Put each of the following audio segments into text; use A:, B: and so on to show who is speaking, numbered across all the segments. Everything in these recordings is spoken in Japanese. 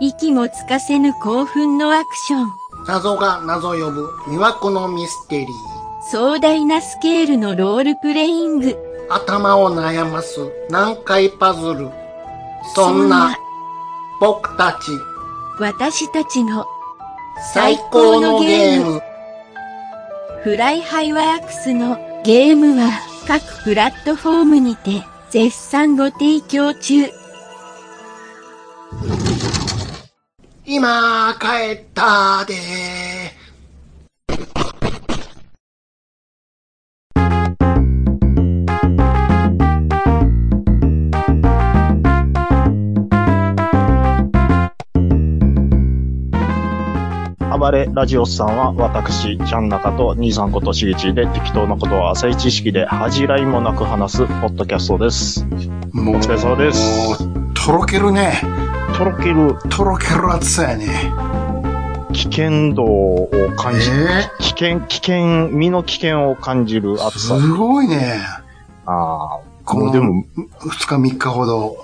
A: 息もつかせぬ興奮のアクション。
B: 謎が謎呼ぶ魅惑のミステリー。
A: 壮大なスケールのロールプレイング。
B: 頭を悩ます難解パズル。そんな僕たち
A: 私たちの
B: 最高のゲーム。
A: フライハイワークスのゲームは各プラットフォームにて絶賛ご提供中。
B: 今帰ったで
C: 暴れラジオスさんは私、ちゃん中と兄さんことしげちで適当なことは浅い知識で恥じらいもなく話すポッドキャストです。
B: もう、
C: お疲れ様です
B: とろけるね。
C: とろける
B: とろける暑さやね。
C: 危険度を
B: え
C: 感じ、
B: え
C: 危険、危険、身の危険を感じる暑さ。
B: すごいね。
C: ああ、
B: こ
C: も
B: の
C: うでも、
B: 二日三日ほど、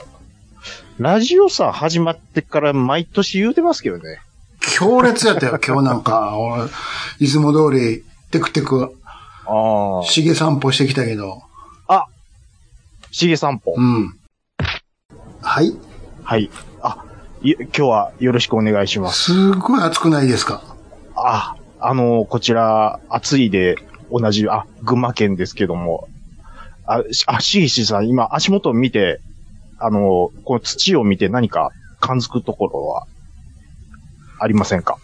C: ラジオさ始まってから毎年言うてますけどね。
B: 強烈やったよ、今日なんか。俺、いつも通り、テクテク、
C: ああ、
B: しげ散歩してきたけど。
C: しげ散歩。
B: うん。はい。
C: はい。あ、い今日はよろしくお願いします。
B: すごい暑くないですか
C: あ、あのこちら、暑いで、同じ、あ、群馬県ですけども、あ、しあ、しげしさん、今、足元を見て、あのこの土を見て何か感づくところは、ありませんか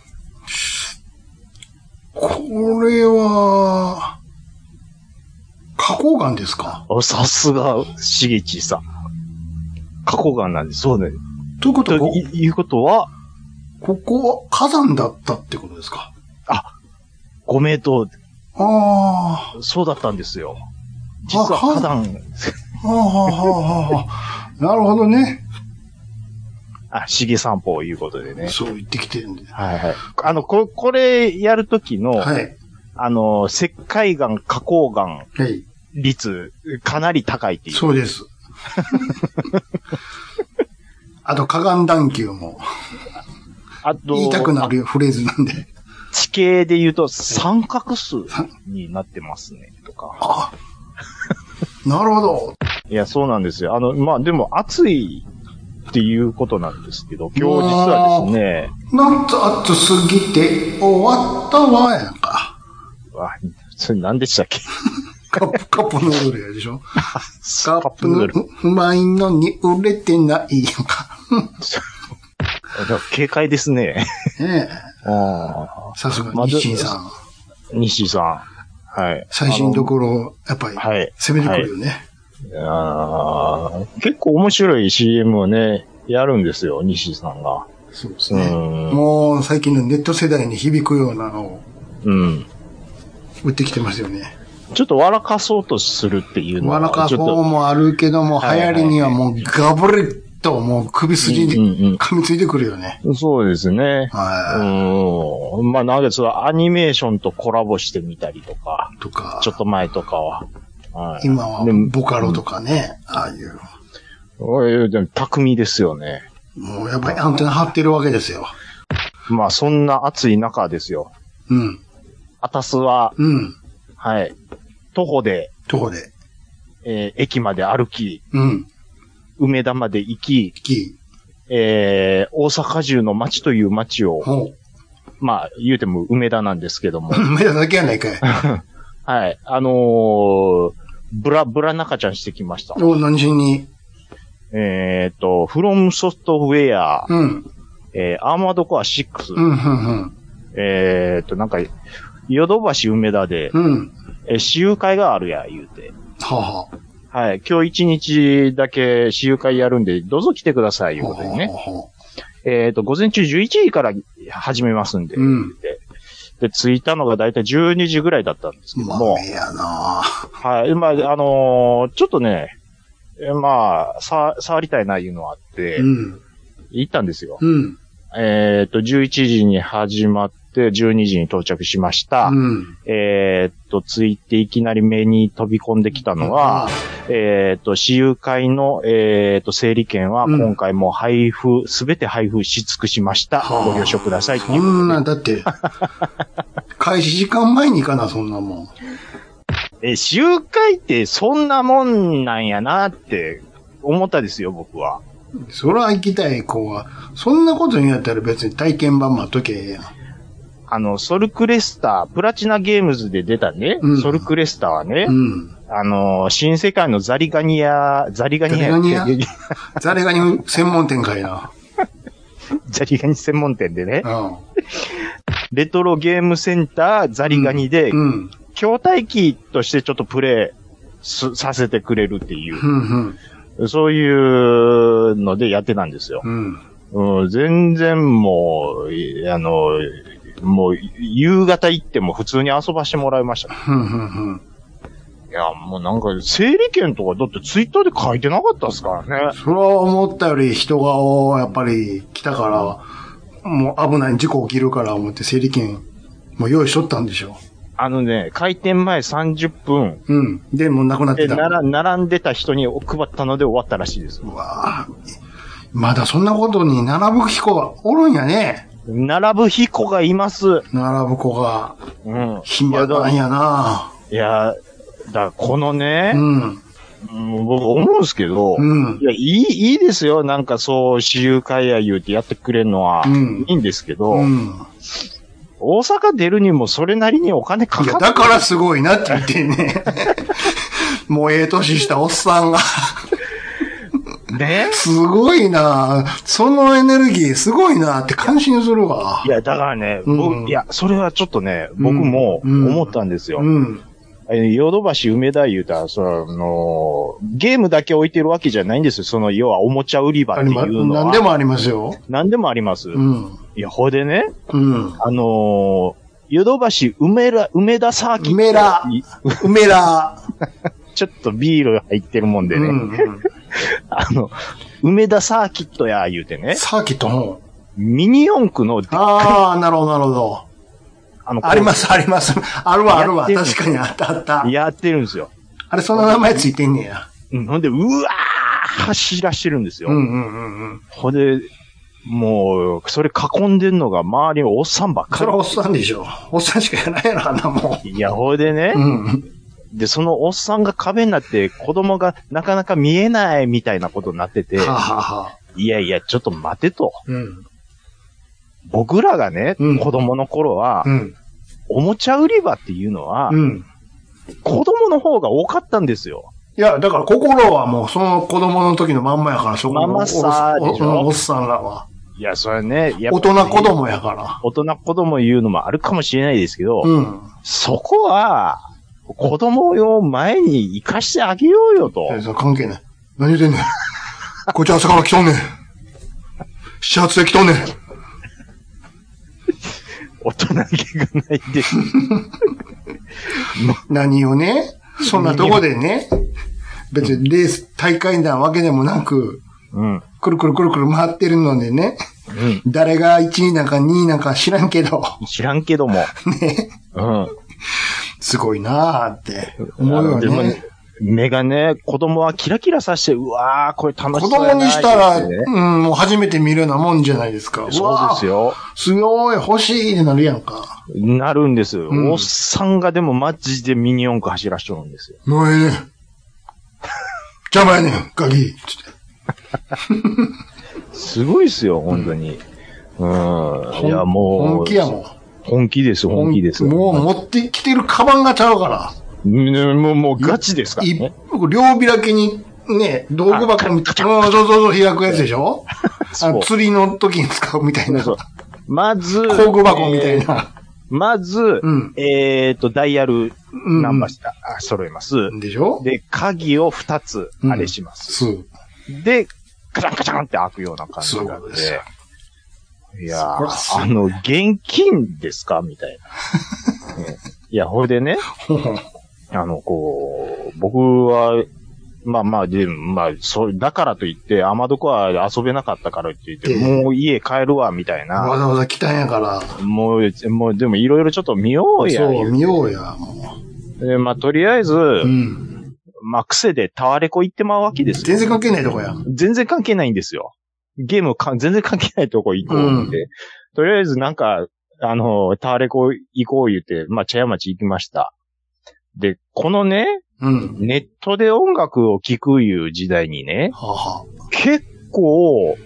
B: これは、花崗岩ですか
C: あさすが、しげちさん。花崗岩なんです。そうね。
B: ということ
C: と
B: は、こ
C: いいうことは、
B: ここは火山だったってことですか
C: ご名答、
B: ああ、
C: そうだったんですよ。実は花壇、
B: はあはあはあはあ。なるほどね。
C: あ、しげ散歩いうことでね。
B: そう言ってきてるんで。
C: はいはい。あの、ここれやるときの、
B: はい。
C: あの、石灰岩、花崗岩
B: はい。
C: 率、かなり高いっていう。
B: そうです。 あと、河岸段丘も、
C: あと、
B: 言いたくなるフレーズなんで。
C: 地形で言うと三角数になってますね、とか。
B: あなるほど。
C: いや、そうなんですよ。あの、まあ、でも暑いっていうことなんですけど、今日実はですね、
B: なんと、あと過ぎて終わったわやん か。
C: わそれ何でしたっけ
B: カップ、カップヌードルやでしょカップ
C: ヌ
B: ヌー
C: ードル
B: ドル。うまいのに売れてないやん か。
C: あでも軽快ですね。
B: ね
C: あ
B: え。さすが、
C: まず
B: 日清さん。
C: ー西井さん。はい。
B: 最新どころ、やっぱり、
C: はい
B: 攻めてくるよね。
C: あー結構面白い CM をね、やるんですよ、西井さんが。
B: そうです
C: う
B: ね。
C: ん。
B: もう、最近のネット世代に響くようなのを
C: うん。
B: 売ってきてますよね。
C: ちょっと笑かそうとするっていうのは。
B: わらか
C: ちょっ
B: 法
C: と
B: もあるけども、流
C: はい
B: 行りにはもう、ガブリッと、もう首筋
C: うんうんうん
B: に噛みついてくるよね。
C: そうですね。
B: は
C: うん。まあ、なんかそのアニメーションとコラボしてみたりとか、
B: い。とか。
C: ちょっと前とかは。はい
B: 今は
C: でも
B: ボカロとかね、ああいう。
C: おいでも巧みですよね。
B: もうやっぱりアンテナ張ってるわけですよ。
C: まあ、そんな暑い中ですよ。
B: うん。
C: あたすは、
B: うん。
C: はい。徒歩で、
B: とこで。
C: えー駅まで歩き、
B: うん。
C: 梅田まで行き、
B: き。
C: えー大阪中の町という町を、
B: ほう。
C: まあ、言うても梅田なんですけども、
B: 目だけやないかい。
C: はい。あのー、ブラ、ブラ中ちゃんしてきました。
B: お、何しに。
C: えっ、と、フロムソフトウェア、
B: うん。
C: えーアーマードコア6、
B: うん、うん、
C: えっ、と、なんか、ヨドバシ梅田で
B: う、ん。うん。
C: えー私有会があるや、言うて。
B: はあはあ。
C: はい。今日一日だけ私有会やるんで、どうぞ来てください、いうことでね。
B: ほうほうほ
C: えっ、と、午前中11時から始めますんで。
B: う。うん。
C: で、着いたのがだいたい12時ぐらいだったんですけども
B: ま。めやな
C: はい。まあ、あのーちょっとね、えまあ、さ、触りたいないうのはあって、
B: うん。
C: 行ったんですよ。
B: うん。
C: えっ、と、11時に始まっで、12時に到着しました。
B: うん。
C: えーっと、ついていきなり目に飛び込んできたのは、えーっと、私有会の、えーっと、整理券は
B: うん
C: 今回も配布、すべ、て配布し尽くしました。
B: はあ
C: ご了承くださいってい。
B: そうんな、だって、開始時間前に行かな、そんなもん。
C: えー、私有会ってそんなもんなんやなって思ったですよ、僕は。
B: そら行きたい子は、そんなことになったら別に体験版待っとけゃええやん。
C: あの、ソルクレスター、プラチナゲームズで出たね、
B: うん
C: ソルクレスターはね、
B: うん。
C: あの、新世界のザリガニア、ザリガニアやっ
B: ザ
C: け
B: リザリガニ専門店かいな。
C: ザリガニ専門店でね
B: う、ん。
C: レトロゲームセンターザリガニで、
B: うん。
C: 筐体機としてちょっとプレイすさせてくれるってい
B: うん。
C: う、そういうのでやってたんですよ。
B: うん。
C: うん、全然もう、いあの、もう、夕方行っても普通に遊ばしてもらいました。
B: うん。うん。
C: いや、もうなんか、整理券とかだってツイッターで書いてなかったですからね。
B: それは思ったより人が、おーやっぱり来たから、もう危ない事故起きるから思って整理券もう用意しとったんでしょ。
C: あのね、開店前30分
B: うん。で、もうなくなっ
C: で
B: てた。
C: なら並んでた人に配ったので終わったらしいです。
B: うわあまだそんなことに並ぶ子がおるんやね。
C: 並ぶ彦がいます。
B: 並ぶ子が。
C: うん。
B: 暇なんやない
C: や、だからこのね
B: う、ん。
C: うん僕思うんですけど、
B: うん
C: い。や、いい、いいですよ。なんかそう、私有会や言うてやってくれるのは、
B: うん
C: いいんですけど、
B: うん。
C: 大阪出るにもそれなりにお金か
B: い
C: か
B: や、
C: って
B: だからすごいなって言ってんね。 もうええ年したおっさんが。
C: ね。
B: すごいなそのエネルギーすごいなって感心するわ
C: い。や、だからね、
B: うん
C: 僕、いや、それはちょっとね、僕も
B: うん
C: 思ったんですよ。
B: うん。
C: えヨドバシ梅田言うたら、その、ゲームだけ置いてるわけじゃないんですよ。その、要はおもちゃ売り場っ
B: あ
C: てい
B: りま、
C: うのは。
B: 何でもありますよ。
C: 何でもあります。
B: うん。
C: いや、ほいでね、
B: うん。
C: あのーヨドバシ梅田、梅田サーキット。
B: 梅田
C: い
B: 梅田。
C: ちょっとビール入ってるもんで
B: う
C: ね。
B: ん。うん
C: あの、梅田サーキットや、言うてね。
B: サーキットの。
C: ミニ四駆の、
B: ああ、なるほど、なるほど。
C: あの、
B: あります、 あります。あるわ、あるわ。
C: やってんの
B: 確かにあった、あった。
C: やってるんですよ。
B: あれ、その名前ついてんねや。
C: うんほんで、うわー走らしてるんですよ。
B: うんうんうんうん。
C: ほんで、もう、それ囲んでんのが周りのおっさんばっ
B: そ
C: か
B: れはおっさんでしょ。おっさんしかやらんやろ、あんなもん。
C: り。いや、ほいでね、
B: うん。
C: で、そのおっさんが壁になって、子供がなかなか見えないみたいなことになってて
B: は、あ、はあはあ、
C: いやいや、ちょっと待てと。
B: うん。
C: 僕らがね、
B: うん
C: 子供の頃は、
B: うん。
C: おもちゃ売り場っていうのは、
B: うん。
C: 子供の方が多かったんですよ。
B: いや、だから心はもうその子供の時のまんまやから、そこの
C: まんまさ
B: お
C: でしょ
B: おおっさんらは。
C: いや、それはね、やっ
B: 大
C: ぱり
B: 人子。供やから。
C: 大人子供言うのもあるかもしれないですけど、
B: うん。
C: そこは、子供を前に生かしてあげようよと。
B: えそれ関係ない。何言ってんねん。 こっち朝から来とんねん。始発で来とんねん。
C: 大人気がない んで。
B: 何をね、そんなとこでね、別にレース、大会なわけでもなく、
C: うん。うん。
B: くるくるくるくる回ってるのでね、誰が1位なんか2位なんか知らんけど、
C: 知らんけども。
B: ね、
C: うん。
B: すごいなーって思うよ
C: でも
B: ね。
C: 目がね、子供はキラキラさして、うわー、これ楽し
B: 子
C: そう
B: 供
C: やな
B: にしたら、
C: 言うてね
B: うん、もう初めて見るようなもんじゃないですか。
C: そうです
B: わ
C: よ。
B: あ。すごい、欲しいってなるやんか。
C: なるんです、
B: ん
C: おっさんがでもマジでミニ四駆走らしとるんですよ。
B: もうええねん。邪魔やねん、ガキ。つって
C: すごいですよ、本当に。うん。いや、もう。
B: 本気やもん。
C: 本気です、本気です。
B: もう持ってきてるカバンがちゃうから。
C: ねもう、もうガチですから
B: い
C: ね。
B: 両開けに、ね、道具箱みたいな、そうそうそう開くやつでしょあ
C: そう
B: の釣りの時に使うみたいな。
C: そう
B: 工
C: まず、
B: 具箱みたい
C: えー
B: な。
C: まず
B: うん、
C: えっと、ダイヤル
B: ん
C: ナンバーした、あ揃えます。
B: でしょ
C: で、鍵を2つ、
B: うん
C: あれします。
B: すう。
C: で、カチャンカチャンって開くような感じな
B: そ
C: ん
B: うで
C: で
B: すよ。
C: いや
B: そらそ
C: ー、
B: う
C: あの、現金ですかみたい な。うんいや、ほいでね、
B: ほんほん
C: あの、こう、僕は、まあまあ、で、まあ、そう、だからといって、アマドコは遊べなかったからって言って、
B: ええ
C: もう家帰るわ、みたいな。
B: わざわざ来たんやから。
C: もう、もう、でもいろいろちょっと見ようや。
B: そう、見ようや、も
C: でまあ、とりあえず、
B: う。うん。
C: まあ、癖でタワレコ行ってまうわけですよ。
B: 全然関係ないとこや。
C: 全然関係ないんですよ。ゲームか、全然関係ないとこ行こうって。とりあえずなんか、あの、タワレコ行こう言って、まあ、茶屋町行きました。で、このね、
B: うん。
C: ネットで音楽を聴くいう時代にね、
B: はあ、はあ。
C: 結構、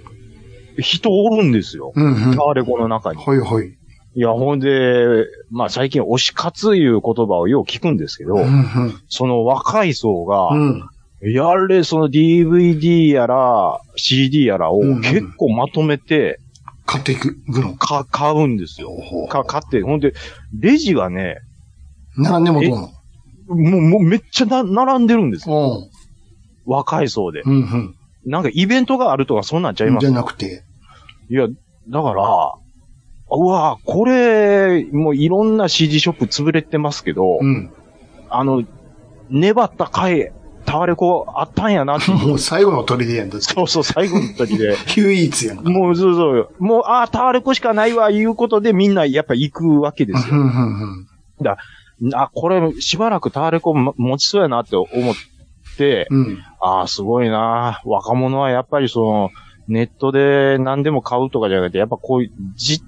C: 人おるんですよ。
B: うんうん
C: タ。ワレコの中に。
B: ほいほい。
C: いや、ほんで、まあ最近推し活いう言葉をよう聞くんですけど
B: う、んうん。
C: その若い層が、
B: うん。
C: やれ、その DVD やら CD やらを
B: うんうん
C: 結構まとめて
B: 買っていくの。
C: か買うんですよ。
B: ほ
C: か買って、ほんで、レジがね、
B: う並んでもどうな
C: もう、もうめっちゃな、並んでるんですよ。
B: の
C: 若い層で。
B: うん。うん
C: なんかイベントがあるとかそんなんちゃい
B: うん。
C: ま
B: じ
C: す
B: ゃなくて。
C: いや、だから、うわぁ、これ、もういろんな CD ショップ潰れてますけど、
B: うん。
C: あの、粘った回、タワレコあったんやなっ て。
B: もう最後の砦やんだって。
C: そうそう、最後の時で。
B: ヒューイーツやんか。
C: もう、そうそう。もう、ああ、タワレコしかないわ、いうことでみんなやっぱ行くわけで
B: う
C: す
B: ん
C: よ。
B: うんうん。
C: あ、これ、しばらくタワレコも持ちそうやなって思って、
B: うん。
C: ああ、すごいな。若者はやっぱりその、ネットで何でも買うとかじゃなくて、やっぱこういう、じ、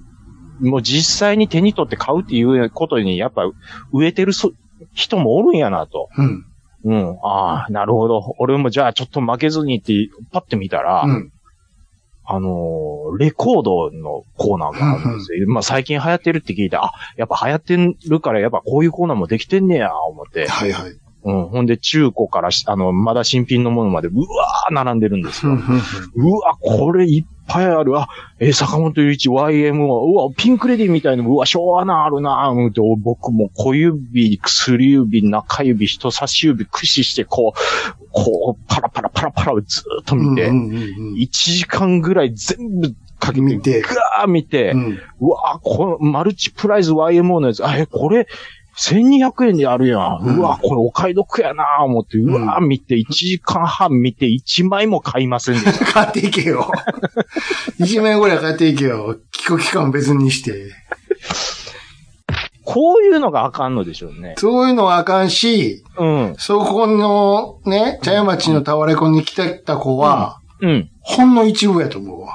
C: もう実際に手に取って買うっていうことに、やっぱ植えてるそ人もおるんやなと。
B: うん。
C: うん。ああ、なるほど。俺もじゃあちょっと負けずにって、パッて見たら、
B: うん。
C: あのーレコードのコーナーがあるんで すよ。まあ最近流行ってるって聞いて、あ、やっぱ流行ってるから、やっぱこういうコーナーもできてんねや、思って。
B: はいはい。
C: うん。ほんで中古からし、あの、まだ新品のものまで、うわー並んでるんです
B: うんうん
C: よ。
B: うん。
C: うわ、これいっぱいある。あ、えー坂本雄一 YMO。うわ、ピンクレディみたいな、うわ、昭和なあるなぁ、思って、僕も小指、薬指、中指、人差し指駆使して、こう、こう、パラパラパラパラをずーっと
B: うん
C: 見て、
B: うんうん
C: 1時間ぐらい全部かけ
B: うん。見て。
C: て、ガー見て、
B: うん。
C: うわ、このマルチプライズ YMO のやつ、あ、え、これ、1200円であるやん。
B: うん
C: うわ、これお買い得やなぁ思って、うわ、見て、1時間半見て、1枚も買いませんで した。
B: 買っていけよ。一面ぐらい買っていけよ。帰国期間別にして。
C: こういうのがあかんのでしょうね。
B: そういうのはあかんし、
C: うん。
B: そこのね、茶屋町のタワレコに来てた子は、
C: うん。
B: ほんの一部やと思う わ。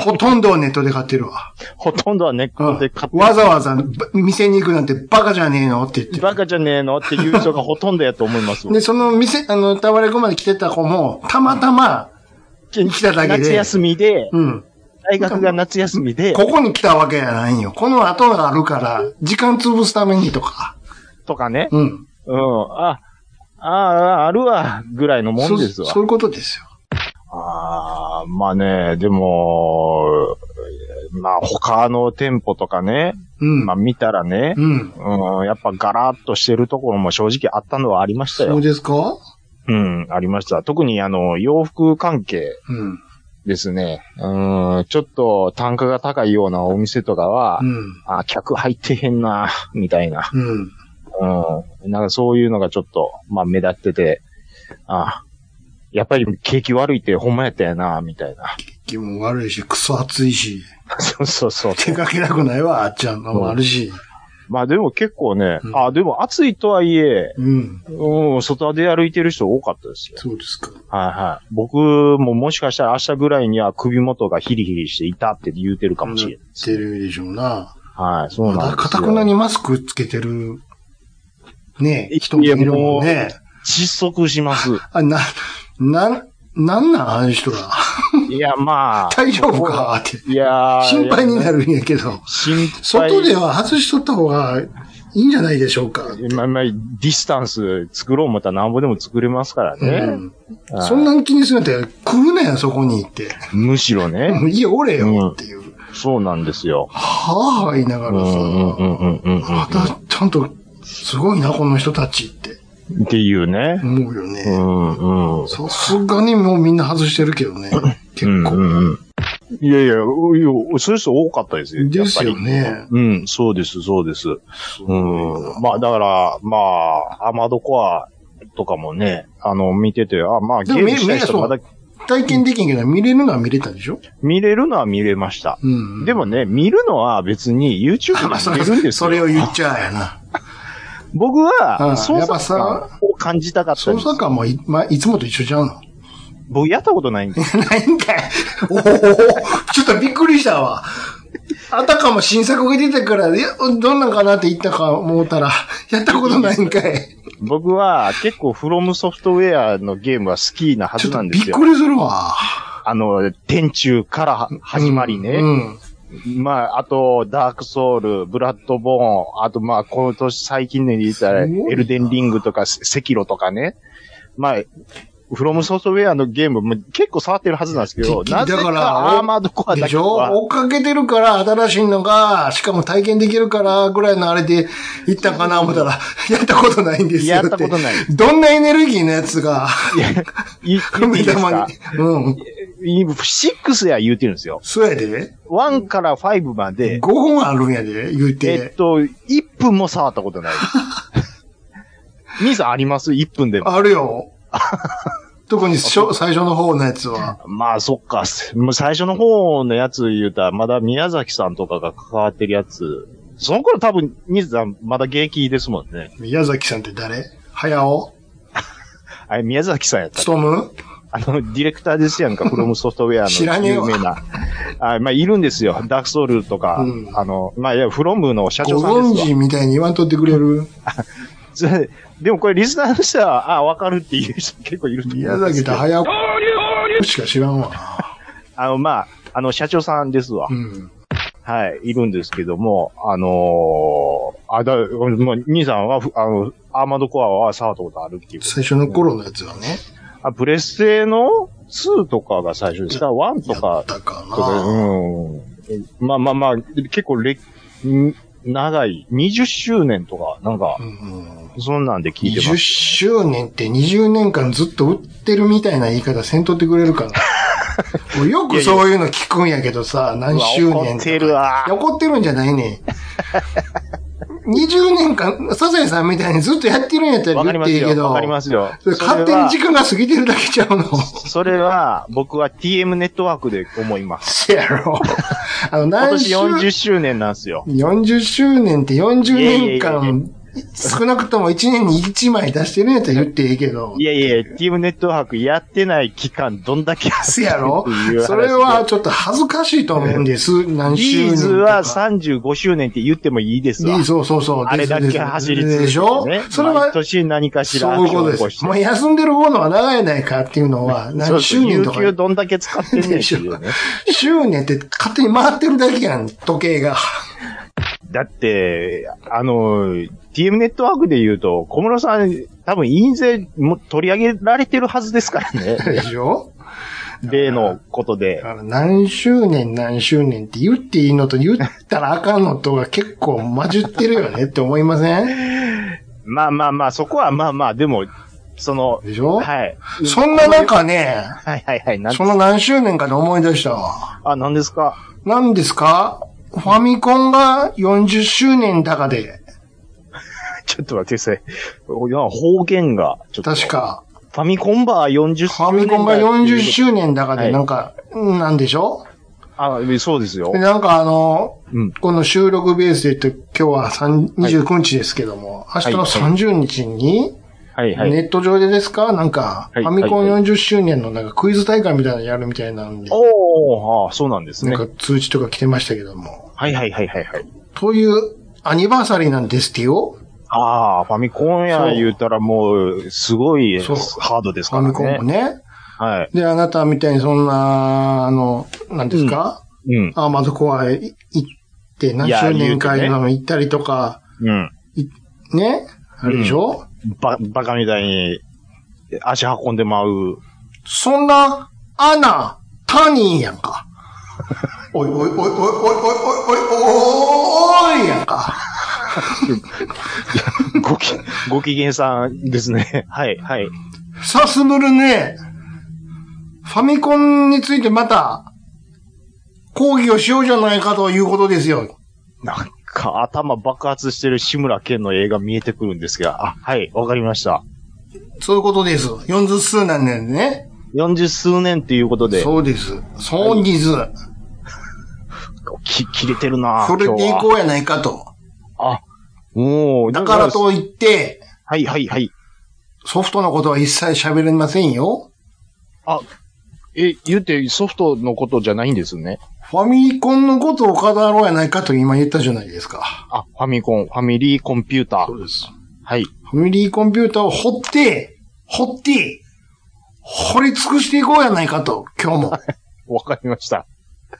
B: ほとんどはネットで買ってるわ。
C: ほとんどはネッ
B: う
C: トで
B: ん
C: 買っ、て、
B: わざわざば店に行くなんてバカじゃねえのって言って。
C: バカじゃねえのっていう人がほとんどやと思いますわ
B: で、その店、あの、タワレコまで来てた子も、たまたま、来ただけで
C: 夏休みで、
B: うん、
C: 大学が夏休みで、
B: ここに来たわけやないんよ。この後があるから、時間潰すためにとか。
C: とかね。
B: うん。
C: うん。あ、ああ、あるわ、ぐらいのもんです
B: そ
C: わ
B: そう。いうことですよ。
C: ああ、まあね、でも、まあ他の店舗とかね、
B: うん。
C: まあ見たらね、
B: うん。
C: うん、やっぱガラッとしてるところも正直あったのはありまし
B: そ
C: た
B: う
C: よ。
B: ですか
C: うん、ありました。特にあの、洋服関係
B: うん。
C: ですね。うん、ちょっと単価が高いようなお店とかは、
B: うん。
C: あ、客入ってへんな、 みたいな。
B: うん。
C: うん。なんかそういうのがちょっと、まあ目立ってて、あ、やっぱり景気悪いってほんまやったやな、みたいな。
B: 気も悪いし、クソ暑いし、
C: そうそうそう。
B: 手かけたくないわ、あっちゃんのもあるし。
C: まあでも結構ね、
B: うん
C: あ、でも暑いとはいえ、
B: うん。
C: うん、外で歩いてる人多かったですよ。
B: そうですか。
C: はいはい。僕ももしかしたら明日ぐらいには首元がヒリヒリしていたって言うてるかもしれないです。
B: てるでしょうな。
C: はい、そうなん
B: ま
C: で
B: だ、
C: すよ。
B: かたくなにマスクつけてる、ねえ、人もいるもんね。
C: 窒息します。
B: あ、な、な、なんなん、あの人 ら。
C: いや、まあ。
B: 大丈夫かって。
C: いやー
B: 心配に
C: いや
B: なるんやけど。
C: 心配。
B: 外では外しとった方がいいんじゃないでしょうか。
C: まあまあ、ディスタンス作ろう思ったらなんぼでも作れますから
B: う
C: ね。
B: ん。
C: はい
B: そんなに気にするんだったら来るなよ、そこにって。
C: むしろね。
B: いや、おれよっていう。
C: そうなんですよ。
B: はぁはぁ言いなが
C: うんう
B: らさ、
C: んうんうんうんうん。
B: ま
C: った
B: ちゃんと、すごいな、この人たちって
C: ていうね。
B: 思うよ
C: う
B: ね。
C: んうん。
B: さすがにもうみんな外してるけどね。結
C: う
B: 構。
C: んうんうん、いやいや、ういやそういう人多かったですよ。
B: ですよ
C: やっぱ
B: ね。
C: り。うん、そうです、そうです。うん。まあ、だから、まあ、アマドコアとかもね、あの、見てて、あ、まあ、
B: で
C: ゲ
B: も
C: ームしたい人
B: 見れ
C: まだ
B: 体験できんけど、見れるのは見れたでしょ
C: 見れるのは見れました。
B: うん。
C: でもね、見るのは別に YouTube
B: あ、まあ、そ
C: で見れる
B: れ、
C: んです
B: そ
C: よ。
B: れを言っちゃうやな。
C: 僕
B: うん
C: は、操
B: やっぱ
C: 作
B: さ
C: 感を感じたかったん
B: 捜
C: です
B: 査官もい、まあ、いつもと一緒ちゃうの
C: 僕やったことないんです。
B: ないんかい。おおちょっとびっくりしたわ。あたかも新作が出てから、いやどんなんかなって言ったか思ったら、やったことないんかい。
C: 僕は結構フロムソフトウェアのゲームは好きなは
B: ちょ
C: ず
B: っ
C: な
B: と
C: んで
B: びっ
C: すよ
B: く。りするわ。
C: あの、天中からは始まり
B: う
C: ね。
B: ん。
C: まあ、あと、ダークソウル、ブラッドボーン、あとまあ、この年最近で言ったら、
B: すごいな
C: エルデンリングとか、セセキロとかね。まあ、フロムソフトウェアのゲームも結構触ってるはずなんですけど、
B: 敵だ
C: な
B: か
C: ぜ
B: ら
C: かアーマードコア
B: で
C: だ
B: し
C: け
B: ょ
C: は、
B: 追っかけてるから、新しいのが、しかも体験できるから、ぐらいのあれで、行ったかな思ったら、 やったことないんですよ。
C: やったことない。
B: い。どんなエネルギーのやつが、
C: いや、いいいいですか
B: に。うん。
C: いい ?6 や言うてるんですよ。
B: そうやで。
C: 1から5まで
B: 5、本あるんやで、言う。
C: えってと、1分も触っ たことない。兄さんあります ?1 分でも。
B: ある よ。特にしょ最初の方のやつは。
C: まあ、そっか。もう最初の方のやつ言うたら、まだ宮崎さんとかが関わってるやつ。その頃多分、兄さんまだ現役ですもんね。
B: 宮崎さんって誰早尾
C: あれ、宮崎さんやった。
B: つとむ
C: あの、ディレクターですやんか、フロムソフトウェ
B: 知ら
C: アの
B: ねえ
C: 有
B: わ
C: 名な。あまあ、いるんですよ。ダークソウルとか、
B: うん
C: あの、まあ、いや、フロムの社
B: ご
C: 長さん
B: 存
C: ですわ
B: 知みたいに言わんとってくれる
C: それでもこれリスナーの人は、あ、わかるっていう人結構いると思
B: 宮
C: うんです
B: 崎
C: け
B: と
C: ど。
B: 早尾しか知らんわ。
C: あの、まあ、あの、社長さんですわ。
B: うん。
C: はい、いるんですけども、あのー、あ、だ、もう、兄さんは、ふあの、アーマードコアは触ったことあるっていう。
B: 最初の頃のやつはね。
C: あ、プレステの2とかが最初ですか ?1 と
B: や
C: か
B: っ、たか
C: とか、
B: な。
C: うん。まあまあまあ、結構れ、ん長い、20周年とか、なんか
B: う、ん
C: そんなんで聞いてま
B: 20
C: す。
B: 周年って20年間ずっと売ってるみたいな言い方せんとってくれる かな。俺よくそういうの聞くんやけどさ、何周年とか
C: うわ怒ってるわ
B: いや怒ってるんじゃないね ん。20年間、サザエさんみたいにずっとやってるんやったら
C: わかり
B: 言っ
C: ま
B: て
C: す
B: いいけ
C: よ。
B: ど、
C: わかりますよ。
B: それ勝手
C: それ
B: に
C: は
B: 時間が過ぎてるだけちゃうの。
C: それは、僕は TM ネットワークで思います。
B: せやろ。あの、
C: 今
B: 何
C: 年
B: 周
C: 40周年なんですよ。
B: 40周年って40
C: いやいや
B: 年
C: いやい
B: 間、少なくとも1年に1枚出してるんやったら言っていいけど
C: い。やいや、TM ネットワークやってない期間どんだけあ
B: せやろ
C: っていう話で
B: それは、ちょっと恥ずかしいと思うんです。何周
C: リ
B: 年
C: ー
B: とか。
C: ズは35周年って言ってもいいですわ
B: いい。そうそうそう。
C: あれだ
B: です
C: け
B: です
C: 走り続けて、ね。
B: でしょそれ
C: 毎
B: は、
C: 年何かしら
B: そういうこと
C: アクショ
B: で
C: ンを起
B: す。
C: して
B: もう休んでる方のは長いやないかっていうのは、
C: そう
B: 何
C: そ
B: 周
C: う
B: 年とか、
C: 有給どんだけ使ってんねんってい うね。
B: 周年って勝手に回ってるだけやん、時計が。
C: だって、あの、TM ネットワークで言うと、小室さん、多分印税も取り上げられてるはずですからね。
B: でしょ
C: 例のことで
B: だ。から何周年何周年って言っていいのと言ったらあかんのとが結構混じってるよねって思いません
C: まあまあまあ、そこはまあまあ、でも、その、
B: でしょ
C: はい。
B: そんな中ね、
C: はいはいはい。なん
B: その何周年かで思い出したわ。
C: あ、なんですか
B: 何ですかファミコンが40周年だかで、
C: ちょっと待ってください。いや方言が、ちょっと。
B: 確。か、
C: ファミコンバー40
B: ファミコンが40周年だか
C: は
B: で、
C: い
B: なんか、うんなんでしょ
C: あ、そうですよ
B: で。なんかあの、
C: うん。
B: この収録ベースで言って今日は3 29日ですけども、明日の30日に、
C: はいはい。
B: ネット上でですかなんか、
C: はい
B: ファミコン
C: は
B: 40周年のなんかクイズ大会みたいなのやるみたいなんで、
C: おー、あーそうなんですね。
B: なんか通知とか来てましたけども。
C: はいはいはいはいはい。
B: というアニバーサリーなんですってよ。
C: ああ、ファミコンや
B: そう
C: 言うたらもう、すごい
B: そう
C: ハードです
B: フ
C: か
B: ァ
C: らね。
B: ミコンもね。
C: はい。
B: で、あなたみたいにそんな、あの、なんですか、
C: うん。
B: アーマードコアへ行って何
C: いや
B: 周年
C: 言うて
B: 会
C: ね
B: なの行ったりとか、
C: うん。
B: ね。あれでしょ、
C: ば、バカみたいに、足運んでまう。
B: そんな、アナ、タニーやん か。おいおいおいおいおいおいおいおいおいおいやんか。
C: ごき、ご機嫌さんですね。はい、はい。
B: さすぶるね、ファミコンについてまた、抗議をしようじゃないかということですよ。
C: なんか頭爆発してる志村けんの映画見えてくるんですが、あ、はい、わかりました。
B: そういうことです。40数なんだよね。
C: 40数年っていうことで、
B: そうです。そうにず。
C: き切れてるな
B: それ
C: 今
B: で
C: 日
B: い
C: は
B: こうやないかと。
C: あ、もう、
B: だからといって、
C: はいはいはい。
B: ソフトのことは一切喋れませんよ。
C: あ、え、言うてソフトのことじゃないんですね。
B: ファミコンのことを語ろうやないかと今言ったじゃないですか。
C: あ、ファミコン、ファミリーコンピューター。
B: うです。
C: はい。
B: ファミリーコンピューターを掘って、掘って、掘り尽くしていこうやないかと、今日も、
C: わかりました。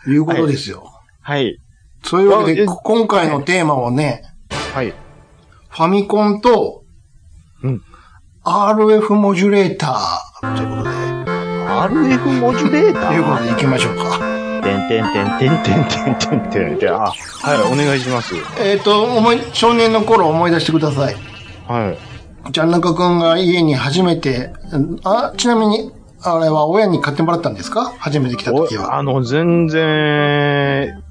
B: いうことですよ。
C: はい。
B: そういうわけで、
C: あえ
B: 今回のテーマはね、
C: はい。
B: ファミコンと、
C: うん。
B: RF モジュレーター、ということで、
C: RF モジュレータ
B: ということ
C: ー
B: で行きましょうか。
C: てんてんてんてんてんてんてんてんてん。あ、はい、お願いします。
B: えっ、と、思い、少年の頃を思い出してください。
C: はい。
B: ジャンナカ君が家に初めて、うんあ、ちなみに、あれは親に買ってもらったんですか初めて来た時
C: お
B: は。
C: あの、全然、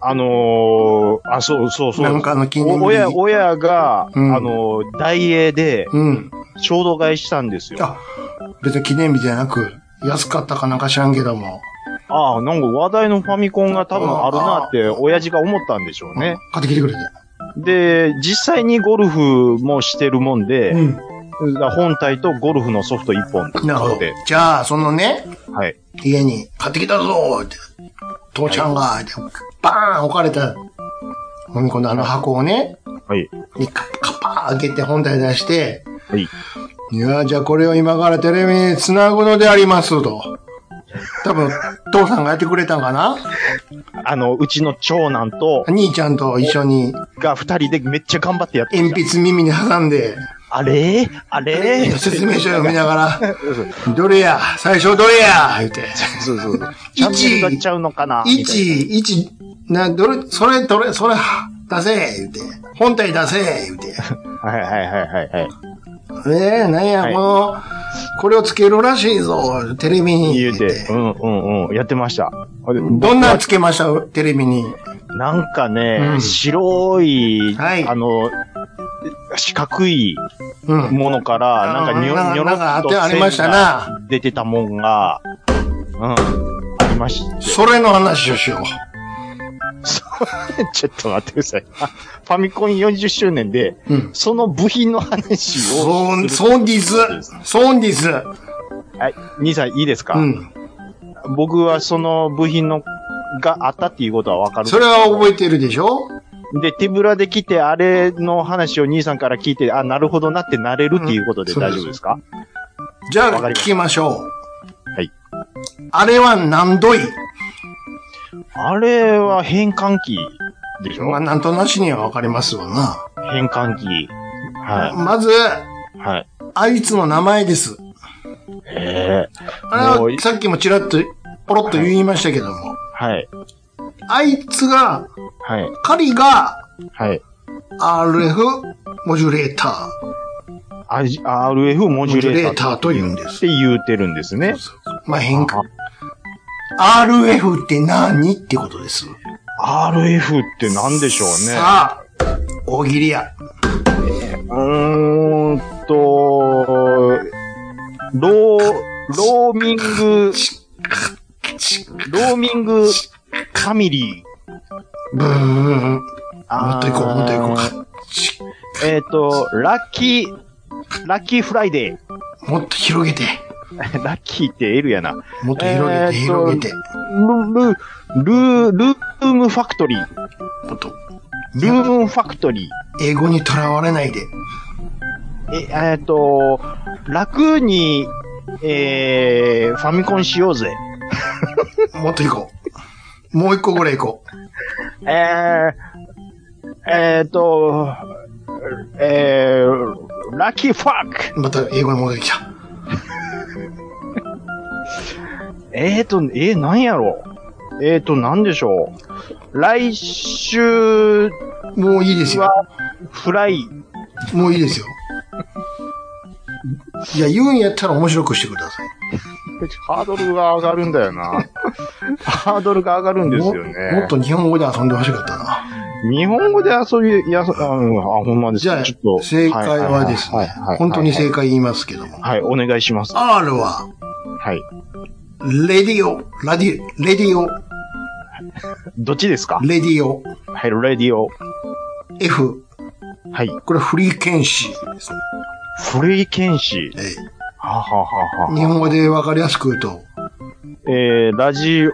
C: あのーあ、そうそうそう。
B: なんかあの記念日
C: お親、親が、
B: うん
C: あのー、大英で、
B: うん。
C: 衝動買いしたんですよ。
B: あ、別に記念日じゃなく、安かったかなんか知らんけども、
C: ああ、なんか話題のファミコンが多分あるなって、親父が思ったんでしょうね。
B: 買ってきてくれて。
C: で、実際にゴルフもしてるもんで、
B: ん。
C: 本体とゴルフのソフト1本
B: なるほ
C: 買
B: ど
C: って、。
B: じゃあ、そのね、
C: はい。
B: 家に買ってきたぞーって、父ちゃんが、ってバーン置かれた、飲み込んだあの箱をね、
C: はい。
B: にカッカッパー開けて本体出して、
C: はい。
B: いや、じゃあこれを今からテレビに繋ぐのでありますと。多分、父さんがやってくれたんかな
C: あの、うちの長男と、
B: 兄ちゃんと一緒に
C: が二人でめっちゃ頑張ってやって
B: 鉛筆耳に挟ん で、
C: あれあれ
B: 説明書読みながら、どれや最初どれや言うて。
C: そうそうそう。チャンネルがっちゃうのかなみたいな
B: 一、一、な、どれ、それ、どれ、それ、出せ言うて。本体出せ言う て。
C: はいはいはいはいはい。
B: ええなんや、
C: はい
B: この、これをつけるらしいぞ、テレビに。
C: 言うて、うんうんうん、やってました。
B: どんなんつけましたテレビに。
C: なんかね、
B: うん
C: 白い、
B: はい
C: あの、四角い
B: うん。
C: ものから、なんかニ
B: な
C: ョニョ
B: な
C: ロ
B: んかあ
C: ッ
B: っ
C: と
B: てありました
C: 線が
B: な。
C: 出てたもんが、うん、ありまし
B: それの話をしよ
C: た。 ちょっと待ってください。あファミコン40周年で、
B: う。うん。
C: その部品の話
B: そ
C: を
B: う、
C: する。
B: そうです。そうです。
C: はい、兄さんいいですか、
B: うん。
C: 僕はその部品の、があったっていうことはわかる。
B: それは覚えてるでしょ
C: で、手ぶらで来て、あれの話を兄さんから聞いて、あ、なるほどなってなれるっていうことで
B: うん
C: 大丈夫ですか、
B: じゃ
C: わ
B: あ、聞
C: かりました
B: きましょう。
C: はい。
B: あれは何度い
C: あれは変換器でしょ、
B: まあ、なんとなしにはわかりますわな。
C: 変換器。は
B: まず、
C: い。はい。
B: あいつの名前です。
C: ええ
B: あ
C: も
B: れ
C: うい
B: は、さっきもちらっと、ポロッと言いましたけども。
C: はい。
B: あいつが、
C: はい。
B: 彼が、
C: はい。
B: RF モジュレータ
C: R- RF
B: ー。モ
C: モジュ
B: ジュ
C: レ
B: レ
C: ー
B: ー
C: タ
B: タ
C: ーっ
B: ーと言うんです。
C: て言うてるんですね。
B: まあ、変化。RF って何ってことです。
C: RF って何でしょうね。
B: さあ、大喜利や。
C: うーんと、ロー、ローミング、ローミングファミリー。
B: ブーン。も
C: あー
B: っと行こう、もっと行こうか。
C: えっ、と、ラッキー、ラッキーフライデ
B: もっと広げて。
C: ー。 ラッキーって L やな。
B: もっと広げて、
C: えーっと
B: 広げて。
C: ル、ル、ル、ルームファクトリー。
B: もっと、
C: ルームファクトリー。
B: 英語にとらわれないで。
C: え、えっ、と、楽に、えー、ファミコンしようぜ。
B: もっと行こう。もう一個ぐらい行こ
C: えー、えっ、と、えー、ラッキーファック。
B: う。また英語に戻ってきた。
C: えーと、えー、なんやろえーと、なんでしょう。来週
B: もういいですよ。
C: は、フライ、
B: もういいですよ。いや、言うんやったら面白くしてください。
C: ハードルが上がるんだよな。ハードルが上がるんですよね。
B: ももっと日本語で遊んでほしかったな。
C: 日本語で遊び、や、あの、あ、ほんまです。
B: じゃあ
C: ちょっと。
B: 正解はです
C: はいはいはいはいはい
B: 本当に正解言いますけども。
C: はい、お願いします。は
B: R は、
C: い。
B: レディオ、ラディ、レディオ、
C: どっちですか
B: レディオ、
C: はい、レディオ。
B: F、
C: はい。
B: これフリーケンシーですね。
C: フリーケンシー。
B: え
C: ははは
B: え
C: は。
B: 日本語でわかりやすく言うと、
C: えー、ラジ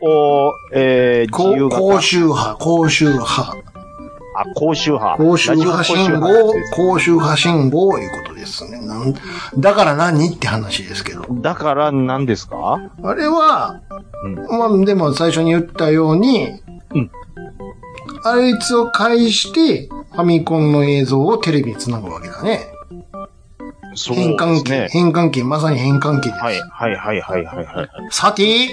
C: オ、えー、
B: こ
C: 自由
B: う高
C: 型。
B: 周波、高周波、
C: あ、高周波。
B: 高周波
C: ラジ
B: 信
C: オ高周波
B: 号
C: です、
B: 高周波信号いうことですね。なんだから何って話ですけど。
C: だから何ですか
B: あれは、
C: うん
B: まあでも最初に言ったように、
C: うん
B: あいつを介して、ファミコンの映像をテレビに繋ぐわけだね。
C: そう
B: 変換器、
C: です
B: 変
C: ね。
B: 換器、まさに変換器です。
C: はい、はい、はい、はい、はい。はい
B: さて、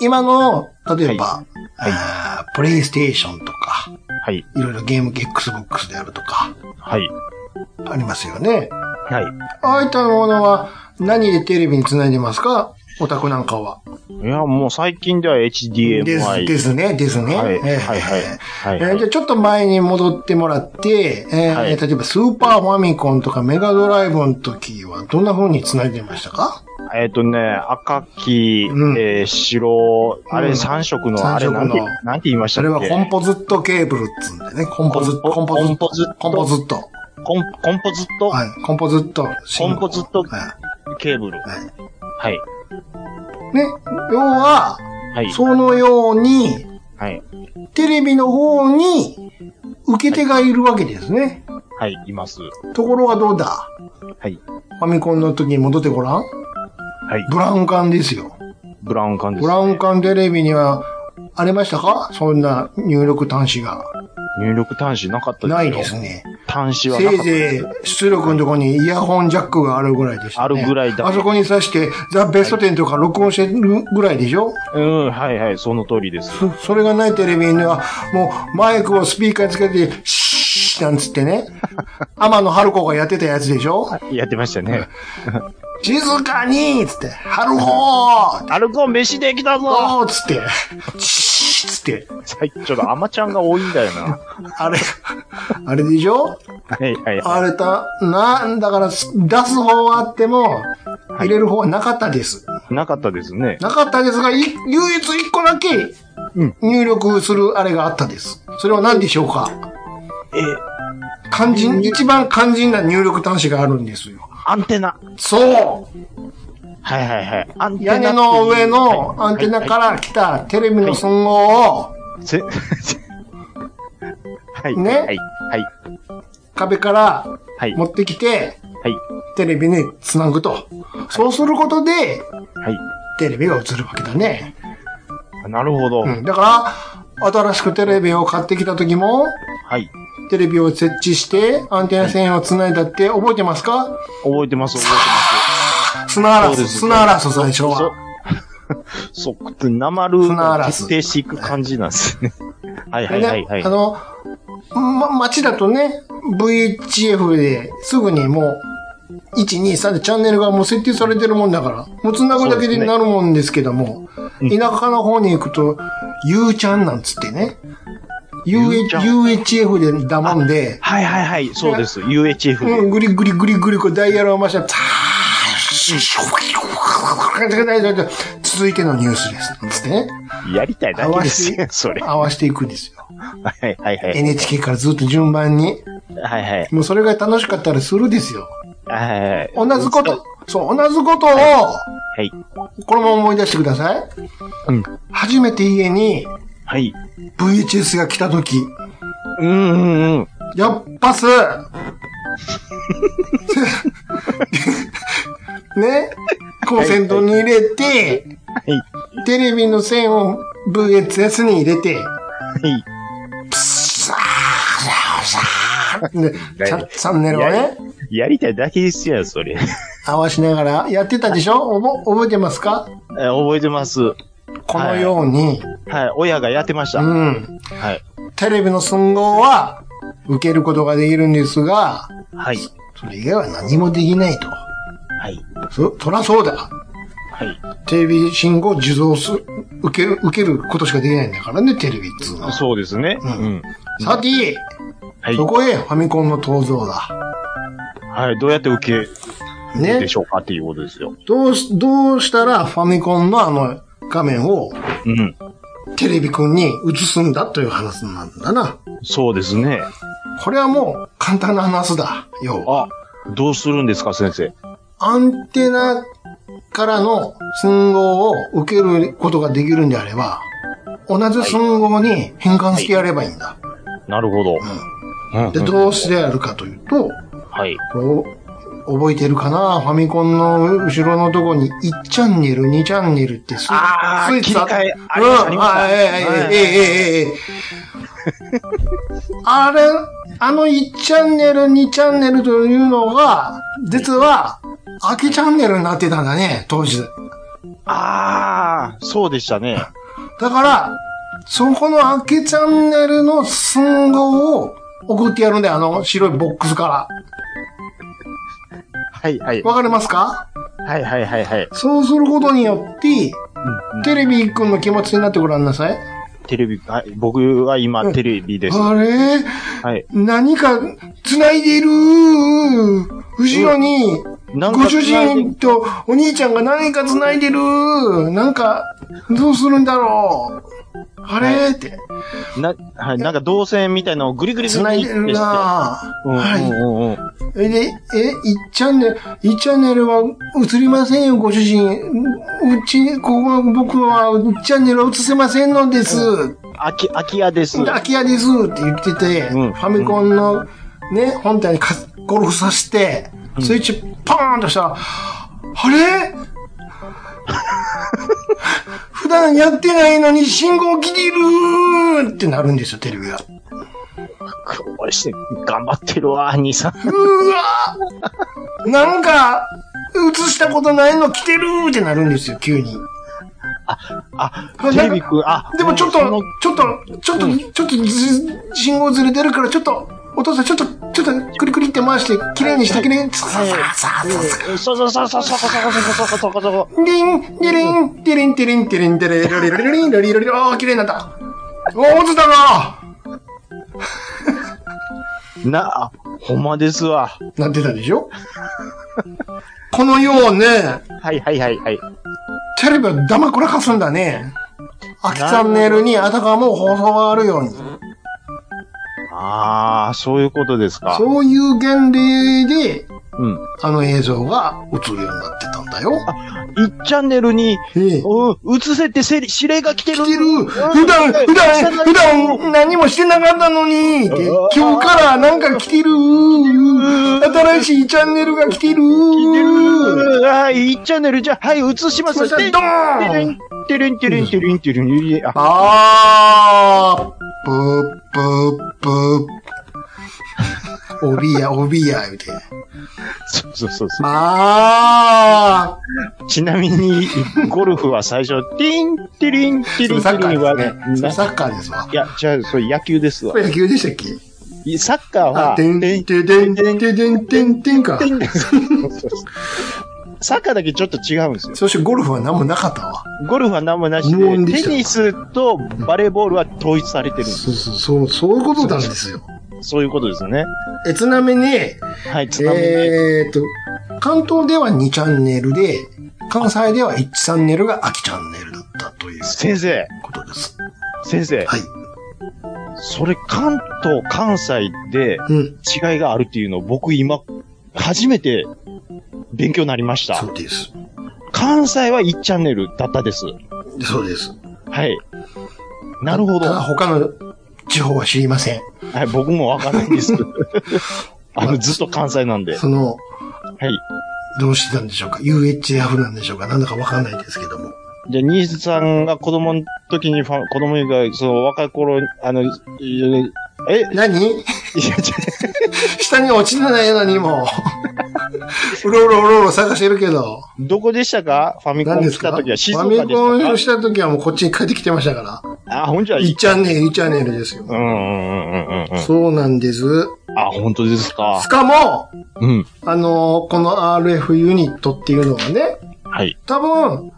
B: 今の、例えば、
C: はいはい
B: あープレイステーションとか、
C: はい、
B: いろいろゲーム機 Xbox であるとか、
C: はい。
B: ありますよね。
C: はい。
B: ああいったものは、何でテレビに繋いでますかオタクなんかは。
C: いや、もう最近では HDMI。
B: です、ですね、ですね。
C: はい、は
B: え
C: い、
B: ー
C: はい。はい
B: え
C: は
B: ーじゃあ
C: い。
B: ちょっと前に戻ってもらって、えー
C: はい
B: 例えばスーパーファミコンとかメガドライブの時はどんな風に繋いでましたか
C: えっとね、赤き、
B: うん
C: えー白、あ
B: う
C: れ
B: ん
C: 三色の、
B: 三
C: あれ
B: 色の
C: なんて、なんて言いました
B: そ
C: っ
B: れ
C: け
B: はコンポズットケーブルっつうんでね、コンポズット、
C: コ
B: コ
C: ン
B: ンポ
C: ポコ
B: ズ
C: ン
B: ッ
C: ポズッ
B: ト
C: ト、
B: コンポズット。
C: コンコンポずっと
B: はい、コンポズット。
C: コンポずっと
B: は
C: ケーブル。
B: い。はい
C: はい。
B: ね、要は、
C: はい。
B: そのように、
C: はい。
B: テレビの方に受け手がいるわけですね。
C: はい、います。
B: ところがどうだ
C: はい。
B: ファミコンの時に戻ってごらん
C: はい。
B: ブラウン管ですよ。
C: ブラウン管です、
B: ブラウン。管テレビには、ありましたかそんな入力端子が。
C: 入力端子なかったですよ。
B: ないです。ね。
C: 端子はなか
B: せい
C: ったです。
B: ぜい出力のところにイヤホンジャックがあるぐらいでした、ね。
C: あるぐらいだ
B: あそこに挿して、ザ・ベスト10とか録音してるぐらいでしょ、
C: うん、はいはい、その通りです。
B: そそれがないテレビには、もうマイクをスピーカーにつけて、シーッなんつって ね。天野春子がやってたやつでしょ
C: やってましたね。
B: 静かにつって、春子
C: アルコン飯できたぞ
B: おーつって、シーッつって、
C: 最近ちょっとアマちゃんが多いんだよな。
B: あれ、あれでしょ
C: はいはい。
B: あれた、なんだから、す出す方はあっても、入れる方はなかったです。
C: なかったですね。
B: なかったですが、い唯一一個だけ
C: うん、
B: 入力するあれがあったです。それは何でしょうか
C: え、
B: 肝心、一番肝心な入力端子があるんですよ。
C: アンテナ。
B: そう
C: はいはいはい。アンテナ
B: 屋根の上のアンテナ
C: ら。
B: から来たテレビの信号を、
C: はいせ はい。
B: ね
C: はい。はい。
B: 壁から
C: はい。
B: 持ってきて、
C: はい。
B: テレビに繋ぐと。そうすることで、
C: はい。
B: テレビが映るわけだね。
C: あなるほど。
B: うん、だから、新しくテレビを買ってきた時も、
C: はい。
B: テレビを設置して、アンテナ線を繋いだって覚えてますか
C: 覚えてます、覚え
B: 砂
C: そう
B: 嵐、
C: です
B: 砂嵐最初
C: て
B: は。
C: ます。そ、そ、くなまるを
B: 砂嵐
C: 決定していく感じなんですね。 はいはいはいは
B: でね
C: い
B: あ。の、ま、街だとね、VHF ですぐにもう、1、2、3でチャンネルがもう設定されてるもんだから、もう繋ぐだけでなるもんですけども、
C: うですね
B: 田舎の方に行くと、U ちゃんなんつってね、
C: U ちゃん
B: UHF でだもんで、
C: はいはいはい、そうです。UHF
B: う
C: で。
B: ん、ぐりぐりぐりぐり、こう、ダイヤルを回して、たー続いてのニュースです。つってね。
C: やりたいだけです
B: 合
C: よ、それ。は
B: 合わしていくんですよ。
C: いはいはい。
B: NHK からずっと順番に。
C: はいはい。
B: もうそれが楽しかったりするですよ。
C: はいはい。
B: 同じこと。、そう、同じことを、
C: はい。
B: このまま思い出してください。
C: うん。
B: 初めて家に
C: はい。
B: VHS が来た時、
C: うんうんうん。
B: やっぱすね、コンセントに入れて、
C: はい。
B: テレビの線を VHS に入れて、
C: はい。
B: でチャチャンネルをね、
C: やりたいだけですよ、それ。え
B: 合わしながらやってたでしょおぼ覚えてますか
C: 覚えてます。はい。
B: このように、
C: 親がやってました。は
B: うん。
C: い。
B: テレビの信号は受けることができるんですが、
C: はい。
B: それ以外は何もできないと。
C: はい。
B: そ、そらそうだ。
C: はい。
B: テレビ信号を受動す、受ける、受けることしかできないんだからね、テレビっつうのは。
C: そうですね。
B: う
C: うんん。
B: さて、
C: はい
B: そ。こへファミコンの登場だ。
C: はい。どうやって受ける
B: ね
C: で。しょうかっていうことですよ。
B: どうし、どうしたらファミコンのあの画面を
C: うん。
B: テレビくんに映すんだという話なんだな。
C: そうですね。
B: これはもう簡単な話だ。要は。
C: あ、どうするんですか、先生。
B: アンテナからの信号を受けることができるんであれば、同じ信号に変換してやればいいんだ。
C: なるほど。うん
B: で、
C: うん
B: どうしてやるかというと、
C: はい。
B: こう覚えてるかなファミコンの後ろのとこに1チャンネル、2チャンネルってスイ
C: あー
B: スイッチあっ
C: 切り替えあ
B: う
C: りましたあり
B: ん、
C: ました
B: あ、え
C: はい
B: え、ええ、ええ、え え。あれ、あの1チャンネル、2チャンネルというのが、実は、空きチャンネルになってたんだね、当時。
C: ああ、そうでしたね。
B: だから、そこの空きチャンネルの信号を送ってやるんだよ、あの白いボックスか
C: はいはい。
B: ら。わかりますか
C: はいはいはいはい。
B: そうすることによって、
C: うんうん
B: テレビくんの気持ちになってごらんなさい。
C: テレビ、はい、僕は今テレビです。は
B: あれ
C: い。
B: 何か繋いでいる後ろに、
C: なんか
B: ご主人とお兄ちゃんが何か繋いでるなんか、どうするんだろうあれって、
C: な、はい、なんか動線みたいなのをぐりぐりぐり
B: 繋
C: ぐり
B: い
C: って
B: で
C: し
B: る
C: て。
B: な
C: うん
B: はい。
C: うんうんうん。
B: え、で、え、1チャンネル、1チャンネルは映りませんよ、ご主人。ううち、ここは僕は1チャンネルは映せませんのです。
C: 空き、空き家です。
B: で空き家ですって言ってて、
C: うん
B: ファミコンのね、本体にかゴルフさせて、スイッチパーンとしたら、あれ 普段やってないのに信号来てるってなるんですよ、テレビが。
C: 苦労して、頑張ってるわ、兄さん。
B: うわーなんか、映したことないの来てるってなるんですよ、急に。
C: あ
B: こ、れ
C: テレビくん、あ、
B: でもちょっと
C: その、
B: ちょっと、ちょっと、ちょっとず、信号ずれてるから、ちょっと、お父さん、ちょっと、ちょっと、クリクリって回して、綺麗にしてくれ。ささささささ。
C: そうそうそうそうそうそうそうそうそうそうそう。
B: リン、リリン、リリン、リリン、リリン、リリン、リリリリン、リリリリン、ああ、綺麗になった。おー、落ちたな
C: な、あほんまですわ。
B: なってたでしょこのようね、
C: はいはいはいはい。
B: テレビは黙くらかすんだね。空きチャンネルにあたかも放送があるように。
C: ああ、そういうことですか。
B: そういう原理で、
C: うん。
B: あの映像が映るようになってたんだよ。
C: 1チャンネルに、
B: ええ
C: うん、映せってせり指令が来てる。
B: 来てる
C: うん
B: 普段、普段、普段何もしてなかったのにって今日からなんか来てる新しいチャンネルが来てる
C: はい、1チャンネルじゃ、はい、映します。
B: そしたらドーン
C: てるんてるんてるんてるんてるん。あ、
B: あーぷーぷーぷー。おびや、おびや、言うて。
C: そうそうそうそ
B: まあ
C: う。ちなみに、ゴルフは最初、ティン、テリン、テ
B: そ
C: リ
B: れ
C: ン、
B: サ
C: テ
B: ッカ
C: リンは、
B: ーですね。それサッカーですわ
C: い。や、じゃあ、それ野球ですわ
B: こ。れ野球でしたっけ
C: サッカー
B: あ
C: は、、
B: てんてんてんてんてんてんてんてんか。
C: サッカーだけちょっと違うんですよ。
B: そしてゴルフは何もなかったわ。
C: ゴルフは何もなし
B: 無音
C: で、
B: でし
C: テ
B: た
C: ニスとバレーボールは統一されてるんで
B: そ
C: す。
B: うそう、そう、そういうことなんですよ。
C: そういうことですよね。
B: え、ちなみに、
C: はい、つなみに。
B: えーっと、関東では2チャンネルで、関西では1チャンネルが空きチャンネルだったという
C: 先生、
B: ことです。
C: 先生、
B: はい。
C: それ関東、関西で
B: うん。
C: 違いがあるっていうのを僕今、初めて勉強になりました
B: そ。うです。
C: 関西は1チャンネルだったです。
B: そうです。
C: はい。なるほど。
B: ただ
C: は
B: 他の地方は知りません。
C: い、僕もわかんないです。 あの、ずっと関西なんで。は
B: その、
C: い。
B: どうしてたんでしょうか ?UHF なんでしょうかなんだかわかんないですけども。
C: じゃあ、兄さんが子供の時にファン、子供が、その若い頃、あの、いえ、い や、
B: 何
C: じゃ
B: 下に落ちてないのにも。う ろうろうろうろ探してるけど。
C: どこでしたかファミコ
B: 何
C: ン
B: で
C: 来
B: すか
C: た時は静
B: フ
C: 岡
B: ァミコン
C: で
B: を
C: し
B: した時はもうこっちに帰ってきてましたから。
C: たかあ、ほんじゃ、
B: 1チャンネル、1チャンネルですよ
C: う。んうんうんうんうんうん。
B: そうなんです。
C: あ、本当ですか
B: し。かも、
C: うん。
B: あのーこの RF ユニットっていうのはね、
C: はい。
B: 多分、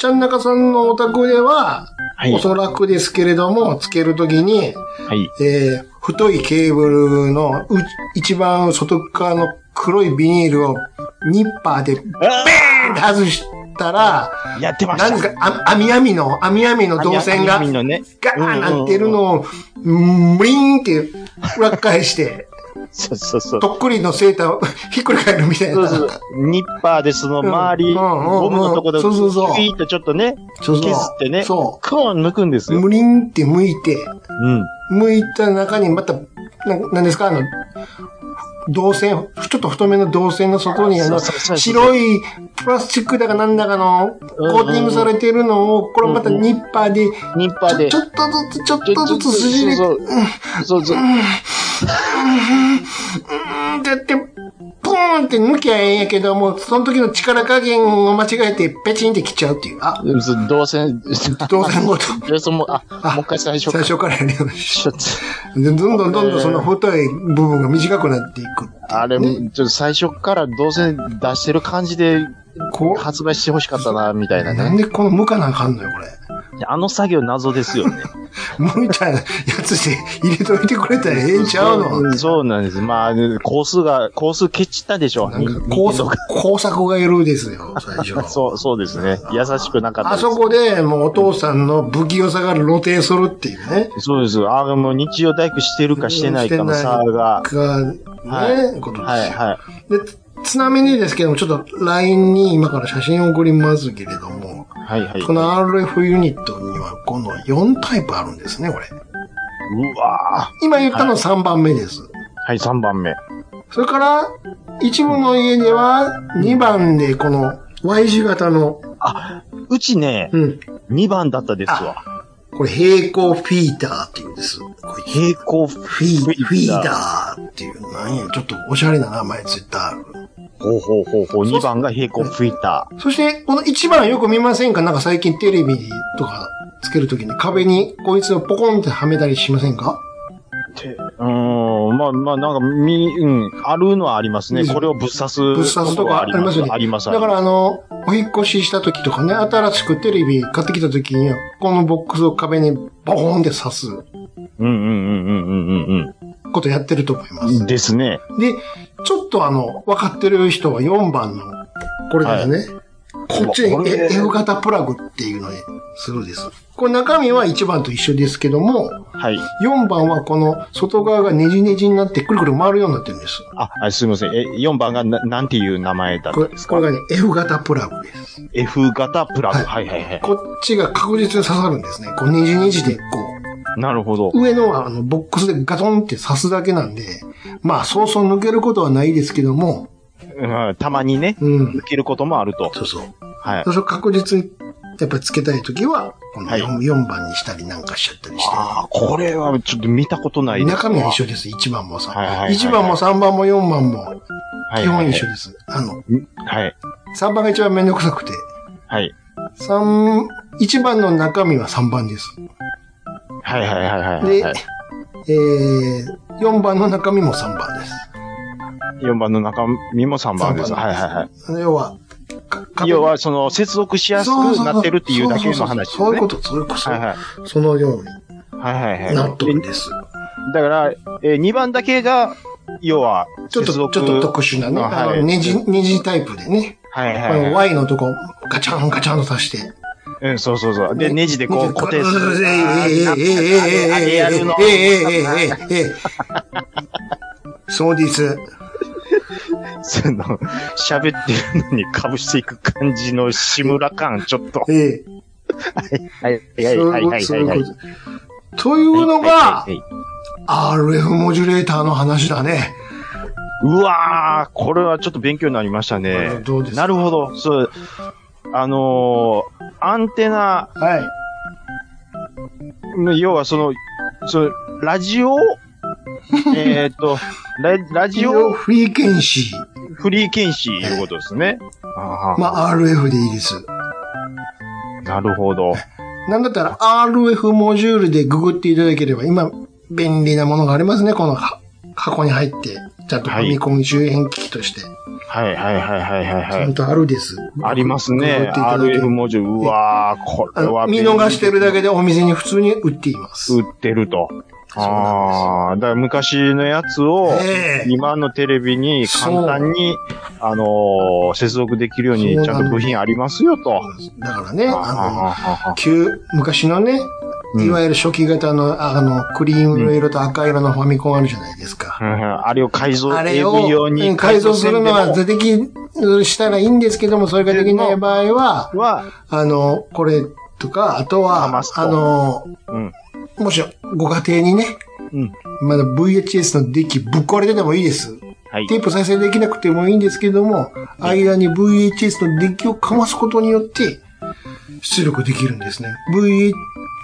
B: ちゃん中さんのお宅では、
C: はい。
B: おそらくですけれども、つけるときに、
C: はい。
B: えー太いケーブルのう一番外側の黒いビニールをニッパーで
C: あ
B: 外したら、
C: ーやってました。
B: なんですか、あ網網の、網網の導線が
C: 網網のね。
B: ガーンなってるのを、ブリーンって裏返して、
C: そうそうそう。
B: とっくりのセーターをひっくり返るみたい
C: そう
B: な。
C: そ
B: そう
C: ニッパーでその周り、
B: うんうんうんうん
C: ゴムのところで、
B: そうそうそう
C: ピーッとちょっとね、
B: う
C: 削ってね、
B: そ
C: クーン抜くんです
B: う。
C: よ。
B: ブリーンって剥いて、
C: うん。
B: 剥いた中にまた、ななんですか、あの、銅線、ちょっと太めの銅線の外にあの、
C: そうそうそうそう
B: 白いプラスチックだかなんだかの
C: うん
B: コーティングされてるのを、これまたニッパーで、
C: ニッパーで。
B: ちょちょっとずつ、ちょっとずつ筋で、
C: そううそう。そうそう。
B: ーんってやって、ポーンって抜きゃええんやけども、その時の力加減を間違えて、ペチンって切っちゃうっていう。あ、
C: そう動線、
B: 銅線ごと。
C: 動線も、あ、もう一回最初か
B: 最
C: ら。
B: 初からやりまし
C: ちょっと
B: た。でどんどんどんどんその太い部分が短くなっていく。
C: あれ、ちょっと最初から動線出してる感じで
B: こう、
C: 発売してほしかったな、みたいな
B: なん
C: ね。
B: でこの無かなあかんのよ、これ。
C: あの作業謎ですよね。
B: 無みたいなやつで入れといてくれたらええんちゃうの
C: ん そうなんです。まあ、工数が、工数ケチったでしょ。
B: なんか工作、工作がいるですよ、最初。
C: そう、そうですね。優しくなかった
B: あ
C: です。
B: そこでもうお父さんの不器用さが露呈するっていうね。
C: そうです。ああ、もう日曜大工してるかしてないかの差が。
B: が、ね、
C: はい
B: ことですよ。
C: はい、はい。
B: で、ちなみにですけども、ちょっと LINE に今から写真を送りますけれども、
C: はい、はい。
B: この RF ユニットにはこの4タイプあるんですね、これ。
C: うわ
B: 今言ったの3番目です。
C: ーはい、3番目。
B: それから、一部の家では2番でこの Y 字型の、
C: あ、うちね、
B: うん、
C: 2番だったですわ。
B: これ平行フィーターっていうんです。これ
C: 平行
B: フ
C: フ
B: ィー、フィー
C: ー。
B: ターっていう、なんや、ちょっとおしゃれな名前ついたある。
C: ほうほうほうほう。2番が平行フィータ
B: そして、この1番よく見ませんかなんか最近テレビとかつけるときに壁にこいつをポコンってはめたりしませんか
C: ーって。うーん。まあまあ、なんか、み、うん。あるのはありますね。
B: うん
C: これをぶっ刺す。
B: ぶっ刺すとかありますよね。
C: あります。
B: だからあの、お引っ越ししたときとかね、新しくテレビ買ってきたときには、このボックスを壁にボコンって刺す
C: うんうんうんうんうんうん
B: ことやってると思いま
C: う
B: す
C: ん。。ですね。
B: で、ちょっとあの、分かってる人は4番の、これですね。こっちに
C: これ
B: F 型プラグっていうのにするです。これ中身は1番と一緒ですけども、
C: はい。
B: 4番はこの外側がネジネジになってくるくる回るようになってるんです。
C: あ、あすみません。え、4番がな、なんていう名前だった
B: これ
C: んですか
B: これがね、F 型プラグです。
C: F 型プラグ。はいはいはい。
B: こっちが確実に刺さるんですね。こうネジネジでこ
C: なるほど。
B: う、上のはあのボックスでガトンって刺すだけなんで、まあそうそう抜けることはないですけども、
C: うん、たまにね、
B: うん。
C: 抜けることもあると。
B: そうそう。
C: はい。
B: 最初確実に、やっぱりつけたいときは、この
C: はい
B: 4,、四番にしたりなんかしちゃったりして。
C: ああ、これはちょっと見たことないです。
B: 中身は一緒です。1番も3
C: はいはいはい
B: 番。
C: はい
B: 1番も3番も4番も、
C: はい
B: 基
C: はい
B: 本
C: はい
B: 一緒です。あの、
C: はい。
B: 3番が一番めんどくさくて、
C: はい。
B: 三1番の中身は3番です。
C: はいはいはいはいはい
B: で
C: はい。、
B: えー、4番の中身も3番です。
C: 4番の中身も3番です。
B: 三
C: はい
B: 番
C: は
B: で
C: い
B: す
C: は
B: あの要は、か
C: い。
B: 壁
C: 要は、その、接続しやすくなってるっていうだけの話です
B: そうそうそうそういう
C: ね
B: こ。と、そういうこと、
C: はいはい。
B: そのように
C: はいはい
B: な
C: は
B: っ
C: い。
B: と
C: で
B: るんです。
C: だから、え2番だけが、要は、
B: ちょっと、
C: 接続
B: ちょっと特殊なね、
C: あ
B: あ
C: はい
B: の、ネジ、ネジタイプでね。
C: はい
B: こ
C: はい
B: の
C: はい。
B: Y のとこ、ガチャンガチャンと足して。
C: うん、そうそうそう。で、ネジでこう固定する。
B: え
C: あーあれやるの。
B: ええええええええええええええ そうです。
C: その、喋ってるのに被していく感じの志村感、ちょっと。
B: ええ。
C: はい、はい、はい、はい、はい。はい
B: というのが
C: はい、はい
B: RF モジュレーターの話だね。
C: うわー、これはちょっと勉強になりましたね。
B: どうですか
C: なるほど。そう。あのー、アンテナ、
B: はい。
C: 要はその、そのラジオ、えーっと、ララジオ
B: フリーケンシ
C: フリーケンシーいうことですね。あ
B: ー。まあ、RF でいいです。
C: あ、なるほど。
B: なんだったら RF モジュールでググっていただければ、今、便利なものがありますね。このは箱に入って、ちゃんとファミコン周辺機器として。
C: はいはいはいはいはい
B: ち
C: は
B: ゃ
C: い
B: ん。とあるです。
C: あります
B: 送
C: ね。
B: っていただけ
C: RF 文字。うわー、こ
B: あ
C: れは
B: の見
C: 便利。
B: 逃してるだけでお店に普通に売っています。
C: 売ってると。ああ、だから昔のやつを、
B: ええ
C: 今のテレビに簡単に、あのー接続できるよう
B: そ
C: に
B: うなん
C: ちゃんと部品ありますよと。
B: だからね、あ
C: あ
B: の、旧、昔のね、
C: うん
B: いわゆる初期型の、あの、クリームの色と赤色のファミコンあるじゃないですか。
C: のあれを改造、
B: あれ
C: AV 用
B: を
C: に
B: うん改造するのは、出てきしたらいいんですけども、それができない場合は、
C: は、
B: あの、これとか、あと
C: あマ
B: は
C: ス、ト
B: あの、
C: うん。
B: もしご家庭にね、
C: うん。
B: まだ VHS のデッキぶっ壊れててもいいです。
C: はい。
B: テープ再生できなくてもいいんですけども、間に VHS のデッキをかますことによって、出力できるんですね。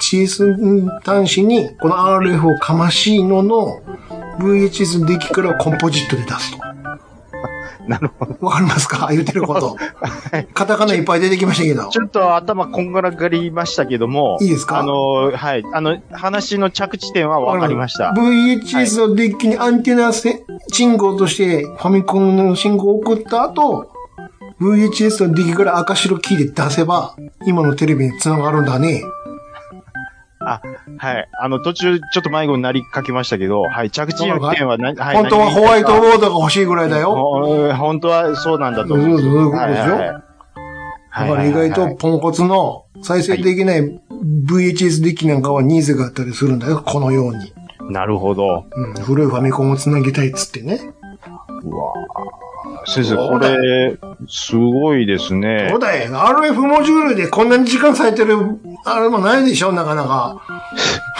B: VHS 端子に、この RF をかましいのの、VHS のデッキからコンポジットで出す
C: なるほど。
B: と。わかりますか言ってる こと。カタカナいっぱい出てきましたけど。
C: ちょっと頭こんがらがりましたけども。
B: いいですか
C: あのー、はい。あの、話の着地点はわかりました。
B: VHS のデッキにアンテナせ信号としてファミコンの信号を送った後、VHS のデッキから赤白キーで出せば、今のテレビに繋がるんだね。
C: あ、はい。あの、途中、ちょっと迷子になりかけましたけど、はい。着地点は何、はい、
B: 本当はホワイトボードが欲しいぐらいだよ。
C: ほ本当はそうなんだと
B: そう
C: 思
B: そう
C: う。
B: そういうことでしょ、
C: は
B: だから意外とポンコツの再生できない VHS デッキなんかはニーズがあったりするんだよ。このように。
C: なるほど。
B: うん、古いファミコンを繋ぎたいっつってね。
C: うわぁ先生、これ、すごいですね
B: そう。だよ。RF モジュールでこんなに時間割いてる、あれもないでしょ、なかなか。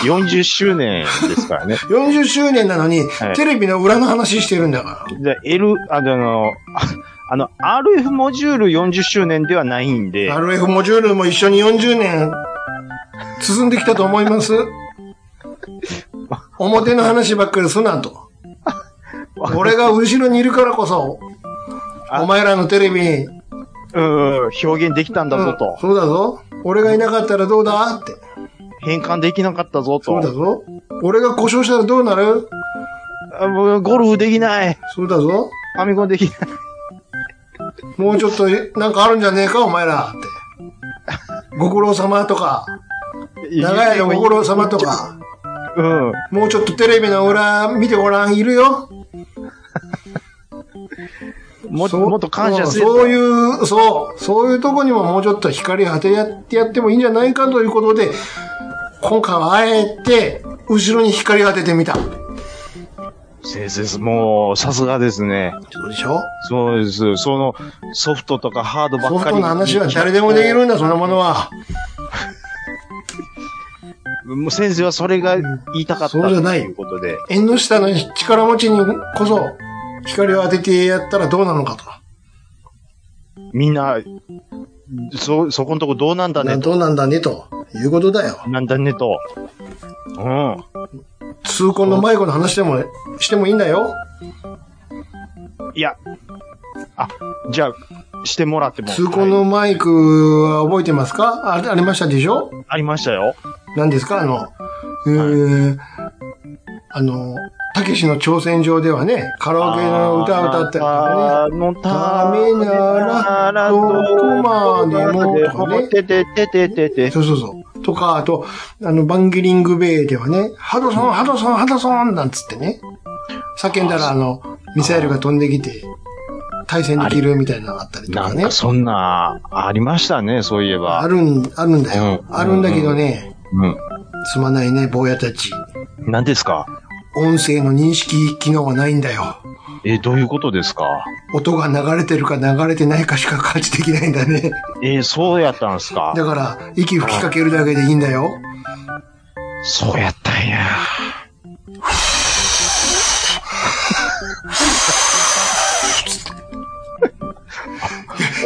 C: 40周年ですからね。
B: 40周年なのに、
C: はい
B: テレビの裏の話してるんだか
C: で、L、ああの、あ あの、RF モジュール40周年ではないんで、
B: ら。RF モジュールも一緒に40年進んできたと思います。表の話ばっかりすな と。俺が後ろにいるからこそ、
C: あ
B: お前らのテレビに、
C: うん、表現できたんだぞ
B: うん
C: と。
B: そうだぞ。俺がいなかったらどうだって。
C: 変換できなかったぞ
B: そうだ
C: と。
B: ぞ。俺が故障したらどうなる
C: あもうゴルフできない。
B: そうだぞ。
C: ファミコンできない。
B: もうちょっとなんかあるんじゃねえか、お前らって。ご苦労様とか、長い間ご苦労様とか。
C: うん。
B: もうちょっとテレビの裏見てごらん、いるよ。
C: もっと、
B: そう
C: もっと感謝す
B: う
C: る。
B: んそういう、そう、そういうとこにももうちょっと光当てやってやってもいいんじゃないかということで、今回はあえて、後ろに光当ててみた。そ
C: 先生、もう、さすがですね。
B: うでしょ
C: そうです。その、ソフトとかハードばっか
B: ソ
C: り。
B: フトの話は誰でもできるんだ、そんなものは。
C: もう先生はそれが言いたかった。
B: そうじゃない
C: ということで。
B: 縁の下の力持ちにこそ、光を当ててやったらどうなのかと。
C: みんな、そ、そこのとこどうなんだねと。
B: どうなんだね、ということだよ。
C: なんだねと。うん。
B: 痛恨の迷子の話でも、してもいいんだよ。
C: いや。あ、じゃあ、してもらっても。
B: 痛恨のマイクは覚えてますかあありましたでしょ
C: はいありましたよ。
B: 何ですかあの、えーあの、たけしの挑戦状ではね、カラオケの歌を歌ったりとかね。
C: ね。の
B: ためならどこまでもとかね
C: てててててて。
B: そうそうそう。とか、あと、あの、バンギリングベイではね、ハドソン、ハドソン、ハドソンなんつってね、叫んだらあの、ミサイルが飛んできて、対戦できるみたいなのがあったりと
C: な
B: か
C: ん
B: ね
C: か。そんな、ありましたね、そういえ
B: あ
C: ば。
B: るん、あるんだよ。
C: うん
B: あるんだけどね、
C: うん。
B: すまないね、坊やたち。
C: 何ですか
B: 音声の認識機能はないんだよ。
C: え、どういうことですか
B: 音が流れてるか流れてないかしか感じできないんだね。
C: えーそうやったんすか
B: だから、息吹きかけるだけでいいんだよ。
C: そうやったんや。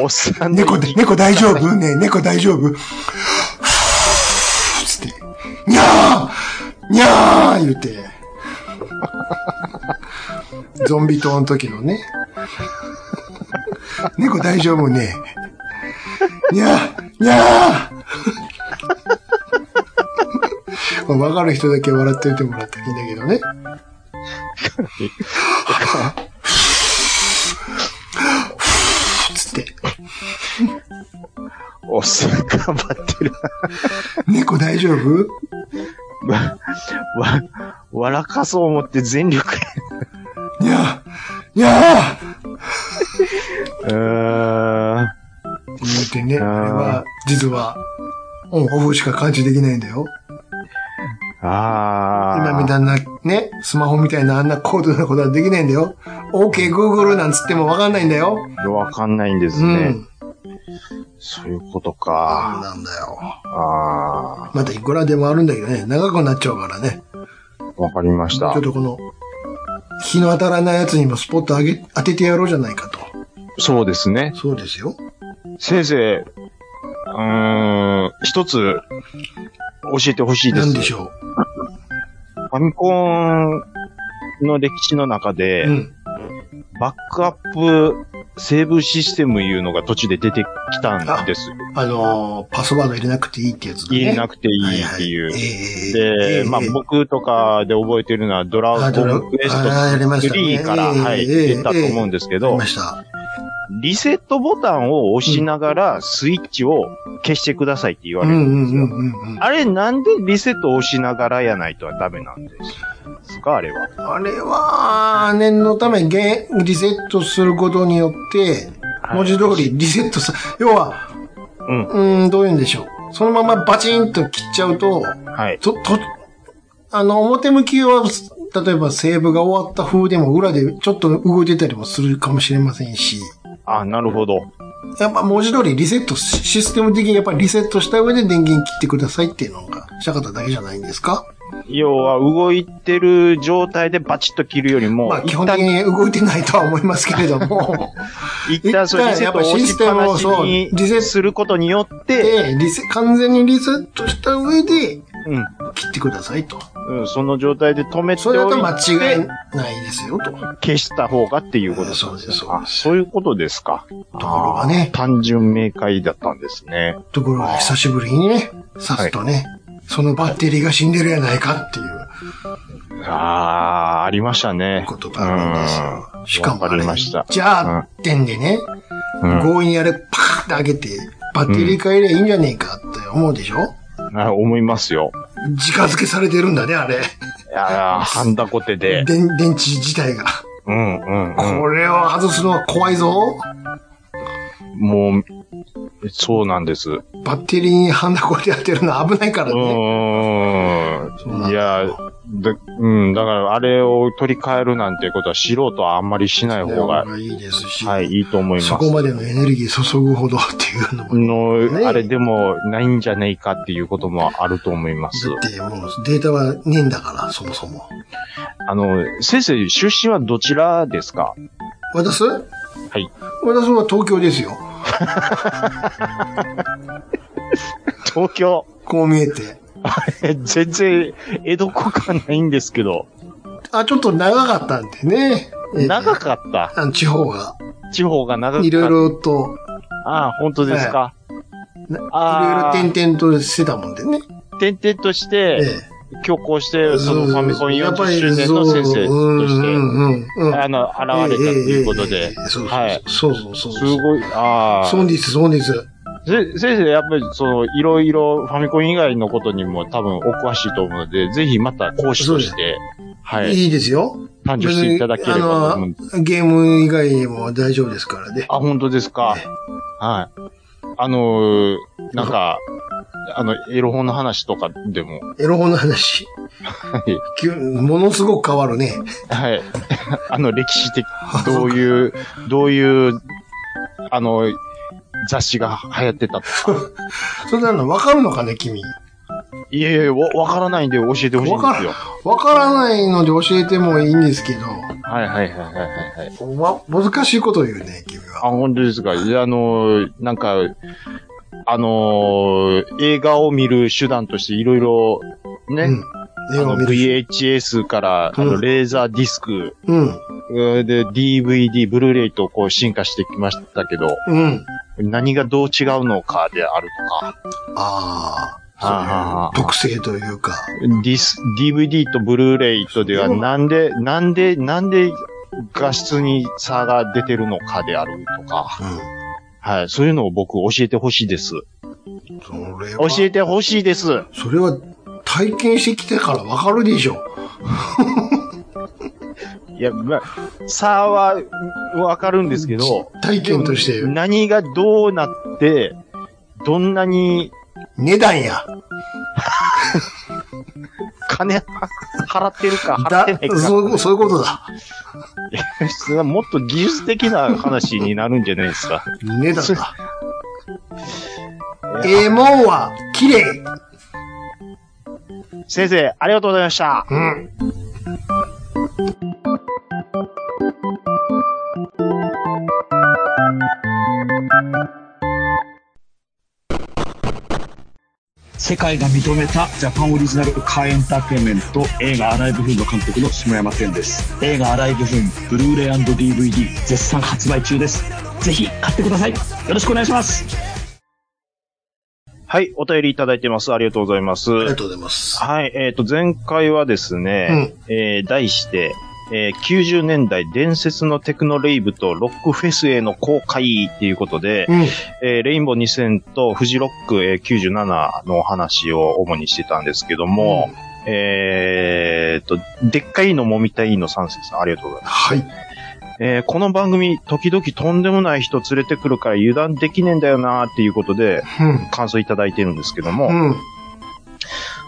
C: おっさんの
B: 猫で、
C: 息
B: 猫大丈夫ねえ猫大丈夫つって、にゃーにゃー言うて。ゾンビ島の時のね。猫大丈夫ねにゃーにゃーわかる人だけ笑っておいてもらったらいいんだけど ね。
C: そうっす。頑張ってる。
B: 猫大丈夫
C: わ、わ、笑かそう思って全力。
B: にゃーにゃー
C: うーん。
B: 思ってね、
C: あ
B: あれ
C: ー
B: は、実は、オンオフしか感知できないんだよ。
C: あ
B: 今みた
C: あ。
B: いな、ね、スマホみたいなあんな高度なことはできないんだよ。OK, Google なんつってもわかんないんだよ。
C: わかんないんです
B: う
C: ね。
B: ん。
C: そういうこと
B: そう
C: か。
B: なんだよ。
C: あ
B: またいくらでもあるんだけどね、長くなっちゃうからね。
C: あ。わかりまし
B: ちょ
C: た
B: っ。とこの、日の当たらないやつにもスポットあげ、当ててやろうじゃないかと。
C: そうですね。
B: そうですよ。
C: 先生、うーん、一つ、教えてほしいです。
B: なんでしょ
C: ファミコンの歴史の中で、
B: う。うん。
C: バックアップセーブシステムいうのが途中で出てきたんですよ。
B: あのーパスワード入れなくていいってやつだね。
C: 入れなくていいっていう。で、まあ
B: 僕
C: 僕とかで覚えてるのはドラゴンクエスト
B: あやりましたね
C: 3から、
B: ええ
C: はい、
B: ええ
C: 出たと思うんですけ
B: あり
C: ど
B: ま、した。
C: リセットボタンを押しながらスイッチを消してくださいって言わ
B: うん
C: れ
B: う
C: る
B: ん
C: んです
B: う
C: よ。
B: んうんうん。
C: あれなんでリセットを押しながらやないとはダメなんですかあれは。
B: あれは、念のためゲーリセットすることによって、文字通りリセットさ、要は、
C: うん
B: うーん、どういうんでしょう。そのままバチンと切っちゃうと、
C: はい。
B: と、と、あの、表向きは、例えばセーブが終わった風でも裏でちょっと動いてたりもするかもしれませんし、
C: あ、なるほど。
B: やっぱ文字通りリセット、シシステム的にやっぱりリセットした上で電源切ってくださいっていうのがしたかっただけじゃないんですか
C: 要は動いてる状態でバチッと切るよりも、
B: まあ基本
C: 一
B: 的
C: 旦
B: に動いてないとは思いますけれども。
C: 一旦そうリセットを押しっぱなしに
B: リセット
C: することによって、
B: で、リセ、完全にリセットした上で
C: うん
B: 切ってくださいと。
C: うん、その状態で止めて
B: それだ
C: お
B: と
C: い
B: 間違い
C: て、
B: ないですよと。と
C: 消した方がっていうこと
B: そうですそう
C: あ
B: で
C: そういうことですか。と
B: ころがね
C: 単純明快だったんですね。
B: ところが久しぶりにね、刺すとね、そのバッテリーが死んでるやないかっていう
C: ああー、ありましたね。
B: ことがあるんですよ。しかも
C: わ
B: あ
C: か
B: れ
C: りました、
B: じゃあってんでね、
C: うん
B: 強引にあれパーって開けて、バッテリー変えりゃいいんじゃねえかって思うでしょ
C: あ思いますよ。
B: 直付けされてるんだね、あれ。
C: いやー、ハンダコテで。
B: 電、電池自体が。
C: うんうんうん。
B: これを外すのは怖いぞ。
C: もう、そうなんです。う
B: バッテリーにハンダコでやってるのは危ないからね。そうなん
C: ー
B: だ
C: ん。いや、だ、うん、だから、あれを取り替えるなんてことは素人はあんまりしない方が、
B: いいですし、
C: はい、いいと思います。
B: そこまでのエネルギー注ぐほどっていうのも。ね
C: の、あれでも、ないんじゃないかっていうこともあると思います。
B: だってもうデータはねえんだから、そもそも。
C: あの、先生、出身はどちらですか
B: 私私
C: はい。
B: は東京ですよ。
C: 東京。
B: こう見えて。
C: え全然、江戸っ子感ないんですけど、
B: あ、ちょっと長かったんでね。えー
C: 長かった。
B: あの地方が。
C: 地方が長かった。
B: いろいろと、
C: ああ、本当ですか。
B: ないろ
C: ああ
B: いろ点々としてたもんでね。
C: 点々とし
B: え
C: て、
B: え
C: 強行して、そのファミコン
B: やっぱり
C: 40周年の先生
B: そう
C: と
B: うん
C: し
B: うんうんうん
C: て、あの、現れたということ
B: えええええ
C: で
B: え、そう
C: はい
B: そうそうそう
C: す
B: そうそう。
C: ごい、ああ。
B: そうです、そうです。
C: ぜ先生、やっぱり、その、いろいろ、ファミコン以外のことにも多分お詳しいと思うので、ぜひまた講師として、はい、
B: いいですよ。
C: 誕生していただければと思うんです。
B: あの、ゲーム以外にも大丈夫ですからね。
C: あ、本当ですか
B: え。
C: はい。あのーなんか、あの、エロ本の話とかでも、
B: エロ本の話。
C: い
B: 急ものすごく変わるね。
C: はい。 あの、歴史的、どういう、どういう、あの、雑誌が流行ってたとか。
B: そんなのわかるのかね、君。
C: いえいえ、わ、わからないんで教えてほしいん
B: わ
C: です
B: か
C: よ
B: ら。、わからないので教えてもいいんですけど、
C: はいはいはいはいはいはい。
B: わ、難しいこと言うね、君
C: あ、
B: は。
C: 本当ですか。いやあのー、なんか、あのー、映画を見る手段としていろいろ、ね、
B: うん。
C: あ
B: 絵を
C: の
B: 見る。
C: VHS から、あ
B: う
C: の、
B: ん
C: レーザーディスク、
B: うん。
C: うんで、DVD、ブルーレイとこう進化してきましたけど、
B: うん。
C: 何がどう違うのかであるとか、
B: ああ
C: あー、
B: そういう特性というか。
C: ディス DVD とブルーレイとでは
B: そう
C: なんで、なんで、なんで画質に差が出てるのかであるとか、
B: うん。
C: はい、そういうのを僕教えてほしいです。
B: それ
C: 教
B: は、
C: えてほしいです。
B: それは体験してきてからわかるでしょ。
C: いや、まあ、差はうんわかるんですけど、
B: 体験として。
C: 何がどうなって、どんなに
B: 値段や。
C: 金 払ってるか払っ
B: だ
C: てない、か。
B: そう、そういうことだ。
C: もっと技術的な話になるんじゃないですか。
B: 値段だ。ええもんは、綺麗。
C: 先生、ありがとうございました。
B: うん。
D: 世界が認めたジャパンオリジナルカーエンターテインメント映画アライブフーンの監督の下山天です。映画アライブフーン、ブルーレイ &DVD 絶賛発売中です。ぜひ買ってください。よろしくお願いします。
C: はい、お便りいただいてます。ありがとうございます。
B: ありがとうございます。
C: はい、えっ、と、前回はですね、えー題して、えー90年代伝説のテクノレイブとロックフェスへの公開っていうことで、
B: うん。
C: えーレインボー2000とフジロック、えー97のお話を主にしてたんですけども、えーっと、でっかいのもみたいの三世さん、ありがとうございます。
B: はい。
C: えーこの番組、時々とんでもない人連れてくるから油断できねえんだよなーっていうことで、
B: うん。
C: 感想いただいてるんですけども、
B: うん。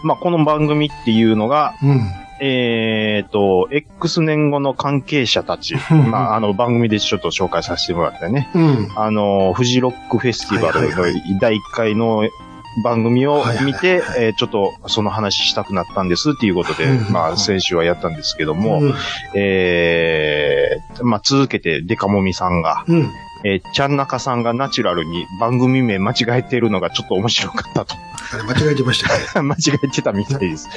C: まあ、この番組っていうのが、
B: うん。
C: えー、と、X 年後の関係者たち、
B: うん
C: まあ、あの、番組でちょっと紹介させてもらったね。
B: うん。
C: あの、フジロックフェスティバル
B: はいはい
C: の第1回の番組を見
B: はい
C: て
B: はいは、
C: えーちょっとその話したくなったんですっていうことで、
B: うん
C: まあ、先週はやったんですけども、
B: うん、
C: えーまあ、続けてデカモミさんが、
B: うん。
C: えーちゃんなかさんがナチュラルに番組名間違えてるのがちょっと面白かったと。
B: あれ、間違えてましたね。
C: 間違えてたみたいです。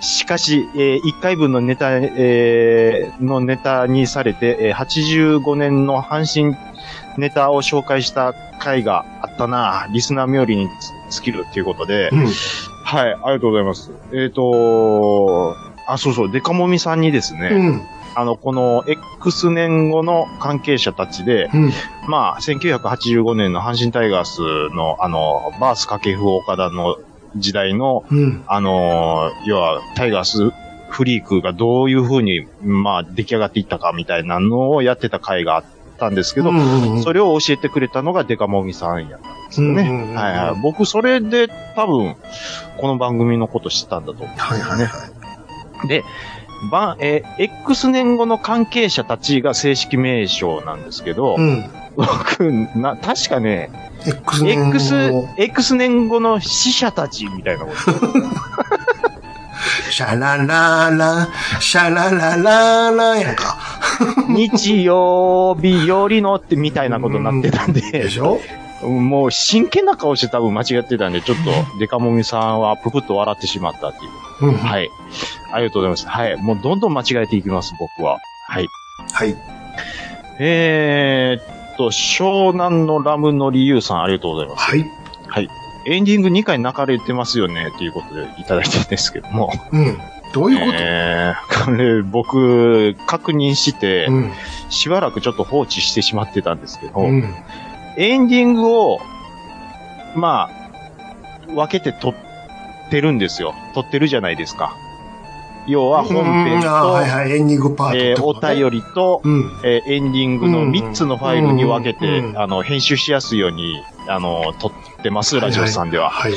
C: しかし、え1回分のネタ、えーのネタにされて、えー85年の阪神ネタを紹介した回があったなぁリスナー冥利に尽きるということで、
B: うん。
C: はい、ありがとうございます。えっ、とあ、そうそう、デカモミさんにですね、
B: うん。
C: あの、この X 年後の関係者たちで、
B: うん。
C: まあ、1985年の阪神タイガースの、あの、バース掛布岡田の時代の、
B: うん。
C: あのー要は、タイガースフリークがどういう風に、まあ、出来上がっていったかみたいなのをやってた回があったんですけど、
B: うん。
C: そ
B: れ、
C: れを教えてくれたのがデカモミさんやったんですよ
B: うんうんうんう
C: ね。
B: ん
C: はいはい。僕、それで多分、この番組のこと知ったんだと思
B: はいはいはい。
C: う。で、ば、えー X 年後の関係者たちが正式名称なんですけど、
B: うん。
C: 僕、な、確かね、
B: X 年
C: X
B: 後、
C: X 年後の死者たちみたいなこと。
B: シャラララ、シャララララやんか。
C: 日曜日よりのってみたいなことになってたんで
B: で、しょ
C: もう真剣な顔して多分間違ってたんで、ちょっとデカモミさんはぷぷっと笑ってしまったっていう。
B: うん。い。
C: はい。ありがとうございます。はい。もうどんどん間違えていきます、僕は。はい。
B: はい。
C: えーっと、湘南のラムの理由さん、ありがとうございます。
B: はい。
C: エンディング2回泣かれてますよね、ということでいただいてるんですけども。
B: うん。どういうこ
C: えー、これ僕、確認して
B: と、うん。
C: しばらくちょっと放置してしまってたんですけど、
B: うん。
C: エンディングを、まあ、分けて撮ってるんですよ。撮ってるじゃないですか。要は本編
B: うんあーはい
C: と、
B: はい。エンディングパート
C: え
B: って
C: ー
B: こ
C: お
B: とね。
C: 便りと、
B: うん。
C: えーエンディングの
B: うん
C: 3つのファイルに分けて、
B: うん
C: あの、編集しやすいように、あの、撮ってます、ラジオさんでは。
B: はい。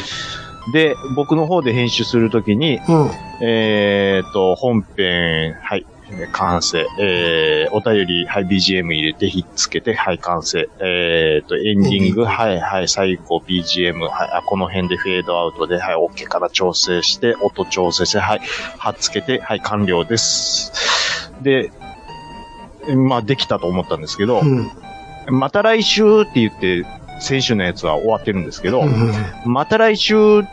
C: で、僕の方で編集するときに、
B: うん。
C: えー、と、本編、はい、完成。えー、お便り、はい、BGM 入れて、ひっつけて、はい、完成。えー、と、エンディン
B: う
C: グ、
B: ん
C: はい、はい、最後、BGM、はい、あこの辺でフェードアウトで、はい、OK から調整して、音調整して、はい、はっつけて、はい、完了です。で、まあ、できたと思ったんですけど、
B: うん。
C: また来週って言って、先週のやつは終わってるんですけど、
B: うん。
C: また来週っ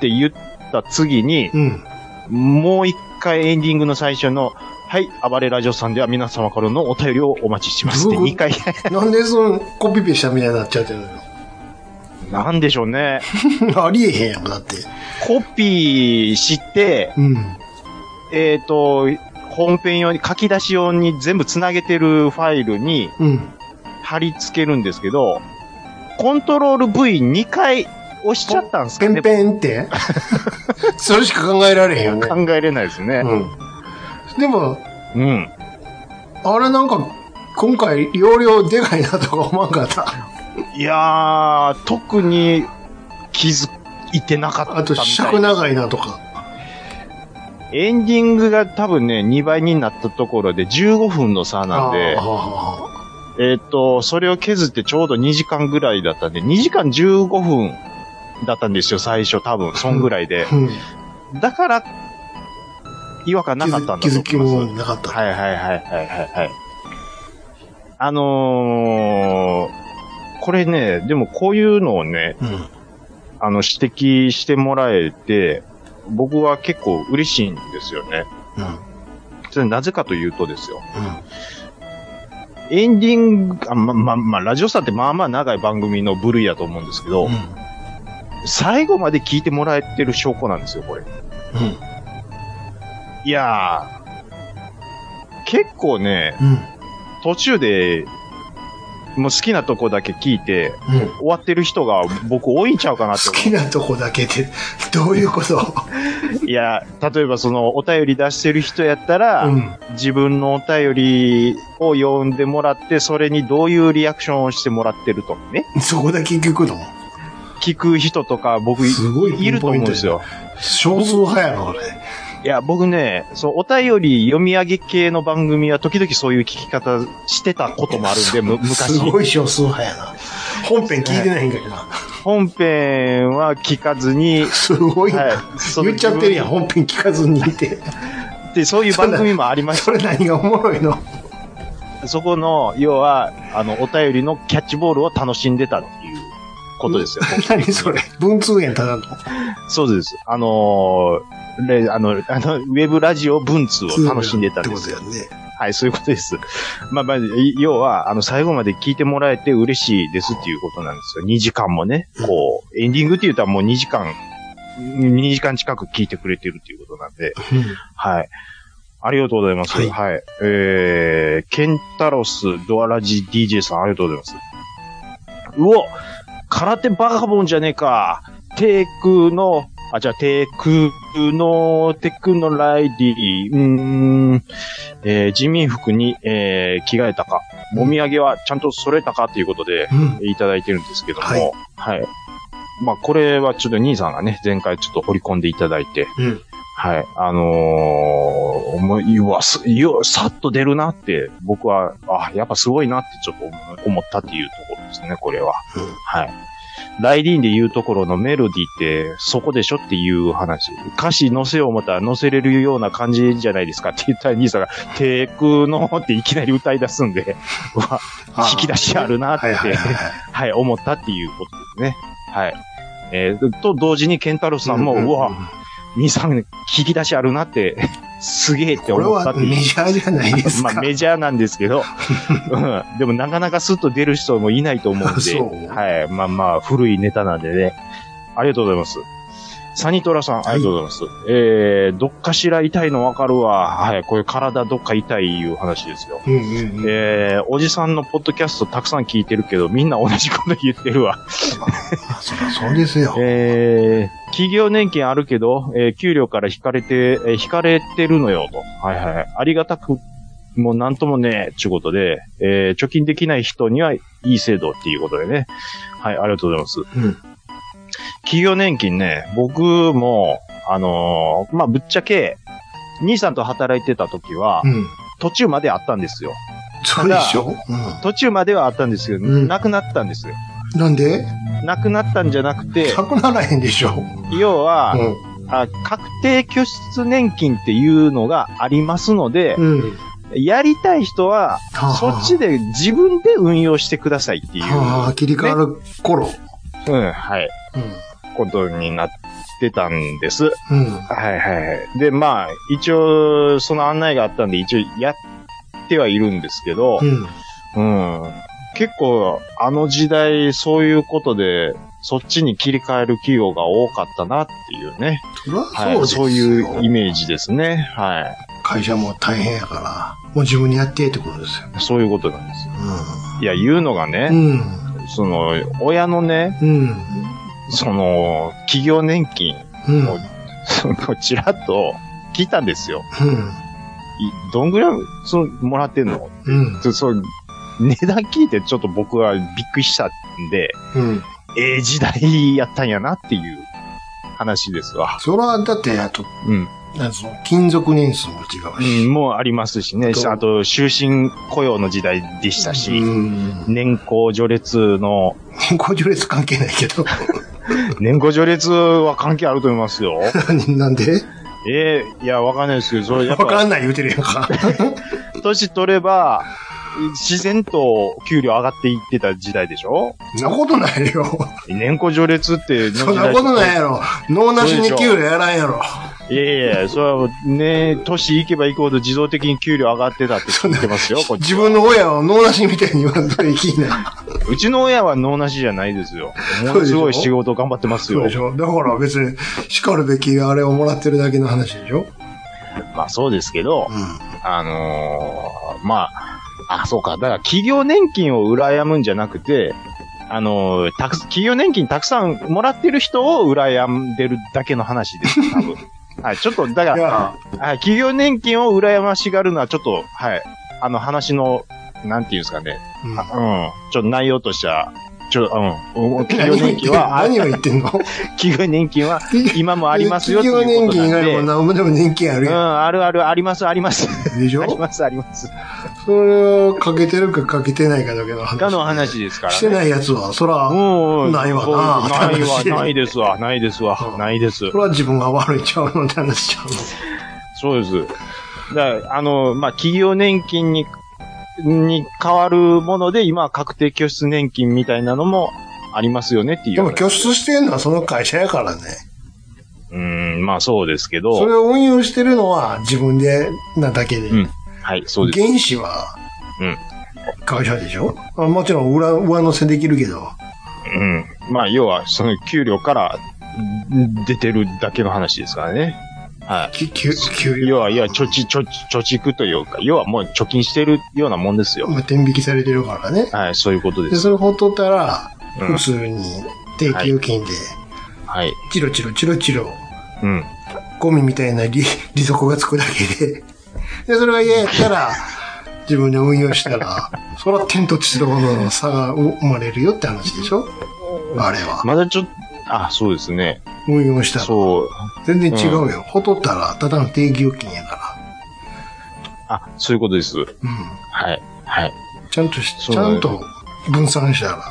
C: て言った次に、
B: うん。
C: もう一回エンディングの最初の、はい、暴れラジオさんでは皆様からのお便りをお待ちしてますって、
B: どうい
C: 二
B: う
C: 回、
B: なんでそのコピペしたみたいになっちゃってるの
C: なんでしょうね。
B: ありえへんやん、だって。
C: コピーして、
B: うん。
C: えっ、と、本編用に、書き出し用に全部つなげてるファイルに
B: うん。
C: 貼り付けるんですけど、コントロール V2 回押しちゃったんです
B: ペ
C: か
B: ン
C: ね。
B: ペンって。 それしか考えられへんよね。
C: 考えれないですね。
B: うん。でも、
C: うん。
B: あれなんか、今回、容量でかいなとか思わんか った。
C: いやー、特に気づいてなかったみたい
B: あと、尺長いなとか。
C: エンディングが多分ね、2倍になったところで15分の差なんで
B: あ、あ
C: えーっと、それを削ってちょうど2時間ぐらいだったんで、2時間15分だったんですよ、最初多分、そんぐらいで。
B: うん
C: だから、違和感なかったん
B: 気
C: だ
B: づ
C: と思
B: き気づき
C: います。
B: もなかった。
C: はいはいはいはいはいはい。あのー、これね、でもこういうのをね、
B: うん。
C: あの、指摘してもらえて、僕は結構嬉しいんですよね。
B: うん。うん。
C: それなぜかというとですよ。エンディング、あま、ま、ま、ラジオさんってまあまあ長い番組の部類やと思うんですけど、
B: うん。
C: 最後まで聞いてもらえてる証拠なんですよ、これ。
B: うん。
C: いやー、結構ね、
B: うん。
C: 途中で、もう好きなとこだけ聞いて、
B: うん。
C: 終わってる人が僕多いんちゃうかなって
B: 好きなとこだけで、どういう こと
C: 思う。いや、例えばそのお便り出してる人やったら、
B: うん。
C: 自分のお便りを読んでもらって、それにどういうリアクションをしてもらってるとかね。
B: そこだけ聞くの
C: 聞く人とか僕い
B: すごい
C: いると思うんですよ。
B: 少数派やな、俺。
C: いや、僕ね、そう、お便り読み上げ系の番組は時々そういう聞き方してたこともあるんで、む
B: す
C: 昔。
B: ごい少数派やな。本編聞いてないんかいな。
C: 本編は聞かずに、
B: すごいな。
C: はいその
B: 言っちゃってるやん、本編聞かずにいて。
C: で、そういう番組もあり まし
B: それ何がおもろい の
C: た。 そこの、要は、あの、お便りのキャッチボールを楽しんでたっていうことですよ。
B: 何それ文通園ただの。
C: そうです。あのーレあの、あの、ウェブラジオ文通を楽しんでたんで
B: っ
C: す
B: て
C: よ
B: こ。とやね。
C: はい、そういうことです。まあまあ、い要は、あの、最後まで聞いてもらえて嬉しいですっていうことなんですよ。2時間もね、こう、エンディングって言ったらもう2時間、2時間近く聞いてくれてるっていうことなんで、はい。ありがとうございます。
B: は
C: はいい。えー、ケンタロスドアラジ DJ さん、ありがとうございます。うお空手バカボンじゃねえかテクの、あ、じゃあ、テクの、テクのライディうーん、えー、人民服に、えー、着替えたか、もみあげはちゃんと揃えたかということで、
B: うん。うん。
C: いただいてるんですけども、
B: はい
C: はい、まあ、これはちょっと兄さんがね、前回ちょっと掘り込んでいただいて、
B: うん。
C: はい。あのー、もう、うわ、す、よ、さっと出るなって、僕は、あ、やっぱすごいなってちょっと思思ったっていうところですね、これは。
B: うん
C: はい。ライディーンで言うところのメロディーって、そこでしょっていう話。歌詞載せよう思ったら載せれるような感じじゃないですかって言ったら兄さんが、テクノっていきなり歌い出すんで、うわ、引き出しあるなって、
B: はいはいはいはい。
C: はい、思ったっていうことですね。はい。えーと、同時にケンタロウさんも、うわ、兄さん、引き出しあるなって、すげえって
B: これ
C: 思った
B: は
C: っていう
B: メジャーじゃないですか。
C: まあメジャーなんですけど、うん、でもなかなかスッと出る人もいないと思うんで、
B: そう
C: はい、まあまあ古いネタなんでね、ありがとうございます。サニトラさん、ありがとうございます。えー、どっかしら痛いのわかるわ。はい、これ体どっか痛いいう話ですよ。
B: うんうんうん。
C: えー、おじさんのポッドキャストたくさん聞いてるけど、みんな同じこと言ってるわ。
B: あそりゃそうですよ。
C: えー、企業年金あるけど、えー給料から引かれて、えー引かれてるのよ、と。はいはい。ありがたく、もうなんともね、ちゅうことで、えー貯金できない人にはいい制度っていうことでね。はい、ありがとうございます。
B: うん
C: 企業年金ね、僕も、あのーまあ、ぶっちゃけ、兄さんと働いてた時は、
B: うん。
C: 途中まであったんですよ。
B: そうでしょ
C: 途中まではあったんですけど、
B: うん
C: なくなったんですよ。
B: うん。なんで
C: なくなったんじゃなくて、
B: なくならへんでしょ。
C: 要は、
B: うん。
C: あ確定拠出年金っていうのがありますので、
B: うん。
C: やりたい人は、
B: はあ
C: そっちで自分で運用してくださいっていう、
B: はあ、切り替わる頃。
C: うん、はい、
B: う
C: ことになってたんです。
B: ん。うん。
C: はいはいはい。で、まあ、一応、その案内があったんで、一応やってはいるんですけど
B: う、ん。
C: うん、結構、あの時代、そういうことで、そっちに切り替える企業が多かったなっていうね。
B: そりゃ
C: はい。
B: そうです
C: そういうイメージですね。はい。
B: 会社も大変やから、もう自分にやってってことですよ。
C: そういうことなんですよ。いや、言うのが
B: う
C: ね、
B: ん。
C: その、親のね、
B: うん。うん。
C: その、企業年金
B: うん。
C: を、その、ちらっと聞いたんですよ。
B: うん。
C: いどんぐらい、その、もらってんの
B: うん。
C: そそう、値段聞いてちょっと僕はびっくりしたんで、
B: うん。
C: ええ時代やったんやなっていう話ですわ。
B: それは、だって、あと、
C: うん。
B: なんその、勤続年数も違う
C: うん、
B: し。
C: もうありますしね。
B: どう
C: あと、終身雇用の時代でしたし、
B: うん。
C: 年功序列の、
B: 年功序列関係ないけど。
C: 年功序列は関係あると思いますよ。
B: なんで
C: ええいや、わかんないですけど、それや
B: わ
C: っぱ
B: かんない言うてるやんか。
C: 年取れば、自然と給料上がっていってた時代でしょ
B: そんなことないよ。
C: 年功序列って、
B: そんなことない
C: い。
B: やろ。脳なしに給料やらんやろ。
C: いやいや、それはね、年いけばいくほど自動的に給料上がってたって聞いてますよ、こっち
B: 自分の親を脳なしみたいに言わんといきな。
C: うちの親は脳なしじゃないですよ。も
B: そうで
C: の
B: しょ
C: すごい仕事頑張ってます
B: そう
C: よ
B: でし。ょ。だから別に叱るべきあれをもらってるだけの話でしょ。
C: まあそうですけど、
B: う
C: あのーまあ、あ、そうか。だから企業年金を羨むんじゃなくて、あのーたく、企業年金たくさんもらってる人を羨んでるだけの話です。多分。はい、ちょっと、だか
B: ん。い
C: ら、
B: や、
C: はい、企業年金を羨ましがるのはちょっと、はい、あの話の、なんていうんですかね。
B: うん
C: うん。ちょっと内容としては、ちょっと、うん。うん企
B: 何を
C: 業
B: 言っ
C: 年
B: て
C: 金
B: んの
C: は、あ
B: 何を言ってんの
C: 企業年金は今もありますよっていう
B: 企業
C: こ
B: 年
C: と
B: 金以
C: なん
B: 外
C: で。
B: も何もでも年金ある
C: うん、
B: や
C: あるある、あります、あります。
B: ん。でし
C: あり
B: ょ
C: ます、あります。
B: それをかけてるかかけてないかだけの話。
C: かの話ですから、ね。
B: してないやつは、そら、
C: うんうん。
B: ないわな
C: そうない わ、
B: 楽しい
C: ないですわ、ないです
B: う
C: わ、
B: ん
C: ないです
B: そ。ら自分が悪いちゃうのって話しちゃうの。
C: そうです。だからあの、まあ、企業年金に、に変わるもので、今は確定拠出年金みたいなのもありますよねっていう。
B: でも拠出してんのはその会社やからね。
C: うん、まあそうですけ
B: それ
C: ど。
B: を運用してるのは自分でなだけで。
C: うんはい、そうです。
B: 原資は
C: うん、
B: 会社でしょ、あもちろん裏、上乗せできるけど。
C: うん。まあ、要は、その給料からん出てるだけの話ですからね。はい。
B: き給給料
C: 要は、要は、貯蓄、貯蓄、貯蓄というか、要はもう貯金してるようなもんですよ。
B: まあ、天引きされてるからね。
C: はい、そういうことで
B: で、
C: す。
B: それほっとったら、
C: うん
B: 普通に定期預金で、
C: はい。
B: チロチロチロチロ、
C: うん。
B: ゴミみたいな 利、利息がつくだけで。で、それが嫌やったら、自分で運用したら、そら天と地との差が生まれるよって話でしょあれは。
C: まだちょっと、あ、そうですね。
B: 運用したら。
C: そう。
B: 全然違うよ。ほとったら、ただの定義預金やか
C: あ、そういうことです。
B: ら。うん。
C: はい。はい。
B: ちゃんとし、
C: そ
B: ち
C: うだ
B: ゃ
C: ね
B: んと分散したら。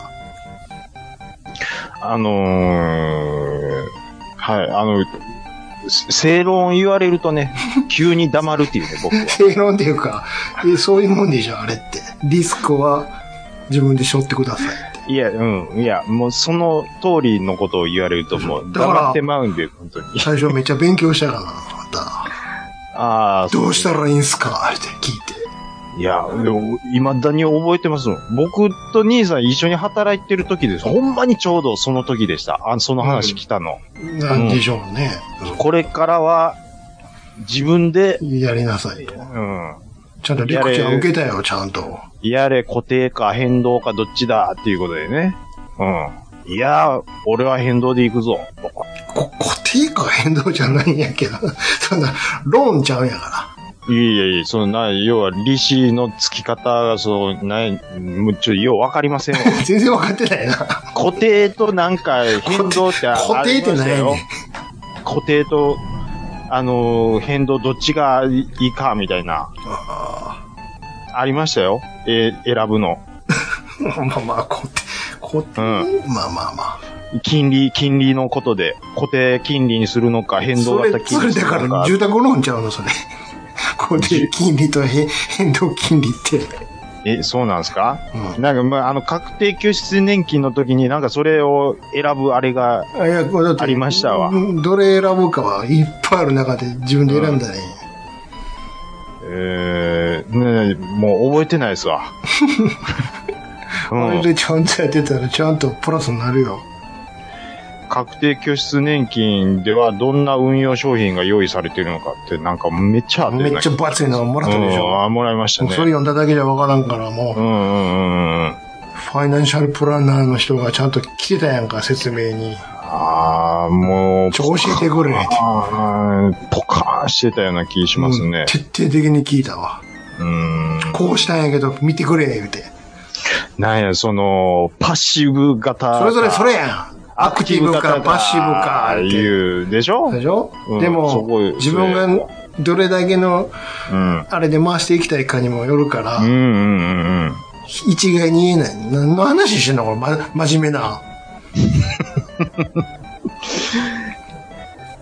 C: あのー、はい、あの、せ正論言われるとね、 急に黙るっていうね、僕は。
B: 正論っていうか、えそういうもんでしょ、あれって。リスクは自分で背負ってくださいって。
C: いや、うん。いや、もうその通りのことを言われるともう
B: だから
C: 黙ってまうんで、本当に。
B: 最初めっちゃ勉強したからな、また。
C: ああ、
B: どうした
C: ら
B: らいいんすかって聞いて。
C: いや、でも、未だに覚えてますもん。僕と兄さん一緒に働いてる時です。ほんまにちょうどその時でした。あその話来たの。
B: なんでしょうね。
C: これからは、自分で、
B: やりなさいと。
C: うん。
B: ちゃんとレクチャー受けたよ、ちゃんと。
C: やれ、固定か変動かどっちだっていうことでね。うん。いやー、俺は変動で行くぞ。とか。
B: こ、固定か変動じゃないんやけど。 そんな、ローンちゃうんやか
C: いやいやいや、そのな、要は、利子の付き方が、その、ない、もうちょ、ようわかりま せんわ。
B: ら。全然分かってない な。
C: 固定となんか、変動ってあ
B: 固定って
C: あ
B: な
C: りま
B: い
C: した
B: ねん
C: よ。固定と、あのー変動どっちがいいか、みたいな。
B: あ
C: ありましたよ。えー、選ぶの。
B: ーまあまあ、固定、固定、
C: う
B: まあまあまあ。
C: 金利、金利のことで、固定金利にするのか、変
B: そ
C: 動型
B: れ、
C: 金
B: それ
C: 利にす
B: だ
C: る
B: か
C: の
B: ら
C: か。
B: 住宅ローンちゃうの、それ。 固定金利と変変動金利って。
C: え、そうなんですか
B: うん
C: なんか、まあ、あの、確定拠出年金の時になんかそれを選ぶあれが、
B: あいや、これだって
C: ありましたわ
B: うんどれ選ぶかはいっぱいある中で自分で選んだらいい。
C: えー、ねもう覚えてないですわ。う
B: これ
C: ん、
B: でちゃんとやってたらちゃんとプラスになるよ。
C: 確定拠出年金ではどんな運用商品が用意されてるのかってなんかめっちゃあって
B: めっちゃ
C: バ
B: バツいのがもらったでし
C: うん、
B: ょ。
C: あもらいました
B: もう
C: ね。
B: それ読んだだけじゃわからんから、もう
C: う、んうんうんうん。
B: ファイナンシャルプランナーの人がちゃんと来てたやんか、説明に。
C: あが、もう、
B: ちょ、教えてくれ。って
C: あーポカーンしてたような気します
B: うん
C: ね。
B: 徹底的に聞いたわ。
C: うん。
B: こうしたんやけど、見てくれ、言うて。
C: なんや、その、パッシブ型。
B: それぞれそれやん。アクティブかパッシブかって
C: いう、でしょ
B: でしょ、
C: うん
B: です
C: ごい
B: も、自分がどれだけの
C: うん。
B: あれで回していきたいかにもよるから、
C: うんうんうんうん。
B: 一概に言えない。何の話してんのこれ、ま、真面目 な。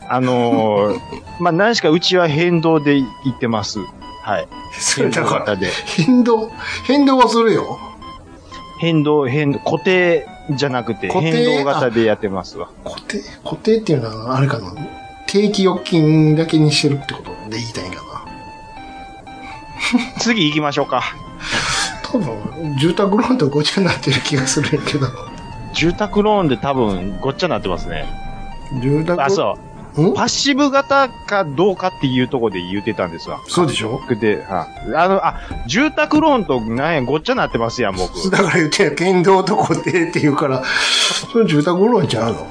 C: あのー、 まあ、何しかうちは変動で行ってます。はい。
B: それ
C: 変
B: だ
C: 動
B: から、
C: 型で。
B: 変動、変動はするよ。
C: 変動、変動、固定じゃなくて、
B: 固定
C: 変動型でやってますわ。
B: 固定、固定っていうのは、あれかな。定期預金だけにしてるってことで言いたいんかな。
C: 次行きましょうか。
B: 多分、住宅ローンとごちゃになってる気がするんやけど。
C: 住宅ローンで多分、ごっちゃになってますね。
B: 住宅。
C: あ、そう
B: ん
C: う。パッシブ型かどうかっていうところで言ってたんですわ。
B: そうでしょ
C: で、はいあの、あ、住宅ローンとなんや、ごっちゃになってますやん、 僕。
B: だから言ってよ、剣道と固定って言うから、それ住宅ローンちゃうのって。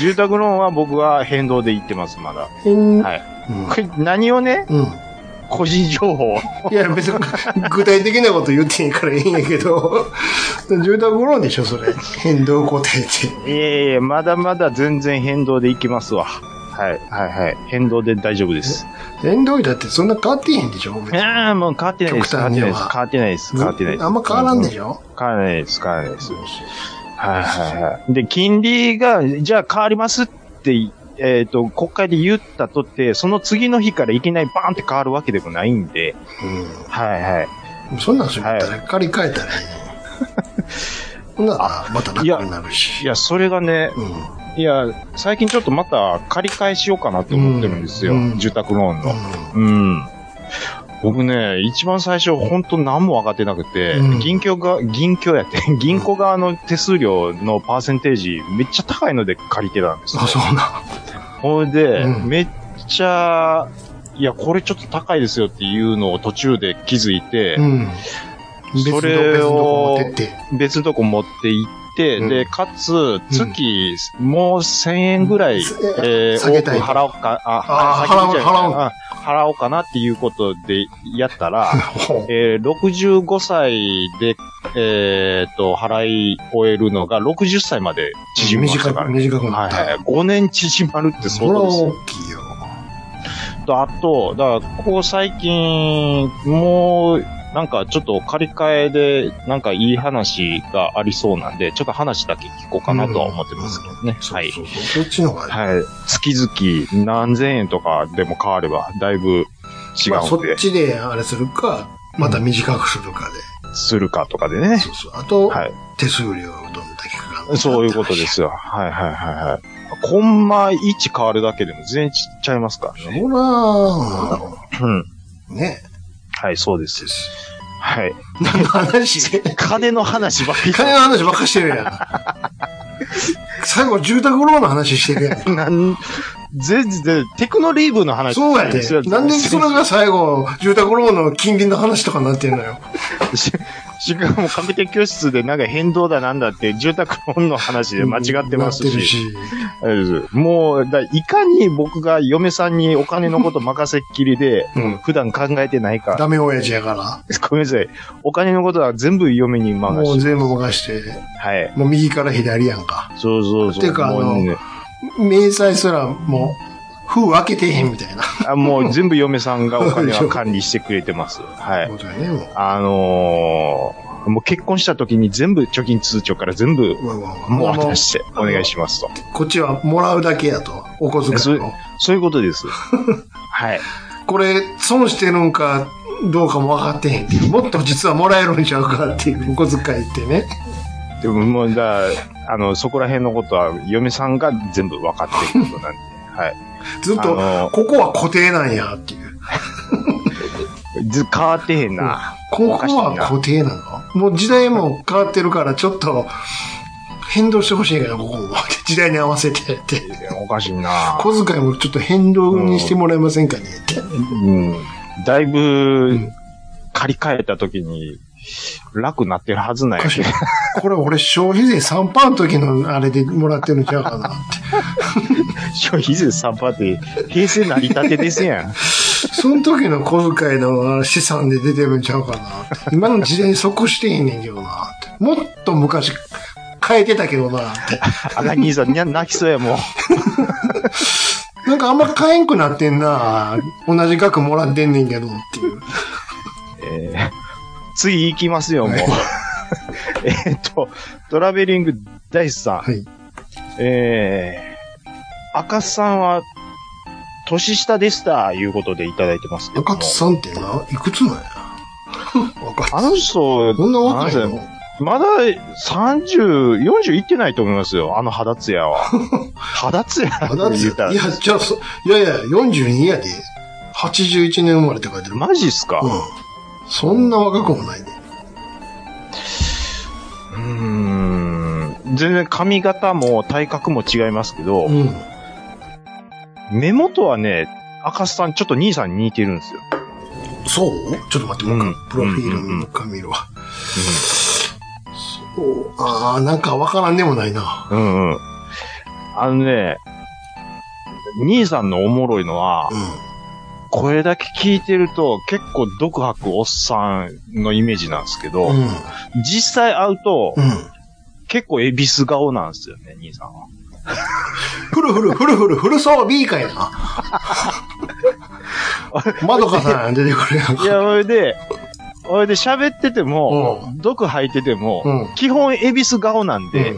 C: 住宅ローンは僕は変動で行ってます、まだ。
B: 変
C: はい。
B: うん
C: これ何をね、
B: うん。
C: 個人情報を。
B: いや、別に具体的なこと言っていいからいいんやけど、住宅ローンでしょ、それ。変動固定って。
C: いえいえ、まだまだ全然変動でいきますわ。はい、はい、はい。変動で大丈夫です。
B: 変動費だってそんな変わってへんでしょ、別に
C: ああ、もう変わってないです。変
B: 極
C: わ
B: 端
C: っ
B: に
C: てな
B: はい
C: です。変わってないです。変わってないです。
B: あんま変わらんで
C: ょ。
B: しょ、
C: 変わらないです。変わらないです。はい、はい、はい。で、金利が、じゃあ変わりますって、えっ、と、国会で言ったとって、その次の日からいきなりバーンって変わるわけでもないんで、はい、はい。
B: うん。そんなんするんだったら、借り換えたらいいのに。ほんなら、また楽になるし。
C: いや、それがね、
B: うん。
C: いや、最近ちょっとまた借り返しようかなって思ってるんですよ。
B: うん
C: 住宅ローンの。うん。僕ね、一番最初、本当何も分かってなくて、
B: うん
C: 銀行が、銀行やって、 銀行側の手数料のパーセンテージ、めっちゃ高いので借りてたんですよ
B: あ、。そうな。
C: ほいで、
B: うん
C: めっちゃ、いや、これちょっと高いですよっていうのを途中で気づいて、
B: うん。別の
C: そ
B: 別
C: れ
B: のとこ
C: を
B: 持ってって。
C: 別のとこ持って行って、
B: うん
C: で、かつ、月、もう1000円ぐらい、えー、
B: 下げ
C: 多く
B: たい
C: 払おうか、あ、
B: あー
C: 先にじゃ
B: 払おう払おう
C: あ払おうかなっていうことでやったら、
B: ほ う
C: えー、65歳で、えーっと、払い終えるのが60歳まで縮みました
B: 短
C: から
B: く、
C: ね。
B: 短くな
C: は
B: っ
C: い
B: た。
C: はい。5年縮まるって
B: それ
C: 相
B: は
C: 当ですよ
B: 大きいよ。
C: と、あと、だから、ここ最近、もう、なんかちょっと借り換えで、なんかいい話がありそうなんで、ちょっと話だけ聞こうかなとは思ってますけどね。
B: そ
C: は
B: う
C: い。
B: そうそう。そっちの方が、
C: はい。月々何千円とかでも変われば、だいぶ違
B: まあ、
C: う
B: そ
C: んで
B: っ、ちであれするか、また短くするかで。
C: するかとかでね。
B: そうそう。あと、
C: はい。
B: 手数料をどんだけかかるのか
C: そういうことで。すよ。はいはいはいはい。コンマ1変わるだけでも全然ちっちゃいますからね。
B: ほら
C: うん。
B: ー、ね
C: はい、そうで
B: え
C: す。。はい。
B: 何の話して
C: 金の話ばっかり。
B: 金の話ばっかしてるやん。最後、住宅ローンの話してるやん。
C: なん、全然、テクノリーブの話。
B: そうやで。なんでそれが最後、住宅ローンの金利の話とかになってんのよ。
C: し しかも、確定教室でなんか変動だなんだって、住宅ローンの話で間違ってます
B: なってる
C: し。
B: し。
C: あれですもう、だいかに僕が嫁さんにお金のこと任せっきりで、
B: うん。
C: 普段考えてないか。
B: ダメ親父やか
C: ごめんなさい。お金のことは全部嫁に
B: ら。
C: 任
B: もう
C: せて。
B: 全部任して、
C: はい。
B: もう右から左やんか。
C: そうそうそう。
B: てかあの
C: もうね
B: 明細すらもう、封開けてへんみたいな
C: あもう全部嫁さんがお金は管理してくれてます。はい。
B: ことやね、も
C: あのー、もう結婚した時に全部貯金通帳から全部
B: う。わわわ
C: もう
B: もう
C: 渡してお願いしますと。
B: こっちはもらうだけやと、お小
C: そ
B: 遣いうを。
C: そういうこ とです。はい。
B: これ、損してるんか、どうかも分かってへんっていう。もっと実はもらえるんちゃうかっていう、お小遣いってね。
C: でももう、だあの、そこら辺のことは嫁さんが全部分かってることなんで。はい。
B: ずっ
C: あ
B: と、
C: の
B: ここは固定なんやっていう。
C: ず変わってへんな。
B: ここ
C: おかしい
B: は
C: な。
B: 固定なのもう時代も変わってるから、ちょっと、変動してほしいから、ここも。 時代に合わせてって。
C: おかしいな。
B: 小遣いもちょっと変動にしてもらえませんかねって。
C: うん。だいうぶ
B: ん、
C: 借り換えた時に楽になってるはずなんや
B: かし
C: けど
B: ら。これ俺消費税3パーの時のあれでもらってるんちゃうかなって。
C: 消 費税3パーって、平成成り立てですやん。
B: その時の小遣いの資産で出てるんちゃうかなって。今の時代に即していいねんけどなって。もっと昔変えてたけどなって。
C: あが兄さん、にゃ泣きそうやもん。
B: なんかあんま変えんくなってんな同じ額もらってんねんけどっていう。
C: えー次行きますよ、もう。 えーっと、トラベリングダイスさん。
B: はい。
C: えー、赤津さんは、年下でした、いうことでいただいてますけども。
B: 赤津さんってないくつなんや赤津
C: あの人、
B: そんな若い
C: あ
B: の
C: の人まだ30、40いってないと思いますよ、あの肌ツヤは。 肌ツヤって
B: あだってい
C: 言ったら。
B: や、じゃあそ、いやいや、42やで。81年生まれって書いてる。
C: マジっすか、
B: うん。そんな若くもないね。
C: うーん全然髪型も体格も違いますけど、
B: うん。
C: 目元はね、赤須さんちょっと兄さんに似てるんですよ。
B: そうちょっと待って、もう一
C: うん
B: 回プロフィールの紙見るわ。そう。ああ、なんかわからんでもないな。
C: うんうん。あのね、兄さんのおもろいのは
B: う、
C: これだけ聞いてると結構独白おっさんのイメージなんですけど、
B: ん。うん。
C: 実際会うと
B: うん。
C: 結構エビス顔なんですよね、兄さんは。
B: フルフル、フルフル、フル装備かいな。まどかさん出てくるやん
C: い
B: か。
C: や、それで、それで喋ってて
B: う
C: も、毒吐いてても、
B: うん
C: 基本エビス顔なんで、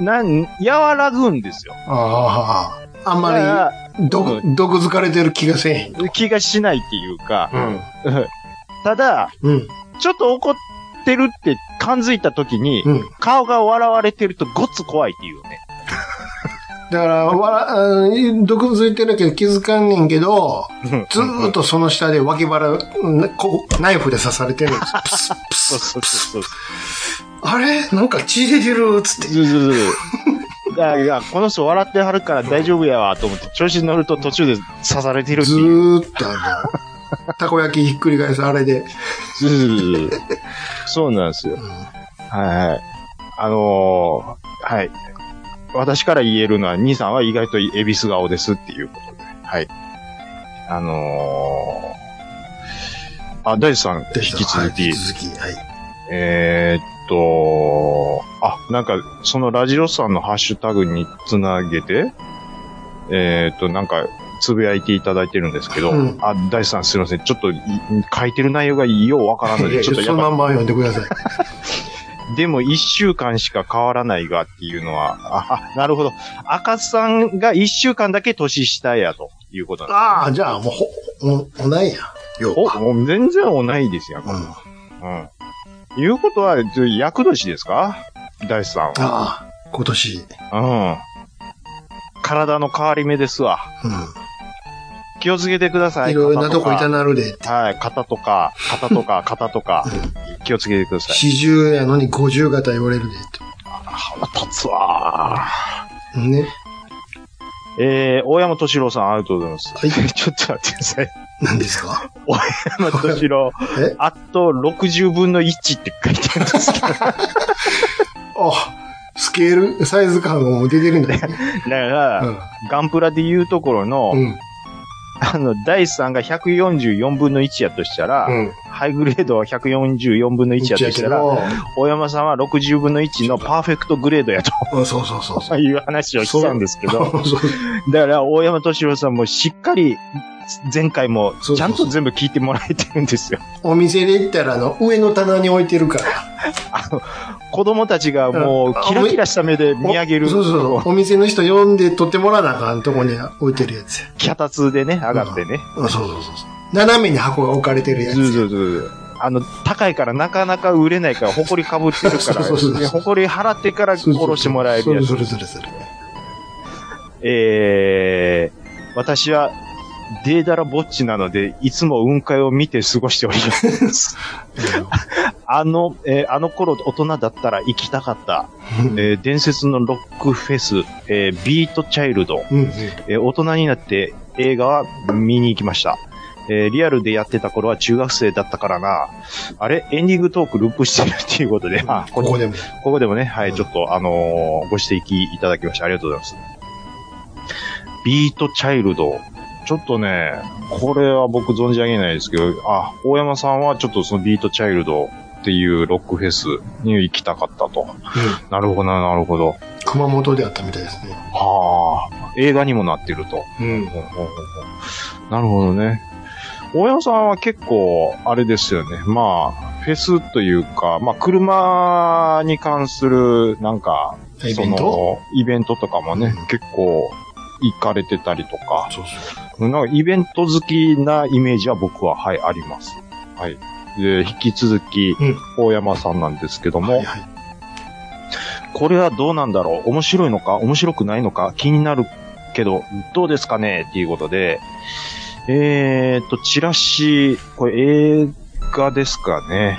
B: うん、
C: なん、和らぐんですよ。
B: ああ、あん
C: だ
B: ま
C: か
B: り、毒、毒づかれてる気がせえへん。
C: ら気がしないっていうか、
B: ん。
C: ただ、
B: うん。
C: ちょっと怒ってるって感づいた時に、
B: うん。
C: 顔が笑われてるとごっつ怖いっていうね。
B: だから、わら、うん毒づいてるけど気づかんねんけど、ずーっとその下で脇腹、うんこうナイフで刺されてるん です。プスプ
C: そう
B: ス
C: そう
B: プス。
C: そうそう。
B: あれなんか血出てるっつって。
C: そうそうそう。だから、この人笑ってはるから大丈夫やわと思って、調子に乗ると途中で刺されてるって
B: ず
C: いう。
B: ーっとあの、たこ焼きひっくり返すあれで。
C: そうそうそうそうそうなんですよ。はいはい。あのー、はい。私から言えるのは、兄さんは意外とエビス顔ですっていうことで。はい。あのー、あ、大地さん、引
B: で
C: き続き、
B: はい、引き続き。はい。
C: えーっと、あ、なんか、そのラジオさんのハッシュタグにつなげて、えーっと、なんか、つぶやいていただいてるんですけど、
B: うん
C: あ、大地さんすいません。ちょっとい、書いてる内容がようわからんの
B: いや
C: で、
B: い
C: ちょっと
B: やそ
C: やっ
B: のま
C: ぱ
B: んま読んでください。
C: でも一週間しか変わらないがっていうのは、あ、あなるほど。赤津さんが一週間だけ年下やということなんで
B: ああ、じゃあもう、ほ、お、おないや。よ
C: す。お、もう全然同いですやん。
B: う。うん。あ
C: うん。いうことは、役年ですか大地さん
B: あ、今年。
C: は。うん。体の変わり目ですわ。気をつけてくだ
B: う
C: さ
B: ん。
C: い。
B: いろいろなとこいた
C: 肩と
B: なるで。
C: かはい、肩とか、肩とか、 肩とか、気をつけてください。
B: 四十やのに五十型言われるで。
C: 腹立つわー。
B: ね。
C: えー、大山敏郎さん、ありがとうございます。
B: はい
C: ちょっと待ってください。
B: 何ですか
C: 山敏郎
B: え、
C: あと60分の1って書いてあるんですけど、だ
B: あ、
C: か
B: スケール、サイズ感が もう出てるんだ ね。
C: ら、ガンプラで言うところの、
B: うん。うん。
C: あの、第3が144分の1やとしたら、
B: うん。
C: ハイグレードは144分の1やとしたら、大山さんは60分の1のパーフェクトグレードやと
B: うん、そうそうそうそう。
C: いう話をしたんですけど、
B: そうそう
C: だから大山敏郎さんもしっかり、前回も
B: そうそうそう
C: ちゃんと全部聞いてもらえてるんですよ。
B: お店で行ったら、あの、上の棚に置いてるから。
C: 子供たちがもうキラキラした目で見上げる、
B: そうそうそう。お店の人呼んで取ってもらわなあかんとこに置いてるやつや。
C: 脚立でね、上がってね。
B: うん、そうそうそうそう。斜めに箱が置かれてるやつ
C: そう
B: や。
C: そうそう。あの、高いからなかなか売れないから、埃かぶってるか
B: そうそ
C: ら、
B: うそうそう
C: ね埃払ってから殺してもらえるや
B: そ
C: つ。
B: れそれそれそれ。
C: えー、私は、デーダラぼっちなので、いつも雲海を見て過ごしており ます。あの、えーあの頃大人だったら行きたかった、
B: うん
C: えー伝説のロックフェス、えービートチャイルド、
B: うんうん。
C: えー大人になって映画は見に行きました。えーリアルでやってた頃は中学生だったからな。あれエンディングトークループしてるっていうことで、あ、
B: ここでも。
C: ここでもね、はい、
B: うん
C: ちょっと、あのーご指摘いただきまして、ありがとうございます。ビートチャイルド。ちょっとね、これは僕存じ上げないですけど、あ、大山さんはちょっとそのビートチャイルドっていうロックフェスに行きたかったと。
B: うん
C: なるほどな、なるほど。
B: 熊本であったみたいですね。
C: はあ、映画にもなってると。
B: うん。
C: なるほどね。大山さんは結構、あれですよね。まあ、フェスというか、まあ、車に関する、なんか、
B: イ
C: そ
B: ベント
C: の、イベントとかもね、結構、行かれてたりとか、
B: そうそう。
C: なんかイベント好きなイメージは僕は、はい、あります。はい。で、引き続き
B: うん、
C: 大山さんなんですけども、
B: はいはい。
C: これはどうなんだろう面白いのか面白くないのか気になるけど、どうですかねっていうことで、えーっと、チラシ、これ映画ですかね。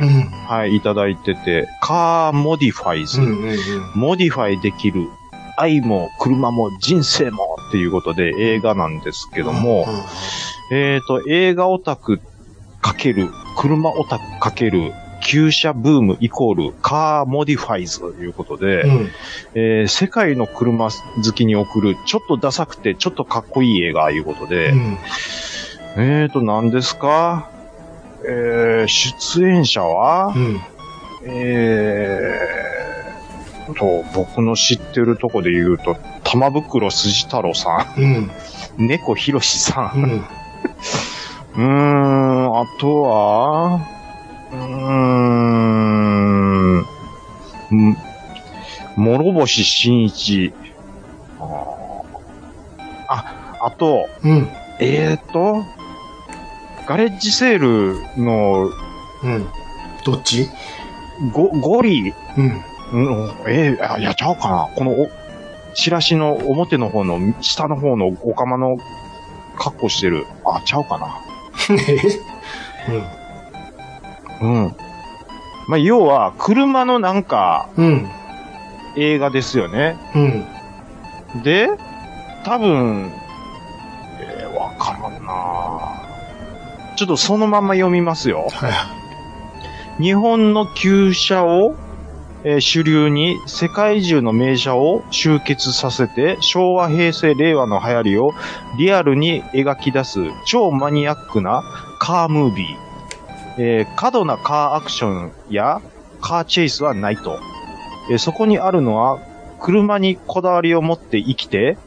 B: う
C: はい、いただいてて、カーモディファイズ。
B: ん。うんうんうん。
C: モディファイできる愛も車も人生もっていうことで映画なんですけども、
B: うん
C: えー、と、映画オタクかける、車オタクかける、旧車ブームイコールカーモディファイズということで、
B: うん。
C: えー世界の車好きに送る、ちょっとダサくてちょっとかっこいい映画いうことで、
B: うん。
C: えーと、何ですかえー、出演者は、
B: うん。
C: えーと、僕の知ってるとこで言うと、玉袋筋太郎さ
B: うん。
C: ん、 猫ひろしさ
B: うん。
C: ん、うーん、あとは、うーん、ん諸星新一、あーあ、あと、
B: うん。
C: えーと、ガレッジセールの
B: うん。どっち
C: ゴゴリ
B: うん。
C: うん、えー、あ、いやっちゃおうかな。このお、チラシの表の方の、下の方のお釜の格好してる。あ、ちゃうかな。うん。まあ、要は、車のなんか、
B: うん。うん。
C: 映画ですよね。
B: うん。
C: で、多分、えー、わからんなちょっとそのまま読みますよ。
B: はいは
C: 日本の旧車を、えー主流に世界中の名車を集結させて昭和、平成、令和の流行りをリアルに描き出す超マニアックなカームービー。えー過度なカーアクションやカーチェイスはないと。えーそこにあるのは車にこだわりを持って生きて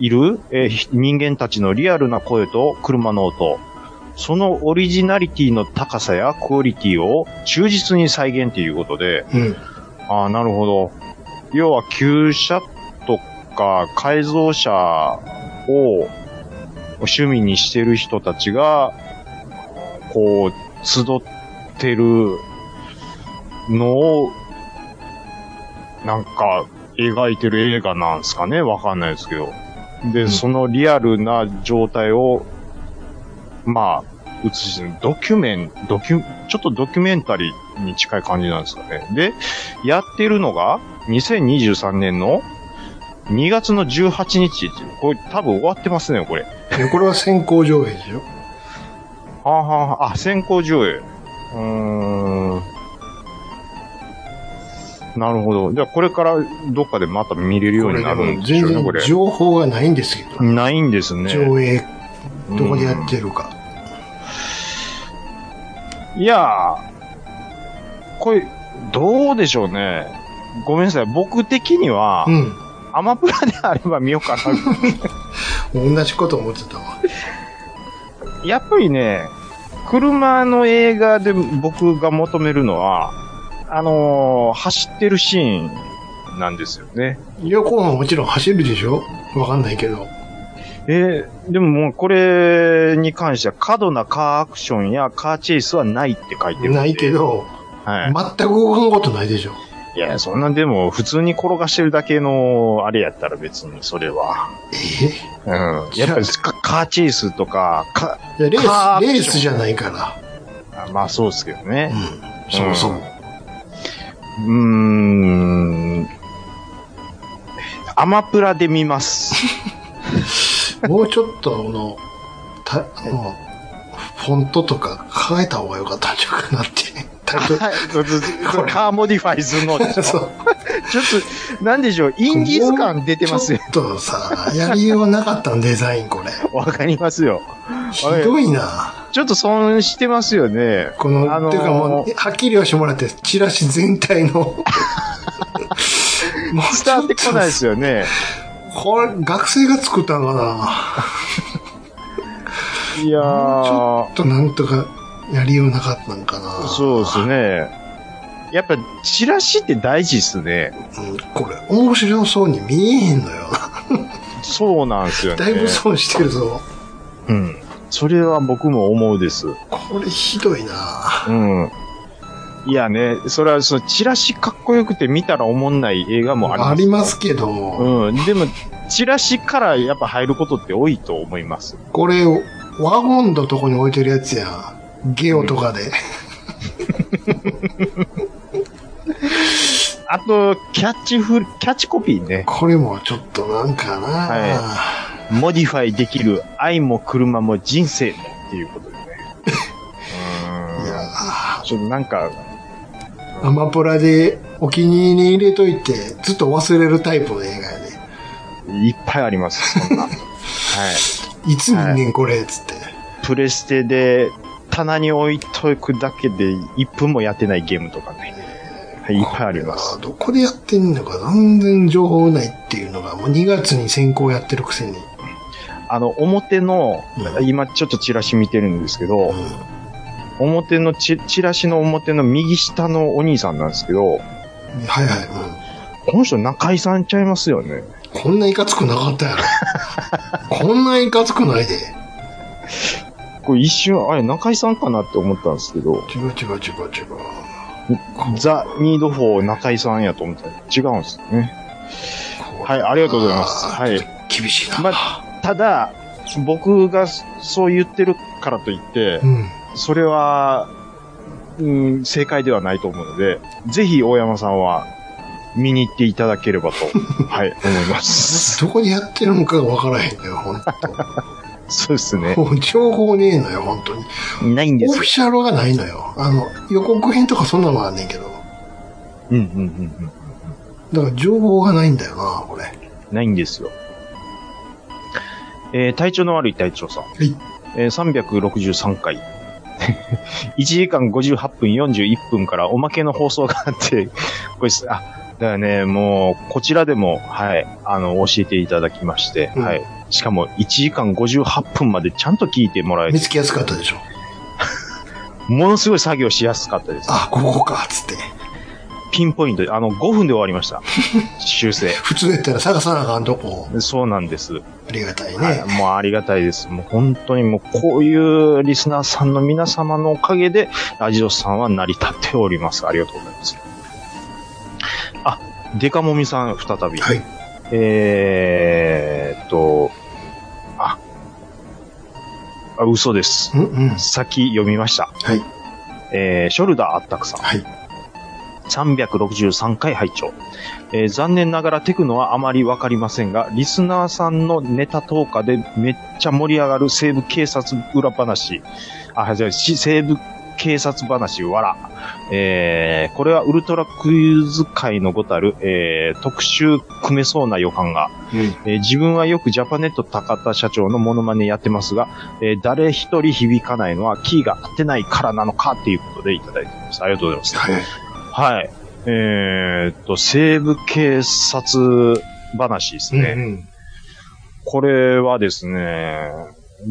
C: いる、えーひ人間たちのリアルな声と車の音。そのオリジナリティの高さやクオリティを忠実に再現ということで、
B: い。うん。
C: ああ、なるほど。要は、旧車とか改造車を趣味にしてる人たちが、こう、集ってるのを、なんか、描いてる映画なんですかねわかんないですけど。で、
B: うん
C: そのリアルな状態を、まあ、映しドキュメン、ドキュ、ちょっとドキュメンタリーに近い感じなんですかね。で、やってるのが、2023年の2月の18日っていう、これ多分終わってますね、これ。
B: でこれは先行上映でしょ
C: はあ、はあ、あ、先行上映。うーん。なるほど。じゃあこれからどっかでまた見れるようになるんでしょうね、こ
B: これでも全
C: れ。
B: 然情報がないんですけど。
C: ないんですね。
B: 上映、どこでやってるか。
C: いやー、これ、どうでしょうね。ごめんなさい。僕的には
B: う、ん。
C: アマプラであれば見ようかな。
B: 同じこと思ってたわ。
C: やっぱりね、車の映画で僕が求めるのは、あのー走ってるシーンなんですよね。
B: 旅行ももちろん走るでしょわかんないけど。
C: えーでももうこれに関しては過度なカーアクションやカーチェイスはないって書いてるんで。
B: ないけ。ど、
C: はい。
B: 全く動かんことないでしょ。
C: いや、そんなでも普通に転がしてるだけの、あれやったら別にそれは。
B: え
C: うん。やっぱりカカーチェイスとか、か、
B: いやレ
C: カーア
B: ー
C: ク
B: ス、
C: ション
B: レースじゃないから。
C: あまあそうですけどね。
B: うん。そもそも。
C: うーん。アマプラで見ます。
B: もうちょっと、あの、た、あの、フォントとか変えた方が良かったんちゃうかなって。タイトル
C: はい。ずず ずカーモディファイする のでしょ
B: そう。
C: ちょっと、なんでしょう、インディーズ感出てますよ。
B: ちょっとさ、やりようなかったんデザインこれ。
C: わかりますよ。
B: ひどいな。
C: ちょっと損してますよね。
B: この、
C: あのー
B: ていうかもう、はっきり言わしてもらって、チラシ全体の。 もう
C: 伝わってこないですよね。
B: これ、学生が作ったのかない
C: や
B: ちょ
C: ー
B: っ、となんとかやりようなかったのかな
C: そうですね。やっぱ、チラシって大事ですね。
B: うんこれ、面白そうに見えへんのよ。
C: そうなんですよね。
B: だいぶ損してるぞ。
C: うん。それは僕も思うです。
B: これひどいな
C: うん。いやね、それはそのチラシかっこよくて見たらおもんない映画もあります。
B: ありますけど、
C: うん。でも、チラシからやっぱ入ることって多いと思います。
B: これ、ワゴンのとこに置いてるやつやん。ゲオとかで。
C: あと、キャッチフ、キャッチコピーね。
B: これもちょっとなんかな、
C: モディファイできる愛も車も人生もっていうことでね。
B: い、や
C: うん。ちょっとなんか、
B: アマプラでお気に入りに入れといて、ずっと忘れるタイプの映画やね。
C: いっぱいあります、そ んな。はい。
B: いつ見んねんこれ、つって。
C: プレステで棚に置いとくだけで1分もやってないゲームとかね。はい、いっぱいあります。
B: これはどこでやってんのか全然情報ないっていうのが、もう2月に先行やってるくせに。
C: あの、表の、
B: うん
C: 今ちょっとチラシ見てるんですけ
B: う
C: ど、
B: ん
C: 表のチ、チラシの表の右下のお兄さんなんですけど、
B: はいはい、
C: この人中井さんちゃいますよね。
B: うん。こんないかつくなかったやろ。 こんないかつくないで。
C: これ一瞬、あれ中井さんかなって思ったんですけど、
B: 違う違う違う違う。
C: ザ・ニード・フォー中井さんやと思ったら違うんですよね。はい、ありがとうございます。
B: あー
C: はい。
B: 厳しいな。
C: まただ、僕がそう言ってるからといって
B: う、ん。
C: それは、うん、正解ではないと思うので、ぜひ大山さんは見に行っていただければと、はい、思います。
B: どこでやってるのかがわからへんのよ、ほ ん
C: そうですね。
B: と。もう情報ねえのよ、本当に。
C: ないんで
B: オ
C: す
B: フィ。シャルがないのよ。あの、予告編とかそんなのはあんねんけど。
C: うんうんうん
B: だから情報がないんだよな、これ。
C: うん。ないんですよ。えー体調の悪い隊長さん。
B: い
C: えー363回。1時間58分41分からおまけの放送があって、 これす、あ、だからね、もう、こちらでも、はい、あの、教えていただきまして、
B: うん
C: はい。しかも、1時間58分までちゃんと聞いてもらえ
B: 見
C: て、
B: つけやすかったでしょ。
C: ものすごい作業しやすかったです。
B: あ、ここか、つって。
C: ピンポイントで、あの、5分で終わりました。修正。
B: 普通やったら探さなあかんとこ。
C: そうなんです。
B: ありがたい
C: はい
B: ね。。
C: もうありがたいです。もう本当にもうこういうリスナーさんの皆様のおかげで、ラジオさんは成り立っております。ありがとうございます。あ、デカモミさん、再び。
B: はい。
C: えーっと、あ、あ嘘です。
B: うんうん。は
C: 先読みました。
B: い。
C: えーショルダーあったくさん。
B: はい。
C: 363回拝聴、えー残念ながらテクノはあまりわかりませんが、リスナーさんのネタ投下でめっちゃ盛り上がる西部警察裏話、あ、じゃあ、し西部警察話、わら。えーこれはウルトラクイズ界のごたる、えー特集組めそうな予感が、
B: うん。
C: えー自分はよくジャパネット高田社長のモノマネやってますが、えー誰一人響かないのはキーが合ってないからなのかっていうことでいただいております。ありがとうございます。
B: はい。
C: はい。えーっと、西部警察話です
B: うん
C: ね。
B: うん。
C: これはですね、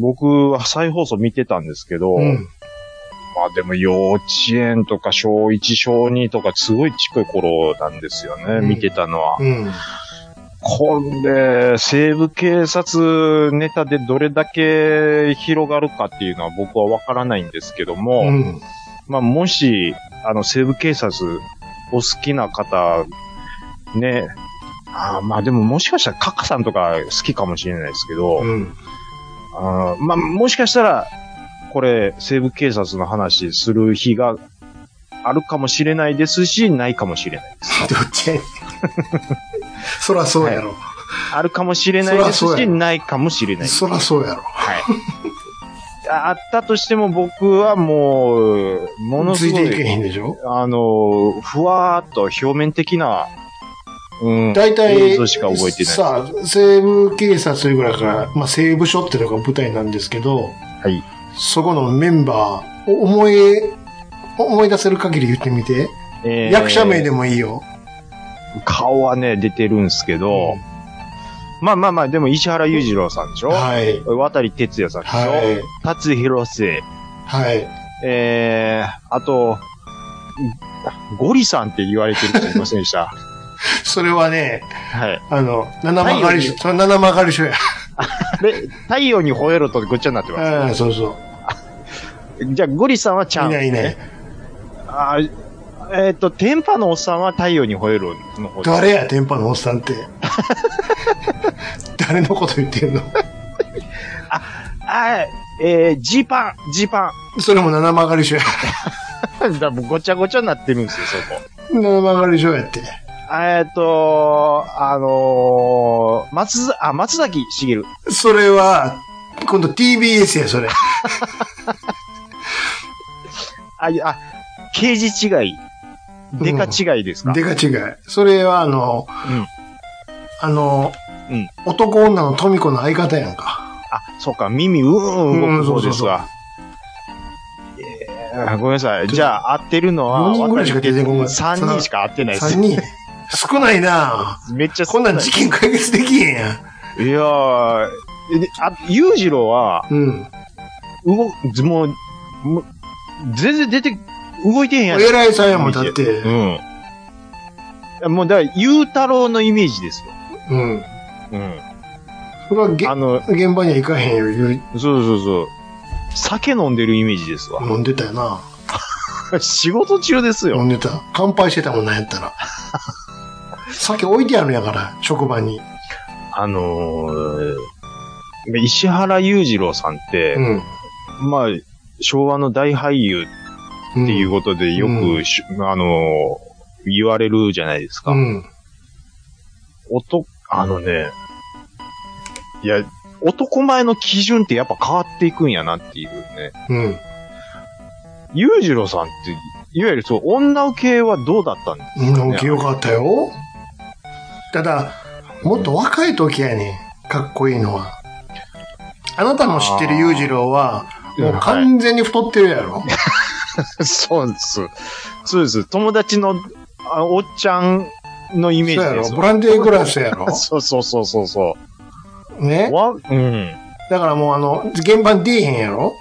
C: 僕は再放送見てたんですけど、
B: うん。
C: まあでも幼稚園とか小1、小2とかすごいちっこい頃なんですよね、
B: うん
C: 見てたのは。
B: うん。
C: これ、西部警察ネタでどれだけ広がるかっていうのは僕はわからないんですけども、
B: うん。
C: まあ、もし、あの、西部警察、お好きな方、ね、あーまあでももしかしたらカッカさんとか好きかもしれないですけど、
B: うん。
C: あーまあもしかしたら、これ、西部警察の話する日があるかもしれないですし、ないかもしれない。
B: どっちやねん そらそうやろ。
C: あるかもしれないです
B: そりゃそう
C: し、
B: や
C: ないかもしれない。
B: そらそうやろ。
C: はい。あったとしても僕はもう、もの
B: つ
C: す
B: い
C: ご
B: ていけへ
C: い、
B: んでしょ
C: あの、ふわーっと表面的な、うん。
B: 大体
C: 映像しか覚えてない
B: さあ、西部警察ぐらいから、まあ、西部署っていうのが舞台なんですけど、
C: はい。
B: そこのメンバーを思い、思い出せる限り言ってみて。
C: えー
B: 役者名でもいいよ。
C: 顔はね、出てるんですけど、まあまあまあ、でも石原裕次郎さんでしょ
B: はい。
C: 渡哲也さんでしょ、
B: はい。
C: 達広瀬、
B: はい。
C: えー、あと、ゴリさんって言われてる人いませんで した。
B: それはね、
C: はい。
B: あの、七曲がり
C: 太陽
B: 所、それ七曲がり所や。
C: で、太陽に吠えろとごっちゃになってま
B: うん、そうそう。
C: す。じゃあ、ゴリさんはちゃん、
B: いないいない。。
C: あーえっ、と、天パのおっさんは太陽に吠えろの方
B: 誰や、電波のおっさんって。 誰のこと言ってんの
C: あーえー、ジーパン、ジーパ
B: それも七曲がり所や。
C: ン。だからもうごちゃごちゃになってるんですよ、そこ。
B: 七曲がり所やって。
C: えっと、あのー、松ざ、あ、松崎しげる。
B: それは、今度 TBS や、それ。
C: あ、いやあ、刑事違い。デカ違いですか、
B: でか違い。それは、あの、
C: うん
B: あの、
C: うん
B: 男女の富子の相方やんか。
C: あ、そうか、耳、うーん、動く方ですわ。えーごめんなさい。じゃあ、合ってるのは、
B: 四人ぐらいしか出てこない
C: 3人しか合ってないです
B: 3。人。少ないな
C: めっちゃ
B: こんなん
C: い
B: 事件解決できへんやん。
C: いやー、であ、裕次郎は、
B: うん。
C: 動く、もう、もう全然出て、動いてへんやん。
B: 偉いさんやもん、だって。
C: うんいや。もう、だから、ゆうたろうのイメージですよ。
B: うん。
C: うん。
B: それはげ
C: あの、
B: 現場には行かへんよ言う、
C: そうそうそう。酒飲んでるイメージですわ。
B: 飲んでたよな。
C: 仕事中です
B: 飲
C: よ。
B: んでた。乾杯してたもんなんやったら。 酒置いてあるんやから、職場に。
C: あのー、石原裕次郎さんって
B: う、ん。
C: まあ、昭和の大俳優っていうことでよ
B: う
C: くし、あのー言われるじゃないですか。
B: うん。
C: 男、あのね、いや、男前の基準ってやっぱ変わっていくんやなっていうね。
B: うん。
C: 裕次郎さんって、いわゆるそう、女受けはどうだったんです
B: うん。飲んきよかったよ。ただ、もっと若い時やねん。かっこいいのは。あなたの知ってる裕次郎は、もう完全に太ってるやろ。
C: か そうです。そうです。友達のあおっちゃんのイ
B: そう
C: メー
B: や
C: ジで
B: ろ。
C: す。
B: ブランデーグラスやろ
C: そうそうそうそうそ
B: ね
C: う。。わ、うん。
B: だからもうあの、現場に出えへんやろ。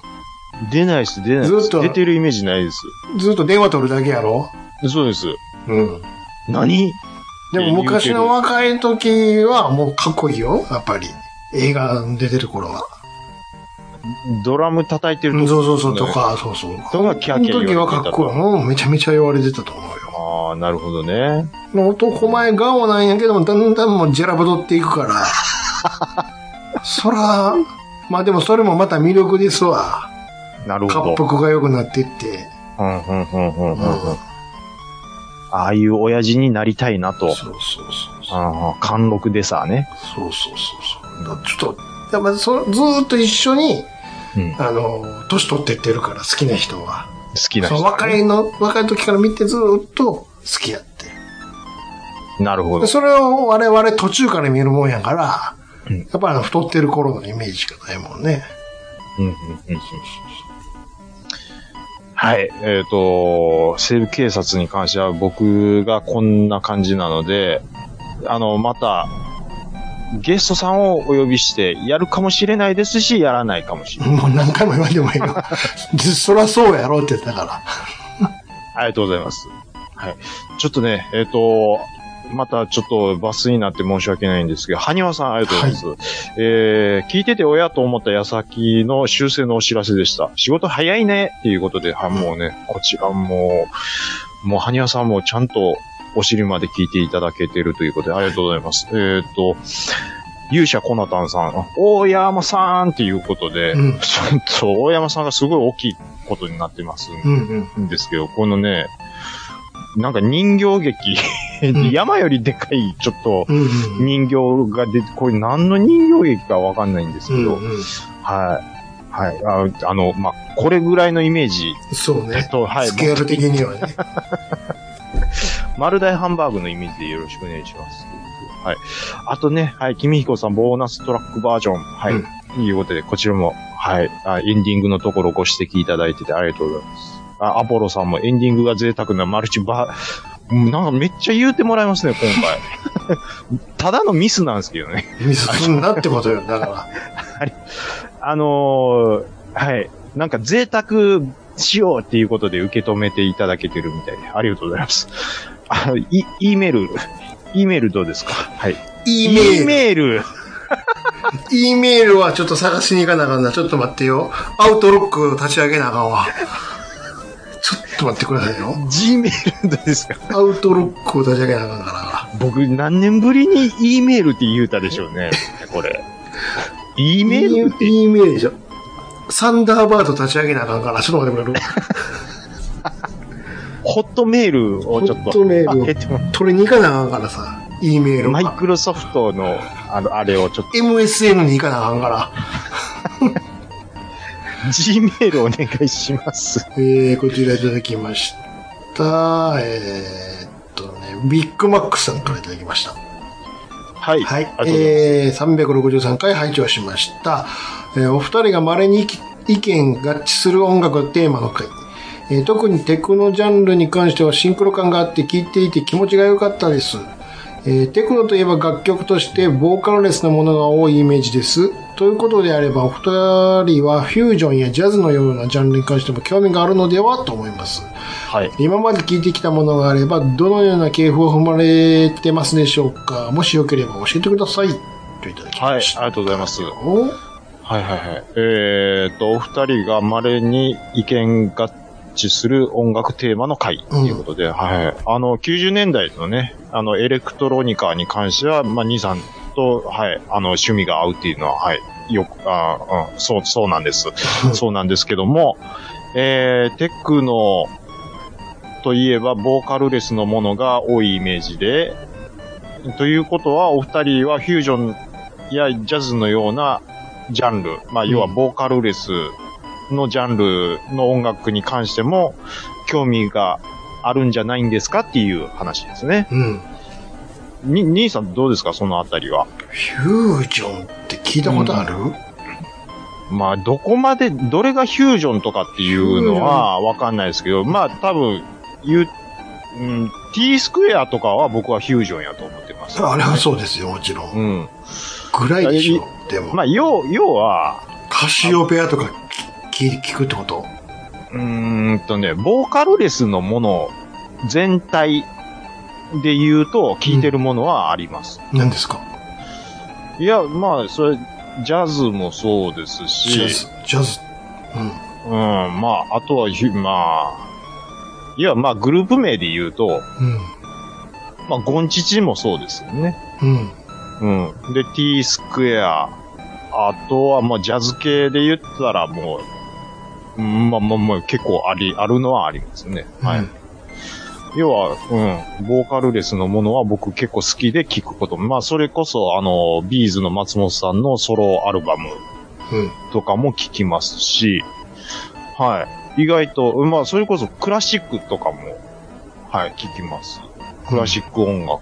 C: 出ないです、出ないで
B: ず
C: す。
B: っと
C: 出てるイメージないです。
B: ずっと電話取るだけやろ。
C: そうです。
B: うん。
C: 何
B: でも昔の若い時はもうかっこいいよ、やっぱり。映画に出てる頃は。
C: ドラム叩いてる
B: そう
C: と
B: そうそうとか、そうそう。
C: とかキャ
B: そ
C: ー
B: の
C: キャー
B: 時
C: 言
B: は
C: われ
B: か
C: てた
B: っこいい。うん、めちゃめちゃ言われてたと思うよ。
C: ああ、なるほどね。
B: 男前顔なんやけども、だんだんもうジェラブドっていく から。そら、まあでもそれもまた魅力ですわ。
C: なるほ
B: 滑
C: ど。
B: 腹が良くなってって。
C: うん、うん、うん、うん、う
B: う
C: ん。
B: ん
C: ああいう親父になりたいな
B: そ
C: と。
B: うそうそうそう。
C: ああ、貫禄でさね。
B: そうそうそうそう。だちょっと、やっぱそずーっと一緒に、
C: うん
B: あの、年取ってってるから、好きな人は。
C: 好きな
B: その
C: 人。
B: 若いの、若い時から見てずーっと好きやって。
C: なるほ
B: で
C: ど。
B: それを我々途中から見るもんやから、
C: うん
B: やっぱりあの太ってる頃のイメージしかないもんね。
C: うん、うん、うん。はい。えっ、と、西部警察に関しては僕がこんな感じなので、あの、また、ゲストさんをお呼びして、やるかもしれないですし、やらないかもしれない。
B: もう何回も言わんでもいいよ。 そりゃそうやろって言ってたから。
C: ありがとうございます。はい。ちょっとね、えっ、と、またちょっとバスになって申し訳ないんですけど、はにわさんありがとうございます。えー、聞いてて親と思った矢先の修正のお知らせでした。仕事早いねっていうことで、はもうね、こちらも、もうはにわさんもちゃんとお尻まで聞いていただけてるということで、ありがとうございます。えっ、と、勇者コナタンさん、大山さんっていうことで、
B: うん
C: ちょっと大山さんがすごい大きいことになってますんで
B: うんうん。
C: んですけど、このね、なんか人形劇、
B: ん
C: 山よりでかい、ちょっと、
B: うんうん。
C: 人形が出て、これ何の人形劇かわかんないんです
B: う
C: け
B: ん
C: ど、
B: うん。
C: はい。はい。ああの、まあ、これぐらいのイメージ
B: そうね。
C: と、はい
B: ス。ケール的には ね。
C: 丸大ハンバーグのイメージでよろしくお願いします。はい。あとね、はい、君彦さん、ボーナストラックバージョン。はい。
B: うん
C: いうことで、こちらも、はいあ。エンディングのところご指摘いただいててありがとうございます。あアポロさんもエンディングが贅沢なマルチバー、うんなんかめっちゃ言うてもらいますね、今回。 ただのミスなんですけどね。
B: ミスすんなってことよ。だから。
C: あのーはい。なんか贅沢しようっていうことで受け止めていただけてるみたいで、ありがとうございます。あ、い、E メール、E メールどうですかはい。
B: E メール。
C: メール
B: E メールはちょっと探しに行かなあかんな。ちょっと待ってよ。アウトロック立ち上げなあかんわ。ちょっと待ってくださいよ。
C: !G メールどうですか
B: アウトロックを立ち上げなあかんか
C: 僕何年ぶりに E メールって言うたでしょうね。これ。E
B: ら。
C: メールって
B: E メールでしょ。サンダーバード立ち上げなあかんから。ちょっと待ってくれる。
C: ホットメールをちょっと。
B: ホットメールを
C: あえっと
B: 取りに行かなあかんからさ。E メール
C: マイ
B: は。
C: クロソフトの、あの、あれをちょっ
B: MSN に行かなあかんから。
C: と、G メールお願いします。
B: えー、こちらいただきました。えー、っとね、ビッグマックさんからいただきました。
C: はい。
B: はい
C: ありがとうございます。
B: えー、363回拝聴しました。えーお二人が稀に意見合致する音楽がテーマの回。えー特にテクノジャンルに関してはシンクロ感があって聴いていて気持ちが良かったです。えーテクノといえば楽曲としてボーカルレスなものが多いイメージです。ということであれば、お二人はフュージョンやジャズのようなジャンルに関しても興味があるのではと思います。
C: はい。
B: 今まで聞いてきたものがあれば、どのような系譜を踏まれてますでしょうかもしよければ教えてください。といただき
C: はい、あ
B: ま
C: り
B: した。
C: がとうございます。は
B: お
C: いはいはい。えー、っと、お二人が稀に意見合致する音楽テーマの回ということで、はい。あの、90年代のね、あの、エレクトロニカに関しては、まあ、兄さんと、はい、あの、趣味が合うっていうのは、はい、よく、あうん、そう、そうなんです。そうなんですけども、えー、テクノといえば、ボーカルレスのものが多いイメージで、ということは、お二人はフュージョンやジャズのようなジャンル、まあ、要はボーカルレスのジャンルの音楽に関しても、興味があるんじゃないんですかっていう話ですね。
B: うん。
C: に、兄さんどうですかそのあたりは。
B: フュージョンって聞いたことある、
C: まあ、どこまで、どれがフュージョンとかっていうのはわかんないですけど、まあ、多分、言う、うん、t スクエアとかは僕はフュージョンやと思ってます。
B: あれはそうですよ、もちろ。
C: うんん。
B: ぐらいでしょ。でも、
C: まあ、要、要は、
B: カシオペアとか聞聞聞くってこと
C: うーんとね、ボーカルレスのもの全体で言うと、聞いてるものはあります。
B: 何ですか
C: いや、まあ、それ、ジャズもそうですし、
B: ジャズ。ジャズ。
C: うん、まあ、あとはひ、まあ、いや、まあ、グループ名で言うと、
B: うん。
C: まあ、ゴンチチもそうですよね。
B: うん。うん。
C: うん。で、t スクエア。あとは、まあ、ジャズ系で言ったら、もう、うんまあまあまあ、結構あり、あるのはありますね。はい。
B: うん
C: 要は、うん、ボーカルレスのものは僕結構好きで聞くこと。まあ、それこそ、あの、ビーズの松本さんのソロアルバ
B: う
C: ム
B: ん。
C: とかも聞きますし、はい。意外と、まあ、それこそクラシックとかも、はい、聞きます。クラシック音楽、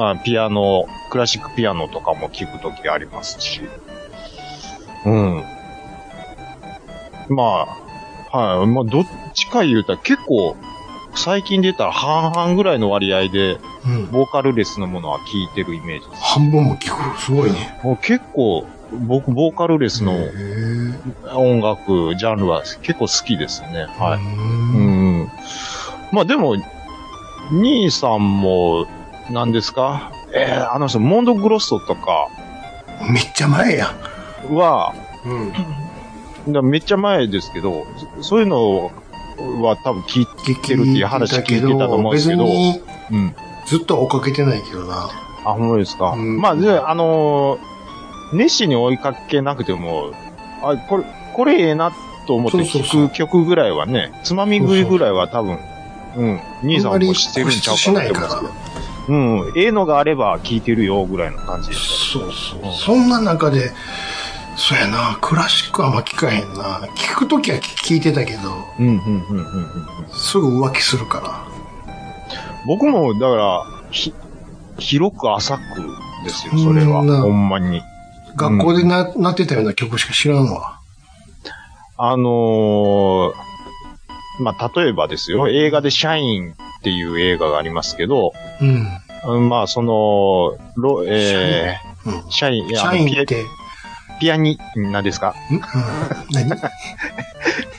C: あピアノ、クラシックピアノとかも聞くときありますし、うん。まあ、はい、まあ、どっちか言うたら結構、最近で言ったら半々ぐらいの割合で、
B: うん。
C: ボーカルレスのものは聞いてるイメージです。
B: 半分も聞く。すごいね。
C: もう結構、僕、ボーカルレスの、
B: へー
C: 音楽、ジャンルは結構好きですね。は
B: う
C: い。う
B: ーん
C: ん。まあでも、兄さんも、何ですかえーあの人、モンドグロッソとか
B: めっちゃ前やん。
C: は、
B: うん。
C: だめっちゃ前ですけど、そそういうのは多分聞い
B: 聞い
C: てるっていう話聞いてたと思うんですけど
B: 別に
C: うん。
B: ずっとは追っかけてないけどな。
C: あ、ほんまですか。
B: うん
C: まあ、で、あのー熱心に追いかけなくても、あ、これ、これええなと思って
B: そうそうそう
C: 聴く曲ぐらいはね、つまみ食いぐらいは多分、うん、兄さんも知ってるんちゃうかなって思うんです
B: あん
C: け
B: まり
C: ど。うん、ええのがあれば聴いてるよぐらいの感じです。
B: そうそうう。
C: ん
B: そんな中で、そうやな、クラシックはあんま聞かへんな。聞くときは聞いてたけど、
C: うん、うん、うん、うんうん。
B: すぐ浮気するか
C: 僕も、だから、ひ、広く浅くですよ、それは。
B: うんな
C: ほんまに。
B: ら。学校でな、なってたような曲しか知らんわ。
C: あのーまあ、例えばですよ、映画でシャインっていう映画がありますけど、
B: うん。
C: うんまあ、その、ロ、え
B: うん
C: ー、。シャイン、い
B: シ
C: やあ
B: ャ
C: の
B: インっ
C: ピ
B: て、ん
C: アピアニ、なんですか
B: うん。何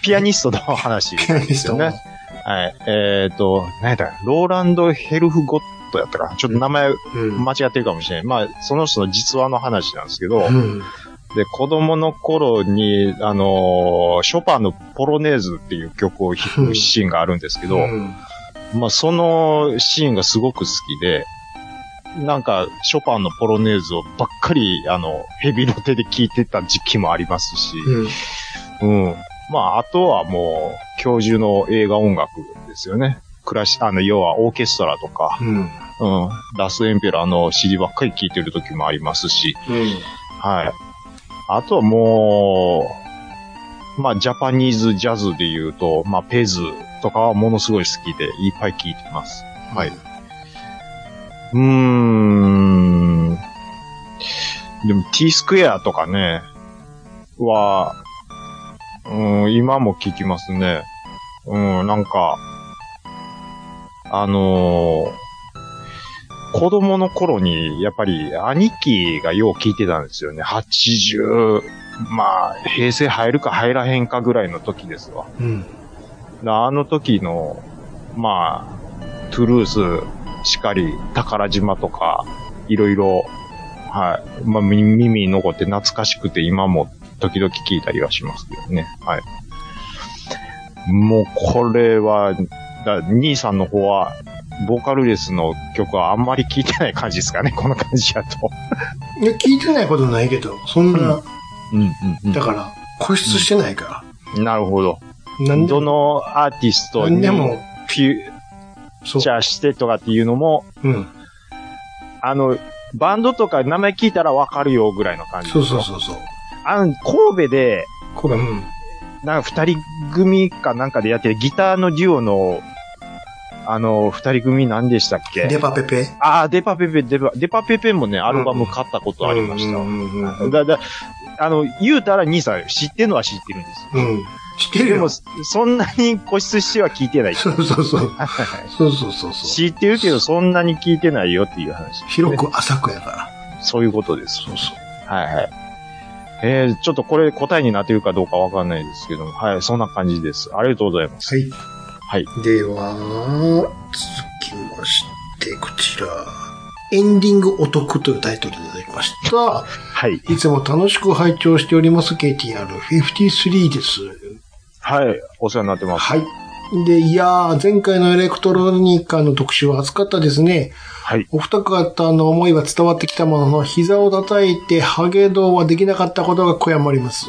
C: ピアニストの 話
B: ピアニ
C: で
B: ス
C: す
B: ト
C: よ
B: も
C: ね。はい。えっ、と、何やったかなローランド・ヘルフゴットやったかなちょっと名前
B: うん。
C: 間違ってるかもしれない。まあ、その人の実話の話なんですけど、
B: うん。
C: で、子供の頃に、あのーショパンのポロネーズっていう曲を弾くシーンがあるんですけど、
B: うん
C: まあ、そのシーンがすごく好きで、なんか、ショパンのポロネーズをばっかり、あの、ヘビの手で聴いてた時期もありますし、
B: うん。
C: うん。まあ、あとはもう、教授の映画音楽ですよね。クラシ、あの、要はオーケストラとか、
B: うん。
C: うん。ラスエンペラーの CD ばっかり聴いてる時もありますし、はい。あとはもう、まあ、ジャパニーズジャズで言うと、まあ、ペズとかはものすごい好きで、いっぱい聴いてます。はい。うーん。でも T スクエアとかね、は、うん、今も聞きますね。うん、なんか、あのー子供の頃に、やっぱり兄貴がよう聞いてたんですよね。80、まあ、平成入るか入らへんかぐらいの時ですわ。
B: うん。
C: あの時の、まあ、トゥルースしかり、宝島とか、いろいろ、はい。まあ、み耳に残って懐かしくて、今も時々聞いたりはしますけどね。はい。もう、これは、だ兄さんの方は、ボーカルレスの曲はあんまり聞いてない感じですかね、 この感じだと。
B: いや、聞いてないことないけど、そんな、
C: うんうん
B: だから、固執してないか
C: うん。なるほど。
B: ら。なんで
C: ど
B: も、
C: のアーティスト
B: なん
C: に
B: で
C: フ
B: も、
C: ュ
B: そ
C: ーチ
B: う。
C: ャーしてとかっていうのも、
B: うん。
C: あの、バンドとか名前聞いたらわかるよぐらいの感じ。
B: そうそうそうそう。
C: あの、神戸で、
B: これ、うん。
C: なんか二人組かなんかでやってるギターのデュオの、あの、二人組何でしたっ
B: デ
C: け
B: パペペ
C: ああ、デパペペ、デパ、デパペペもね、アルバム買ったことありました。
B: うんうんうんうん
C: だ、だ、あの、言うたら兄さん知ってるのは知ってるんですよ。
B: うん。知ってる
C: でも、
B: よ。
C: そんなに固執しては聞いてない。
B: そうそうそう。そうそうそうそう。
C: 知ってるけど、そんなに聞いてないよっていう話。
B: 広く浅くやから。
C: そういうことです。
B: そうそう。
C: はいはい。えー、ちょっとこれ答えになってるかどうかわかんないですけども、はい、そんな感じです。ありがとうございます。
B: はい。
C: はい。
B: では、続きまして、こちら。エンディングお得というタイトルでいただきました。
C: はい。
B: いつも楽しく拝聴しております KTR53 です。
C: はい、お世話になってます。
B: はい。で、いやー、前回のエレクトロニカの特集は熱かったですね。
C: はい。
B: お二方の思いは伝わってきたものの、膝を叩いてハゲ道はできなかったことが悔やまれます。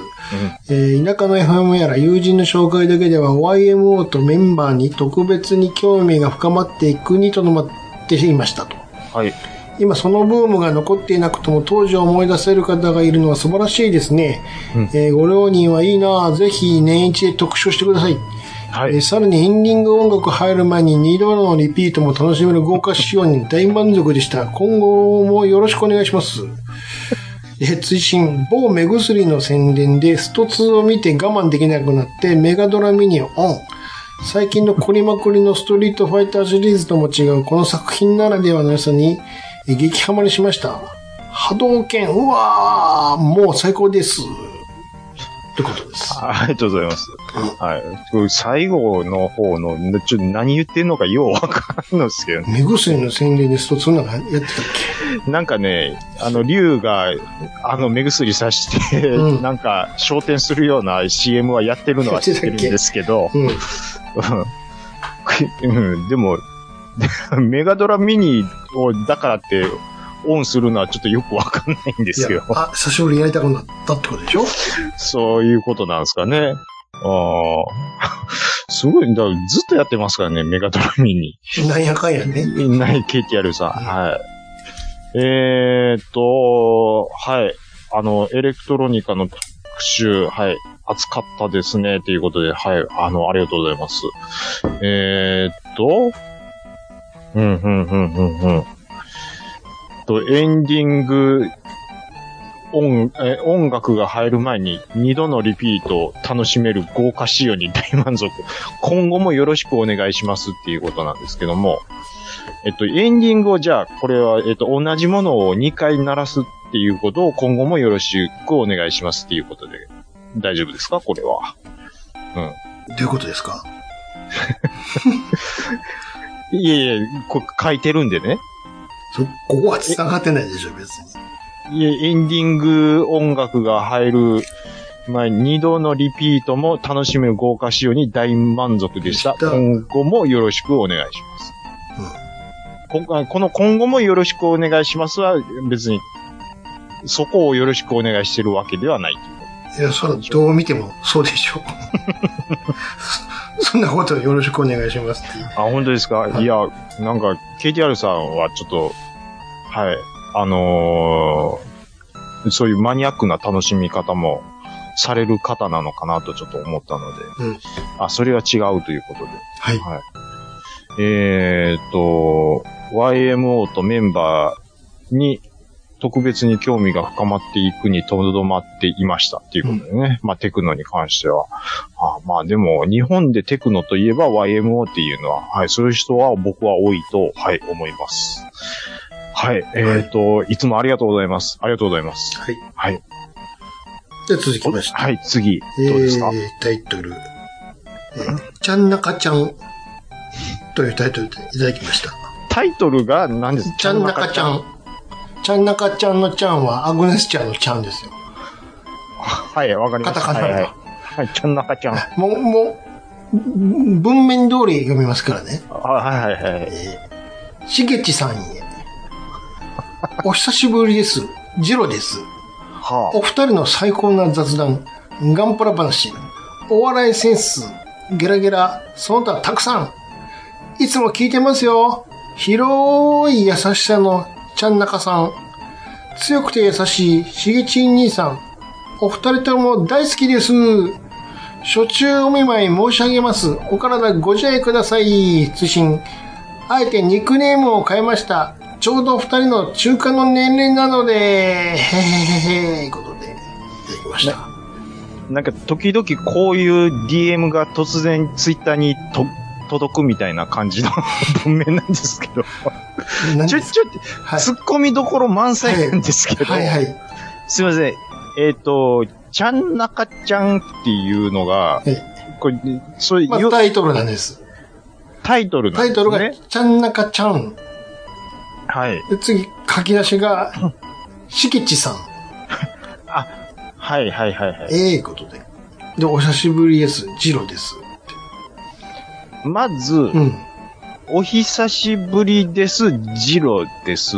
B: えー田舎の FM やら友人の紹介だけでは YMO とメンバーに特別に興味が深まっていくにとどまっていましたと。
C: はい。
B: 今そのブームが残っていなくとも当時を思い出せる方がいるのは素晴らしいですね。
C: うん
B: えーご両人はいいなぁぜひ年一で特集してください。
C: は
B: えー
C: い。
B: さらにエンディング音楽入る前に二度のリピートも楽しめる豪華仕様に大満足でした。今後もよろしくお願いします。 えー追伸、某目薬の宣伝でスト2を見て我慢できなくなってメガドラミニをオン。最近の凝りまくりのストリートファイターシリーズとも違うこの作品ならではの良さにえー激ハマりしました。波動拳、うわー、もう最高です。ってことです。
C: ありがとうございます。はい。これ最後の方の、ちょっと何言ってんのかようわかんないですけどね。
B: 目薬の宣伝でスト2なんかやってたっ
C: なんかね、あの、竜が、あの、目薬さして、
B: うん
C: なんか、焦点するような CM はやってるのは知ってるんですけど、
B: けうん。
C: うんうん、でも、 メガドラミニをだからってオンするのはちょっとよくわかんないんですよ
B: い。やあ、久しぶりにやりたくなったってことでしょ
C: そういうことなんですかね。ああ。 すごい、だからずっとやってますからね、メガドラミニ。
B: なんやかんやね。
C: ない、KTR さん。はい。えーっと、はい。あの、エレクトロニカの特集、はい、熱かったですね、ということで、はい、あの、ありがとうございます。えー、っと、うん、うん、うん、うん、うん。と、エンディング、音、え、音楽が入る前に二度のリピートを楽しめる豪華仕様に大満足。今後もよろしくお願いしますっていうことなんですけども。えっと、エンディングをじゃあ、これは、えっと、同じものを2回鳴らすっていうことを今後もよろしくお願いしますっていうことで、大丈夫ですかこれは。
B: どういうことですか
C: いえいえ、こ書いてるんでね。
B: そ、ここは繋がってないでしょ、別に。
C: いえ、エンディング音楽が入る前に二度のリピートも楽しめる豪華仕様に大満足でした。
B: でした
C: 今後もよろしくお願いします。今回この今後もよろしくお願いしますは別にそこをよろしくお願いしてるわけではないというこ
B: いや、そら、どう見てもそうでしょ う。そんなことよろしくお願いしますっていう。
C: と。あ、本当ですか、
B: はい
C: い、や、なんか KTR さんはちょっと、はい、あのーそういうマニアックな楽しみ方もされる方なのかなとちょっと思ったので、
B: うん
C: あ、それは違うということで。
B: はい。
C: えーっと、YMO とメンバーに特別に興味が深まっていくにとどまっていましたっていうことでね。まあテクノに関しては。あまあでも日本でテクノといえば YMO っていうのは、はい、そういう人は僕は多いと、はい、思います。はい、えーっと、いつもありがとうございます。ありがとうございます。
B: はい。
C: はい。
B: じゃあ続きまして。
C: はい、次、
B: え
C: どうですか、
B: ー、タイトル。えー、ちゃんなかちゃんというタイトルでいただきました。
C: タイトルが何ですか
B: ちゃんなかちゃ。ん。ちゃんなかちゃんのちゃんはアグネスちゃんのちゃんですよ。
C: はい、わかりました。
B: カタカナ
C: はい、はい。はい、ちゃんなかちゃん。あ
B: もう、もう、文面通り読みますからね。
C: はい、はい、はい。
B: しげちさんへ。お久しぶりです。ジロです。
C: は
B: お二人の最高な雑談、ガンプラ話、お笑いセンス、ゲラゲラ、その他たくさん。いつも聞いてますよ。広い優しさのちゃんなかさん。強くて優しいしげちん兄さん。お二人とも大好きです。初中お見舞い申し上げます。お体ご自愛ください。通信。あえてニックネームを変えました。ちょうど二人の中間の年齢なので、へへへへ、いうことで、いただきました。
C: あ。なんか、時々こういう DM が突然ツイッターにと届くみたいな感じの 文面なんですけど。
B: 何
C: ちょ、ちょ、
B: はい
C: 突っ込みどころ満載なんですけど。
B: はいはい。
C: すいません。えっ、と、ちゃんなかちゃんっていうのが、
B: え
C: これ、そういう、
B: まあ、タイトルなんです。
C: タイトルな
B: タ
C: んです
B: イトル
C: ね。
B: が、ちゃんなかちゃん。
C: はい。
B: で、次、書き出しが、しきちさん。
C: はいはいはいはい。
B: ええいうことで。で、お久しぶりです。ジロです。
C: まず、
B: うん。
C: お久しぶりです、ジロです。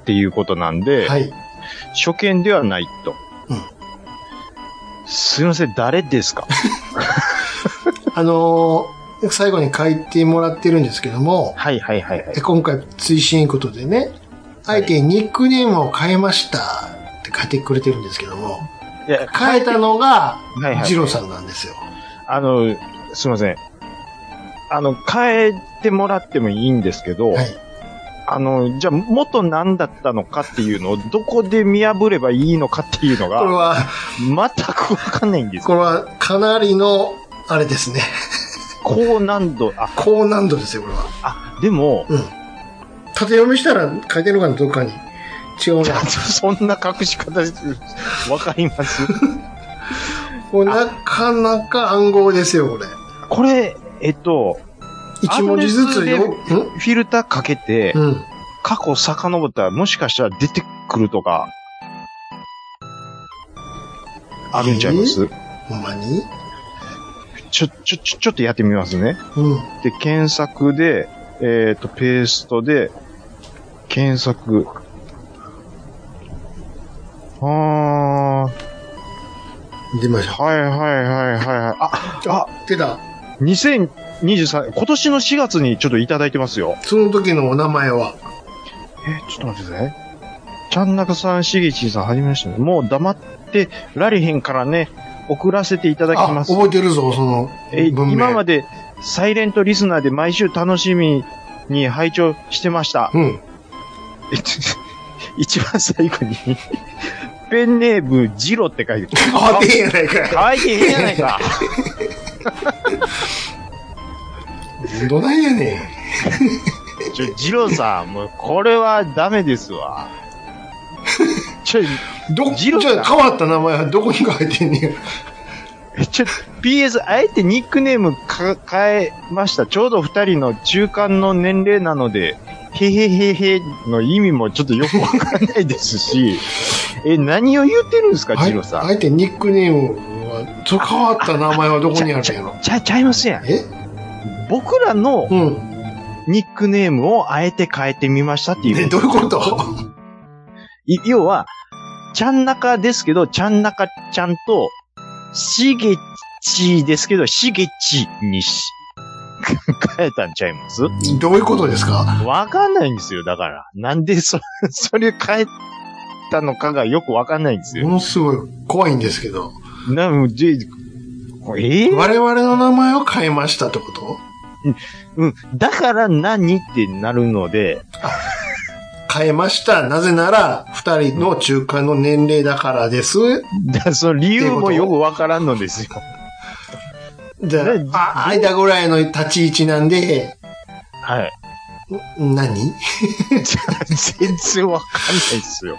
C: っていうことなんで、
B: はい。
C: 初見ではないと。
B: うん
C: すいません、誰です か
B: あのー最後に書いてもらってるんですけども、
C: はいはいはいはい
B: え。今回、追伸いうことでね、あえてニックネームを変えましたって書いてくれてるんですけども、
C: いや、
B: 変えたのが
C: はいは、い
B: ジローさんなんですよ。
C: あの、すいません。あの、変えてもらってもいいんですけど、
B: はい。
C: あの、じゃあ元何だったのかっていうのをどこで見破ればいいのかっていうの
B: これ
C: が、
B: は、
C: 全くわかんないんです
B: これはかなりの、あれですね、
C: 高難度、あ、
B: 高難度ですよ、これは。
C: あ、でも、
B: うん。縦読みしたら書いてるかのどっかに違うな。
C: そんな隠し方、わかります
B: これなかなか暗号ですよ、これ。
C: これ、えっと、
B: 一文字ずつよ、
C: アドレスでフィルターかけて、
B: うん。うん。
C: 過去遡ったらもしかしたら出てくるとか、あるんちゃいます、
B: ほんまに
C: ちょ、ちょ、ちょ、ちょっとやってみますね。
B: うん。
C: で、検索で、えっ、と、ペーストで、検索。あー、
B: 出ましょ
C: はいはいはいはいはい。あ、
B: う。あ、出た。
C: 2023、今年の4月にちょっといただいてますよ。
B: その時のお名前は、
C: え、ちょっと待ってください。ちゃんなかさん、しげちさん、はじめまして。もう黙ってられへんからね、送らせていただき
B: あ、
C: ます。
B: 覚えてるぞ、その
C: え
B: 文明。
C: 今まで、サイレントリスナーで毎週楽しみに拝聴して ました。
B: うん。
C: えち一番最後に、 ペンネーム、ジロって書いてる。
B: あ、でえやないかい。
C: 可愛いいじゃないか。
B: どないやねん。
C: ちょ、ジロさん、もう、これはダメです わ。ちょ、
B: ど、
C: ジ
B: じ
C: ロ
B: ゃ
C: ーさん
B: あ変わった名前はどこに書いてんねん。
C: ちょ、PS、あえてニックネームか変えました。ちょうど二人の中間の年齢なので、へへへへの意味もちょっとよくわかんないですし、 え、何を言ってるんですか、
B: あ
C: ジ
B: え
C: ロさん。
B: あえてニックネームは、そう変わった名前はどこにあるんやろ。
C: ちゃ、ちゃいますやん。
B: え
C: 僕らの
B: うん。
C: ニックネームをあえて変えてみましたっていう。
B: ね、どういうこと
C: い要は、ちゃんなかですけど、ちゃんなかちゃんと、しげちですけど、しげちにし、 変えたんちゃいます
B: どういうことですか
C: わかんないんですよ、だから。なんでそ、 それ変えたのかがよくわかんないんですよ。
B: ものすごい怖いんですけど。
C: なんで、えー
B: 我々の名前を変えましたってこと
C: うん。だから何ってなるので、
B: 変えました。なぜなら、二人の中間の年齢だからです。
C: だその理由もよくわからんのですよ。
B: じゃ
C: ね
B: あ、あ間ぐらいの立ち位置なんで、
C: はい。
B: ん何
C: 全然わかんないですよ。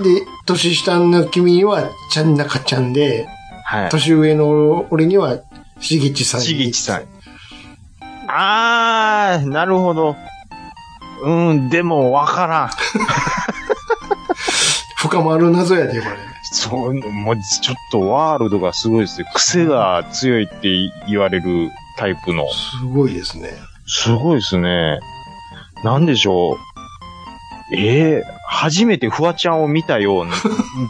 B: で、年下の君には、ちゃんなかちゃんで、
C: はい。
B: 年上の俺には、しげちさんに。
C: しげちさん。あー、なるほど。うん、でもわからん。
B: 深まる謎やで、これ。
C: そう、もうちょっとワールドがすごいですね。癖が強いって言われるタイプの。
B: すごいですね。
C: すごいですね。なんでしょう。ええ初めてフワちゃんを見たような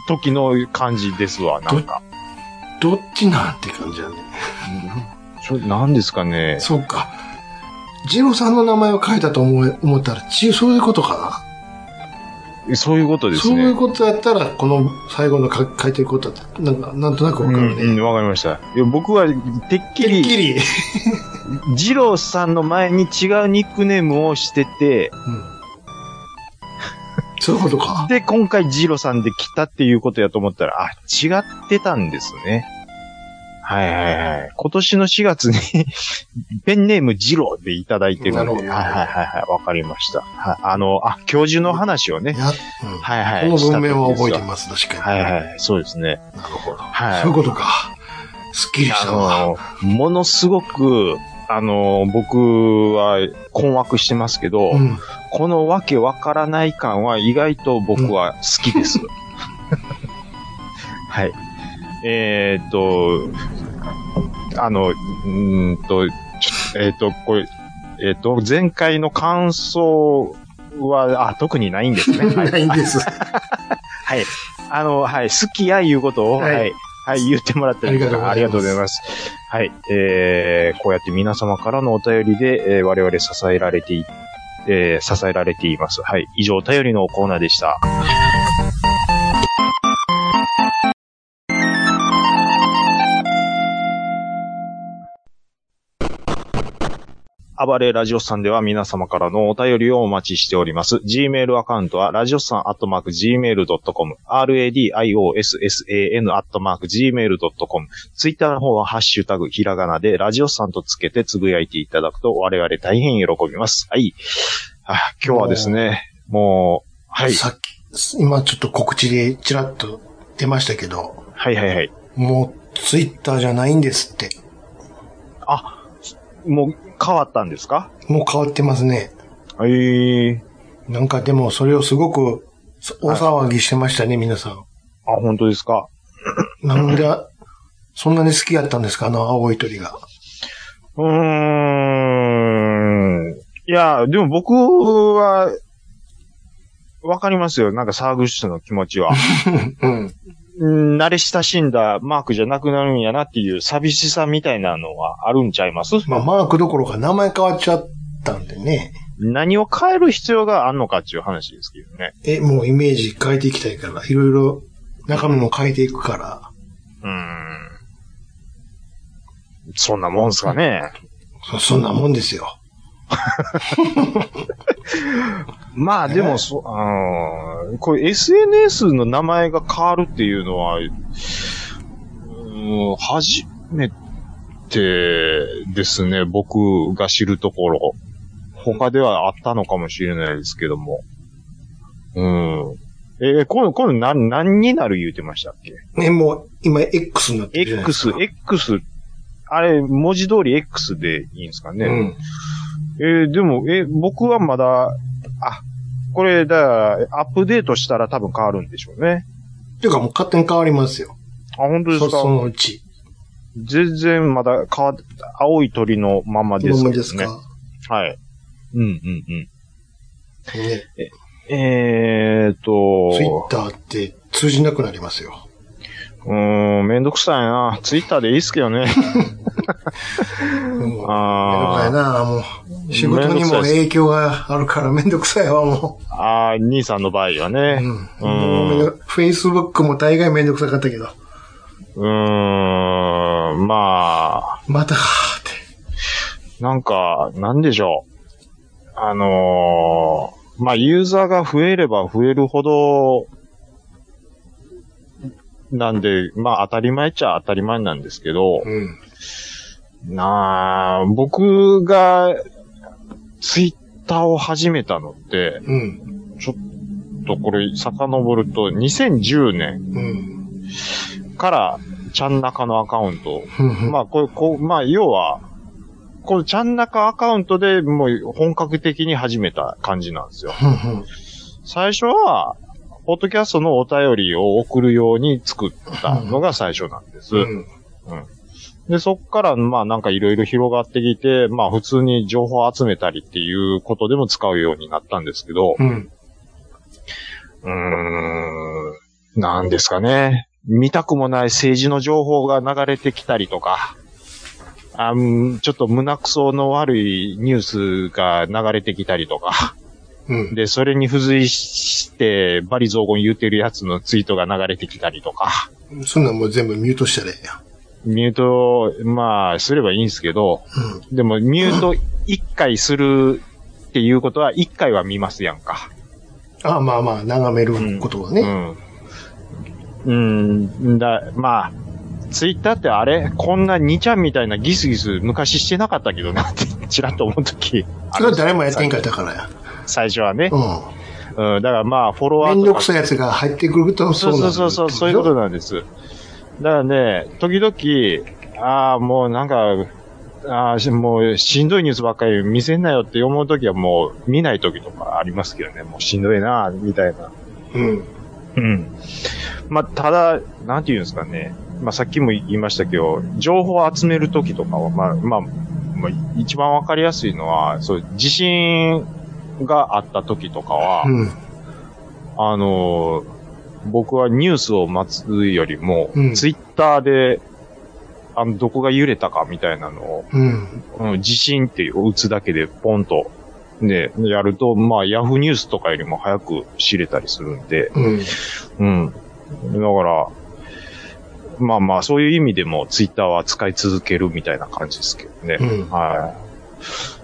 C: 時の感じですわ、なんか。
B: どっちなんて感じやね。
C: それなんですかね。
B: そうか。ジローさんの名前を書いたと思い思ったら、ち、そういうことか
C: そういうこと
B: な、
C: です
B: そういう
C: ね。
B: ことだったら、この最後のか書いてることだったなんか、なんとなくわ
C: う
B: かる
C: ん
B: ね。
C: うん、わかりました。いや僕は、てっき
B: てっき
C: り、
B: り。
C: ジローさんの前に違うニックネームをしてて、
B: そういうこと か。
C: で、今回ジローさんで来たっていうことやと思ったら、あ、違ってたんですね。はいはいはい。今年の4月に、 ペンネームジローでいただいてるんで。
B: な
C: はい
B: るほ
C: はい
B: ど
C: はいはい。わかりました。はい。あの、あ、教授の話をね。
B: や
C: はいは
B: う
C: い。
B: ん、この文面は覚えて
C: ま
B: ます、確
C: す
B: か
C: は
B: に。
C: いはい。そうですね。
B: なるほど。
C: はい。
B: そういうことか。すっきりし
C: あ
B: たわ。
C: の、ものすごく、あの、僕は困惑してますけど、
B: うん。
C: このわけわからない感は意外と僕は好きです。はい。えーっと、あの、うーんと、ちょえーっと、これ、えーっと、前回の感想は、あ、特にないんですね。はい。
B: ないんです。
C: はい。あの、はい、好きやいうことを、
B: は
C: はいい。はい言ってもらって
B: ありがとうございます
C: ありがとうございます。はい。えー、こうやって皆様からのお便りで、えー我々支えられてい、えー支えられています。はい。以上、お便りのコーナーでした。暴れラジオスさんでは皆様からのお便りをお待ちしております。Gmail アカウントは、ラジオスさんアットマーク Gmail.com、radiossan アットマーク Gmail.com、Twitter の方はハッシュタグひらがなで、ラジオスさんとつけてつぶやいていただくと、我々大変喜びます。はい。あ今日はですね、もう、はい、
B: さっき、今ちょっと告知でちらっと出ましたけど、
C: はいはいはい。
B: もうツイッターじゃないんですって。
C: あ、もう変わったんですか
B: もう変わってますね。
C: ええ
B: なんかでもそれをすごくそ大騒ぎしてましたね、皆さん。
C: あ、本当ですか。
B: なんで、そんなに好きやったんですか、あの青い鳥が。
C: うーん。いや、でも僕は、わかりますよ。なんかサーグシュの気持ちは。
B: うん。
C: うん慣れ親しんだマークじゃなくなるんやなっていう寂しさみたいなのはあるんちゃいます
B: まあ、マークどころか名前変わっちゃったんでね。
C: 何を変える必要があんのかっていう話ですけどね。
B: え、もうイメージ変えていきたいから、いろいろ中身も変えていくから、
C: うーん。そんなもんすかね。
B: そ、そんなもんですよ。
C: まあでも、そ、うーん、これ SNS の名前が変わるっていうのは、うーん、初めてですね、僕が知るところ。他ではあったのかもしれないですけども。うん。えー、今度、今度何、何になる言うてましたっけ
B: ね、もう今 X になってるじゃないですか。
C: ?X、X、あれ、文字通り X でいいんですかね。
B: うん。
C: えーでも、え、僕はまだ、あ、これ、だから、アップデートしたら多分変わるんでしょうね。
B: ていうかもう勝手に変わりますよ。
C: あ、本当です
B: そ
C: か
B: そのうち。
C: 全然まだ変わっ青い鳥のままです
B: ど
C: けど
B: う
C: ね。
B: ですか
C: はい。うんうんうん。
B: ね。
C: えーっと、
B: ツイッターって通じなくなりますよ。
C: うーん、めんどくさいな。ツイッターでいいっすけどね。
B: うん。めんどくさい
C: あー
B: な、もう。仕事にも影響があるから めんどくさいわ、も
C: あー、兄さんの場合は
B: う。
C: ね。
B: うフェイスブックも大概めんどくさかったけど、
C: うーん、まあ、
B: またかーって。
C: なんか、なんでしょう。あのーまあ、ユーザーが増えれば増えるほど、なんで、まあ、当たり前っちゃ当たり前なんですけど、
B: うん。
C: なあ、僕が、ツイッターを始めたのって、
B: うん。
C: とこれ遡ると2010年
B: うん。
C: から、ちゃんなかのアカウントを
B: うん。
C: まあ、こう、こう、まあ、要は、このちゃんなかアカウントでもう本格的に始めた感じなんですよ。
B: うん。
C: 最初は、ポッドキャストのお便りを送るように作ったのが最初なんです。
B: うん。
C: で、そっから、まあなんかいろいろ広がってきて、まあ普通に情報を集めたりっていうことでも使うようになったんですけど、
B: うん。
C: うーん、なんですかね。見たくもない政治の情報が流れてきたりとか、あうんちょっと胸くその悪いニュースが流れてきたりとか、
B: うん。
C: で、それに付随して、バリ雑言言うてるやつのツイートが流れてきたりとか、
B: そんなんもう全部ミュートしたらええやん。
C: ミュート、まあ、すればいいんですけど、でも、ミュート1回するっていうことは、1回は見ますやんか。
B: ああまあまあ、眺めることはね。
C: うん。うん。だ、まあ、ツイッターってあれこんな2ちゃんみたいなギスギス昔してなかったけどなって、ちらっと思うとき。
B: それは誰もやってんかったからや。
C: 最初はね。
B: う
C: うん。だからまあ、フォロワー
B: ん。めん
C: と
B: ど
C: か
B: くさいやつが入ってくるとそ
C: そ
B: ううな
C: そ
B: る
C: うそうそう、そういうことなんです。だからね、時々、ああ、もうなんか、ああ、しもうしんどいニュースばっかり見せんなよって思うときはもう見ないときとかありますけどね、もうしんどいな、みたいな。
B: うん。
C: うん。まあ、ただ、なんて言うんですかね。まあ、さっきも言いましたけど、情報を集めるときとかは、まあ、まあ、まあ、一番わかりやすいのは、そう、地震があったときとかは、
B: うん。
C: あのー僕はニュースを待つよりも、
B: うん
C: ツイッターで、あの、どこが揺れたかみたいなのを、
B: うん。
C: うん、地震っていう打つだけでポンと、ね、やると、まあ、ヤフーニュースとかよりも早く知れたりするんで、
B: うん。
C: うん。だから、まあまあ、そういう意味でもツイッターは使い続けるみたいな感じですけどね。
B: うん
C: は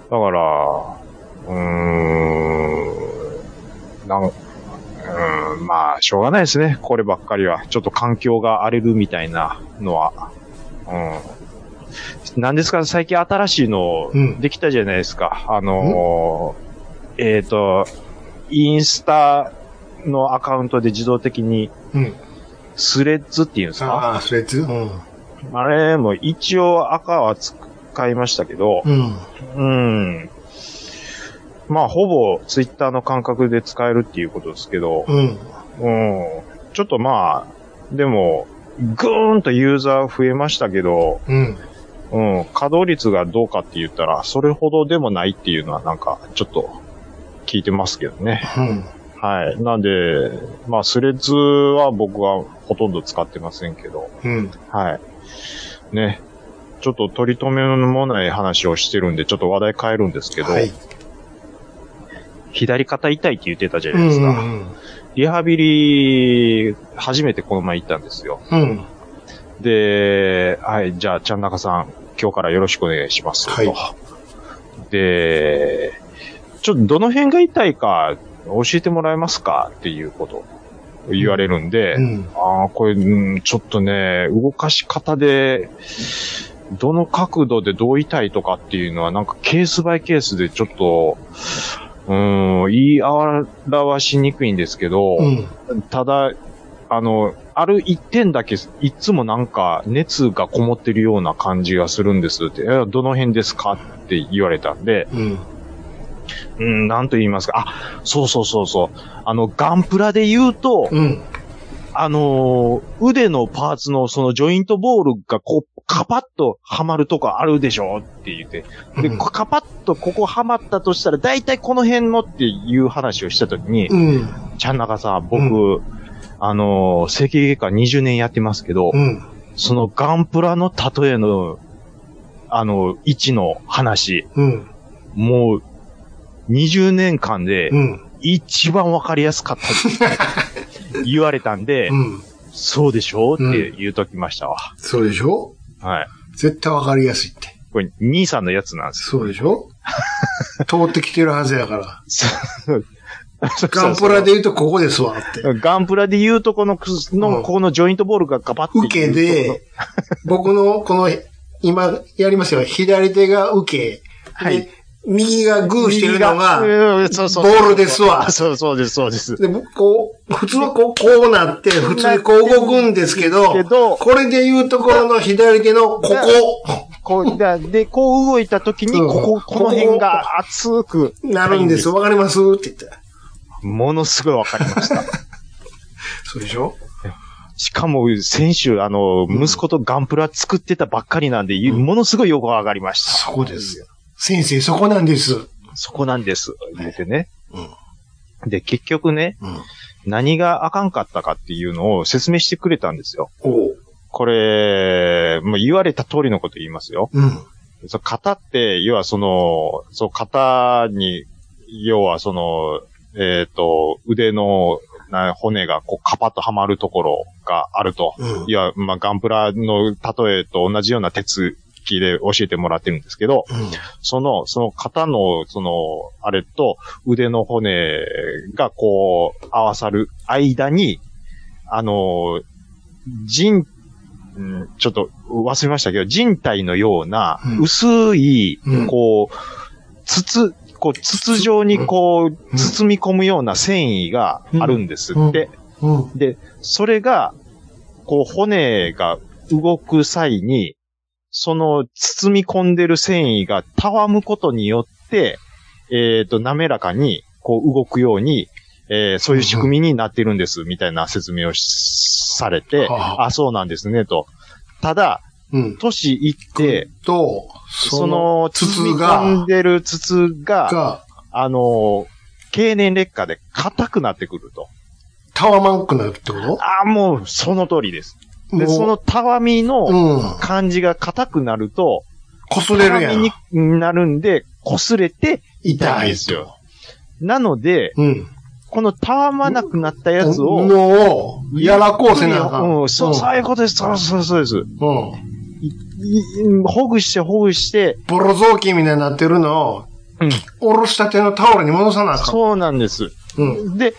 C: い。だから、うーん、なん、うーん、まあ、しょうがないですね。こればっかりは。ちょっと環境が荒れるみたいなのは。うん。なんですか、最近新しいの
B: うん
C: できたじゃないですか。あのーえっ、と、インスタのアカウントで自動的に
B: うん。
C: スレッズっていうんですか
B: ああ、それつうん。
C: あれも一応赤は使いましたけど、
B: うん。
C: うん。まあ、ほぼツイッターの感覚で使えるっていうことですけど、
B: うん。
C: うん。ちょっとまあ、でも、ぐーんとユーザー増えましたけど、
B: うん。
C: うん、稼働率がどうかって言ったら、それほどでもないっていうのはなんか、ちょっと、聞いてますけどね。
B: うん。
C: はい。なんで、まあ、スレッズは僕はほとんど使ってませんけど、
B: うん。
C: はい。ね。ちょっと取り留めもない話をしてるんで、ちょっと話題変えるんですけど、
B: はい。
C: 左肩痛いって言ってたじゃ
B: う
C: ない
B: ん
C: で
B: う
C: すか。
B: ん
C: リハビリ、初めてこの前行ったんですよ。
B: うん。うん。
C: で、はい、じゃあ、ちゃんなかさん、今日からよろしくお願いします。
B: はい
C: とで、ちょっとどの辺が痛いか教えてもらえますかっていうことを言われるんで、
B: うん。
C: ああ、これ、うんちょっとね、動かし方で、どの角度でどう痛いとかっていうのは、なんかケースバイケースでちょっと、うん、言い表しにくいんですけど、
B: うん。
C: ただ、あの、ある一点だけ、いつもなんか熱がこもってるような感じがするんですって、いやどの辺ですかって言われたんで、
B: うん。
C: うん、なんと言いますか、あ、そうそうそうそう、あの、ガンプラで言うと、
B: うん。
C: あのー腕のパーツのそのジョイントボールがこう、カパッとはまるとこあるでしょって言って。で、
B: うん
C: カパッとここはまったとしたら、だいたいこの辺のっていう話をしたときに、
B: うん。
C: ちゃんなかさん、僕、あのー整形外科20年やってますけど、
B: うん。
C: そのガンプラの例えの、あの、位置の話、
B: うん。
C: もう、20年間で
B: う、ん。
C: 一番わかりやすかったって言われたんで、
B: うん。
C: そうでしょうって言うときましたわ。
B: そうでしょ
C: はい。
B: 絶対わかりやすいって。
C: これ、兄さんのやつなんです
B: そうでしょ通ってきてるはずやから。
C: よ。
B: ガンプラで言うとここですわって。
C: ガンプラで言うとこのくす、
B: う
C: の、
B: ん
C: ここのジョイントボールがガバッて。
B: 受けで、、僕のこの、今やりますよ。左手が受け。
C: はい
B: で右がグーしてるのが、
C: うんそうそう
B: ボールですわ
C: そうそうです、そうです。
B: で、僕こう、普通はこう、こうなって、普通にこう動くんですけど、
C: けど
B: これで言うところの左手のここ、
C: こう、だで、こう動いたときに、
B: うん
C: ここ、この辺が熱く、
B: なるんです。わかりますって言ったら。
C: ものすごいわかりました。
B: そうでしょ
C: しかも、先週、あの、息子とガンプラ作ってたばっかりなんで、ものすごいよくわかりました。
B: そこですよ。先生、そこなんです。
C: そこなんです。言ってね。
B: うん
C: で、結局ね、
B: うん。
C: 何があかんかったかっていうのを説明してくれたんですよ。
B: おう。
C: これ、もう言われた通りのこと言いますよ。
B: うん。
C: そう型って、要はその、そう、型に、要はその、えっ、と、腕のな骨がこうカパッとはまるところがあると。
B: うん
C: い。や、まあ、ガンプラの例えと同じような手つきで教えてもらってるんですけど、
B: うん。
C: その、その肩の、その、あれと腕の骨がこう、合わさる間に、あの、人、うんちょっと忘れましたけど、人体のような
B: うん
C: 薄い、
B: うん
C: こう、筒、こう、筒状にこう、
B: ん
C: 包み込むような繊維があるんですって。
B: うん。
C: で、それが、こう骨が動く際に、その包み込んでる繊維がたわむことによって、えっ、と、滑らかに、こう動くように、えーそういう仕組みになってるんです、みたいな説明をしされて、
B: はあ
C: あ、そうなんですね、と。ただ、
B: うん。
C: 年いって、
B: と、
C: その、包み
B: 筒
C: 込
B: が、
C: んでる筒が、
B: が、
C: あのー経年劣化で硬くなってくると。
B: たわまんくなるってこ
C: ああ、もう、その通りです。
B: と
C: で、そ、の
B: も
C: たわみの、
B: ううん。
C: 感じが硬くなると、
B: 擦れるや
C: たわみ
B: ん。
C: になるんで、擦れて、
B: 痛い
C: で
B: ですす
C: よ
B: よ。
C: なので、
B: うん。
C: このたわまなくなったやつを、
B: のを、やらこうせなあかん。
C: うん、そう、そういうことです。そうそうそうです。
B: うん。
C: いいほぐして、ほぐして、
B: ボロ雑巾みたいになってるのを、
C: うん
B: おろしたてのタオルに戻さなあかん。
C: そうなんです。
B: うん。
C: で、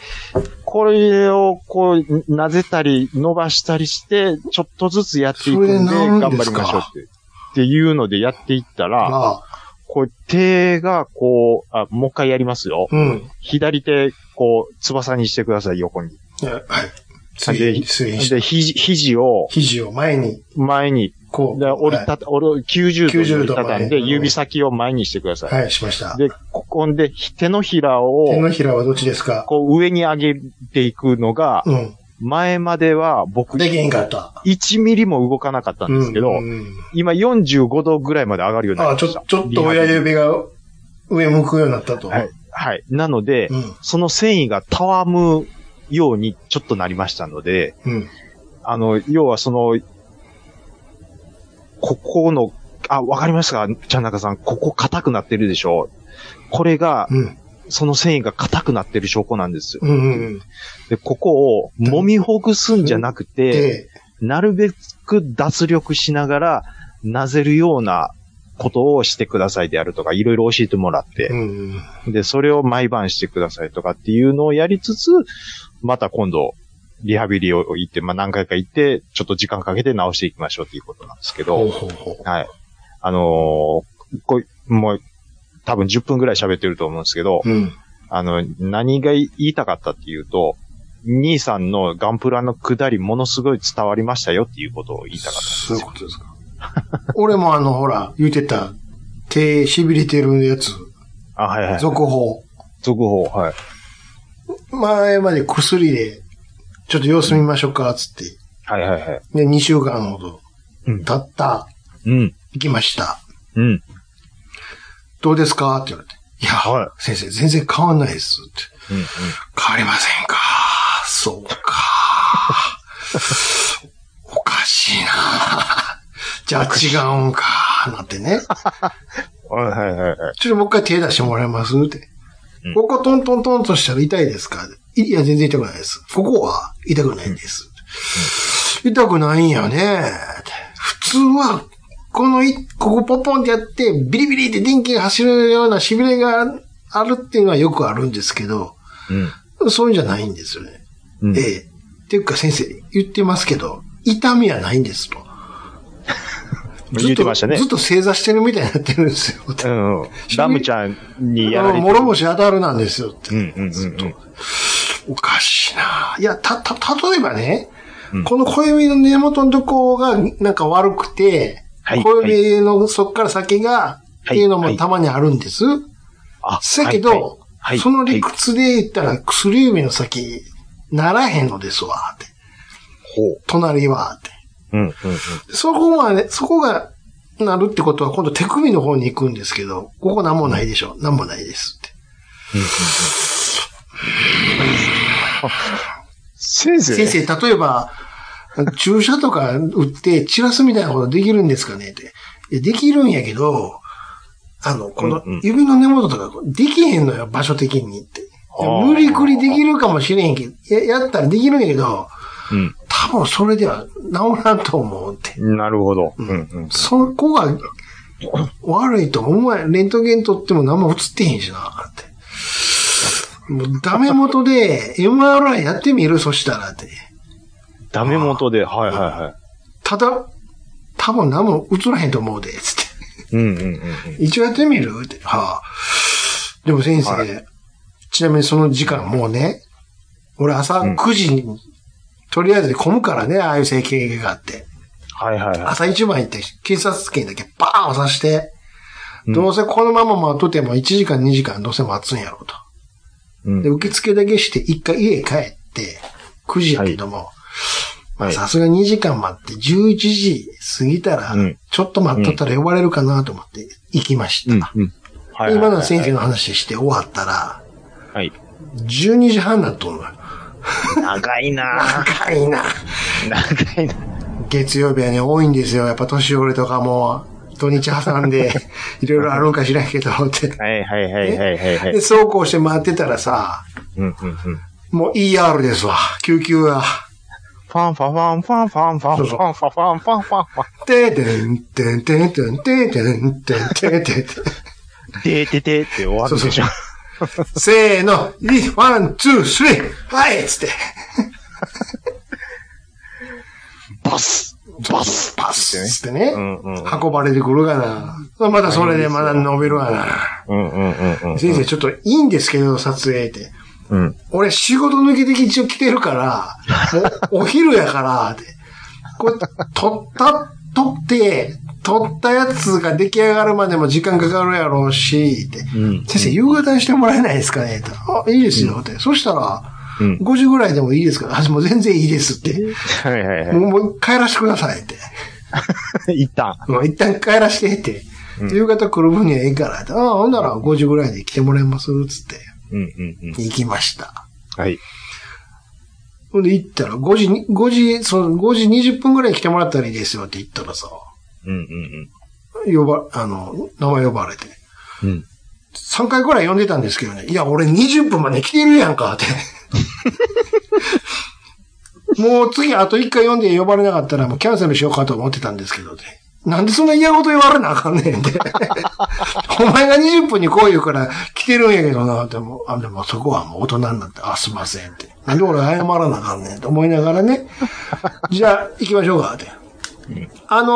C: これをこう、なぜたり、伸ばしたりして、ちょっとずつやっていくんで、
B: それ治るん
C: 頑張
B: で
C: り
B: すか
C: ましょうって。っていうのでやっていったら、
B: ああ。
C: こう、手がこう、あ、もう一回やりますよ。
B: うん。
C: 左手、こう、翼にしてください、横に。
B: いやはい。
C: で
B: 水、水平して。
C: で、肘、肘を
B: 肘を前に、
C: 前に、
B: こう。
C: で折り
B: は
C: たた、折る90度に折りたたん
B: 90度
C: で、
B: 前に
C: 指先を前にしてくださ
B: い。はい、しました
C: い。。で、ここんで、ひ手のひらを
B: 手、のひらはどっちですか
C: こう上に上げていくのが、
B: うん。
C: 前までは僕、
B: できへんかった。
C: 1ミリも動かなかったんですけど
B: う、んうん
C: 今45度ぐらいまで上がるようにな
B: あ
C: り
B: あ、
C: ま
B: ち
C: し
B: ょ
C: た。
B: ちょっと親
C: リハビ
B: 指が上向くようになったと。
C: リ。はい。はい。なので
B: う、ん。
C: その繊維がたわむようにちょっとなりましたので、
B: うん。
C: あの、要はその、ここの、あ、わかりましたかちゃんなかさん、ここ硬くなってるでしょこれが、
B: うん。
C: その繊維が硬くなってる証拠なんですよ。
B: うんうん。
C: で、ここを揉みほぐすんじゃなくて、
B: で、
C: なるべく脱力しながら、なぜるようなことをしてくださいであるとか、いろいろ教えてもらって
B: う、んうん。
C: で、それを毎晩してくださいとかっていうのをやりつつ、また今度、リハビリを行って、まあ、何回か行って、ちょっと時間かけて直していきましょうっていうことなんですけど、
B: ほうほうほう。
C: はい。あのーこうもう、多分10分ぐらい喋ってると思うんですけど、
B: うん。
C: あの、何が言いたかったっていうと、兄さんのガンプラの下りものすごい伝わりましたよっていうことを言いたかったんです
B: そう
C: よ
B: いうことですか。 俺もあの、ほら、言ってた、手痺れてるやつ、
C: あ、はいはい。
B: 続報。
C: 続報、はい。
B: 前まで薬で、ちょっと様子見ましょうか、つって。
C: はいはいはい。
B: で、2週間ほど
C: うん。
B: 経った、
C: うん。
B: 行きました。
C: うん。
B: どうですかって言われて。いや、
C: は
B: 先生、全然変わんないです。って
C: うん。
B: 変わりませんか。そう か。おかしいな。じゃあ違うんか。なってね。
C: うん。はいはいはいはい。
B: ちょっともう一回手出してもらえますって。
C: うん
B: ここトントントンとしたら痛いですかいいや、全然痛くないです。ここは痛くないんです。痛くないんやね。普通は、このい、ここポンポンってやって、ビリビリって電気が走るような痺れがあるっていうのはよくあるんですけど、そういうんじゃないんですよね。
C: うん。うん
B: え。え。っていうか先生、言ってますけど、痛みはないんですと。
C: 言ってましたね
B: ずっとずっと正座してるみたいになってるんですよ。
C: うん うん。ラムちゃんにやら
B: あ
C: れ
B: の
C: て。
B: 諸星当たるなんですよって。
C: うんうんうん
B: ずっと
C: うん
B: おかしいな。いや、た、た、例えばね、
C: うん
B: この小指の根元のとこがなんか悪くて、
C: はい
B: 小指のそこから先が、っていうの
C: は
B: も
C: い
B: たまにあるんです。
C: あ
B: だけど、
C: はいはい
B: その理屈で言ったら薬指の先ならへんのですわ、って。
C: ほう。
B: 隣は、って。
C: うんうんうん。
B: そこまで、そこがなるってことは今度手首の方に行くんですけど、ここなんもないでしょ。なんもないですって。
C: 先生。
B: 先生、例えば、注射とか打って散らすみたいなことできるんですかねって。いやできるんやけど、あの、この
C: うんうん
B: 指の根元とか、できへんのよ、場所的にって。
C: あー
B: 無理くりできるかもしれへんけど、ややったらできるんやけど、
C: うん。
B: 多分それでは治らんと思うって。
C: なるほど。うんうん。
B: そこが悪いと思う。お前、レントゲン撮っても何も映ってへんしな、って。もうダメ元で MRI やってみるそしたらって。
C: ダメ元で、はいはいは
B: ただ、多分何も映らへんと思うで、つっ
C: い。うんうんうんうん。
B: て。 一応やってみるって。はあ、でも先生、
C: は
B: ちなみにその時間もうね、俺朝
C: うん
B: 9時に、とりあえず混むからね、ああいう整形外科って。
C: はいはいは
B: 朝一番行って、警察権だけバーン押さして、
C: うん
B: どうせこのまま待っとても1時間2時間どうせ待つんやろうと。
C: い。うん
B: で、受付だけして一回家帰って、9時やけども、まあ
C: はい
B: さすが2時間待って、11時過ぎたら
C: うん、
B: ちょっと待っとったら呼ばれるかなと思って行きました。
C: うんうん。はいはいはい。
B: 今の先生の話して終わったら、
C: はい。
B: 12時半だと思う。
C: 長い なぁ
B: 高いな。
C: 長いな
B: 月曜日はね、多いんですよ。やっぱ年寄りとかも、土日挟んで、 いろいろあるんか知らんけど、って。
C: はいはいはいはいはいは
B: で、
C: い。
B: そうこうして待ってたらさ、
C: うんうんうん。フ
B: もう ER ですわ。救急は。
C: ァンファファンファンファンファンファンファファンファンファンファン。
B: ててんてんてんてんてんてんてんてんてんてん。
C: でーててーって終わるでしょ。
B: せーの、いワン、ツー、スリー、はいっつって、
C: バスバス
B: パスっつってね、
C: うんうんうん
B: 運ばれてくるがな。またそれでまだ伸びるがな。
C: うんうんうんうん。
B: 先生、ちょっといいんですけど、撮影って。
C: うん。
B: 俺、仕事抜けて一応来てるから、もうお昼やから、って。これ、撮った、撮って、撮ったやつが出来上がるまでも時間かかるやろうし、って。
C: うん
B: 先生、夕方にしてもらえないですかねって。あ、いいですよ、って。そしたら、
C: うん
B: 5時ぐらいでもいいですかあ、もう全然いいですって。
C: はいはいは
B: もうもう帰らしてくださいって。
C: い。一旦。
B: もう一旦帰らしてって。夕方来る分にはええからって。ああ、ほんなら5時ぐらいで来てもらえますつって。
C: うんうんうん。
B: 行きました。
C: はい。
B: ほんで行ったら、5時に、5時、その5時20分ぐらいに来てもらったらいいですよって言ったらさ、
C: うんうん
B: 呼ば、あの、名前呼ばれて。
C: うん。うん。
B: 3回くらい読んでたんですけどね。いや、俺20分まで来てるやんか、って。もう次あと1回読んで呼ばれなかったらもうキャンセルしようかと思ってたんですけどね。なんでそんな嫌ごと言われなあかんねんって。お前が20分にこう言うから来てるんやけどな、ってもう、あ、でもそこはもう大人になって、あ、すいませんって。なんで俺謝らなあかんねんと思いながらね。じゃあ行きましょうか、って。あの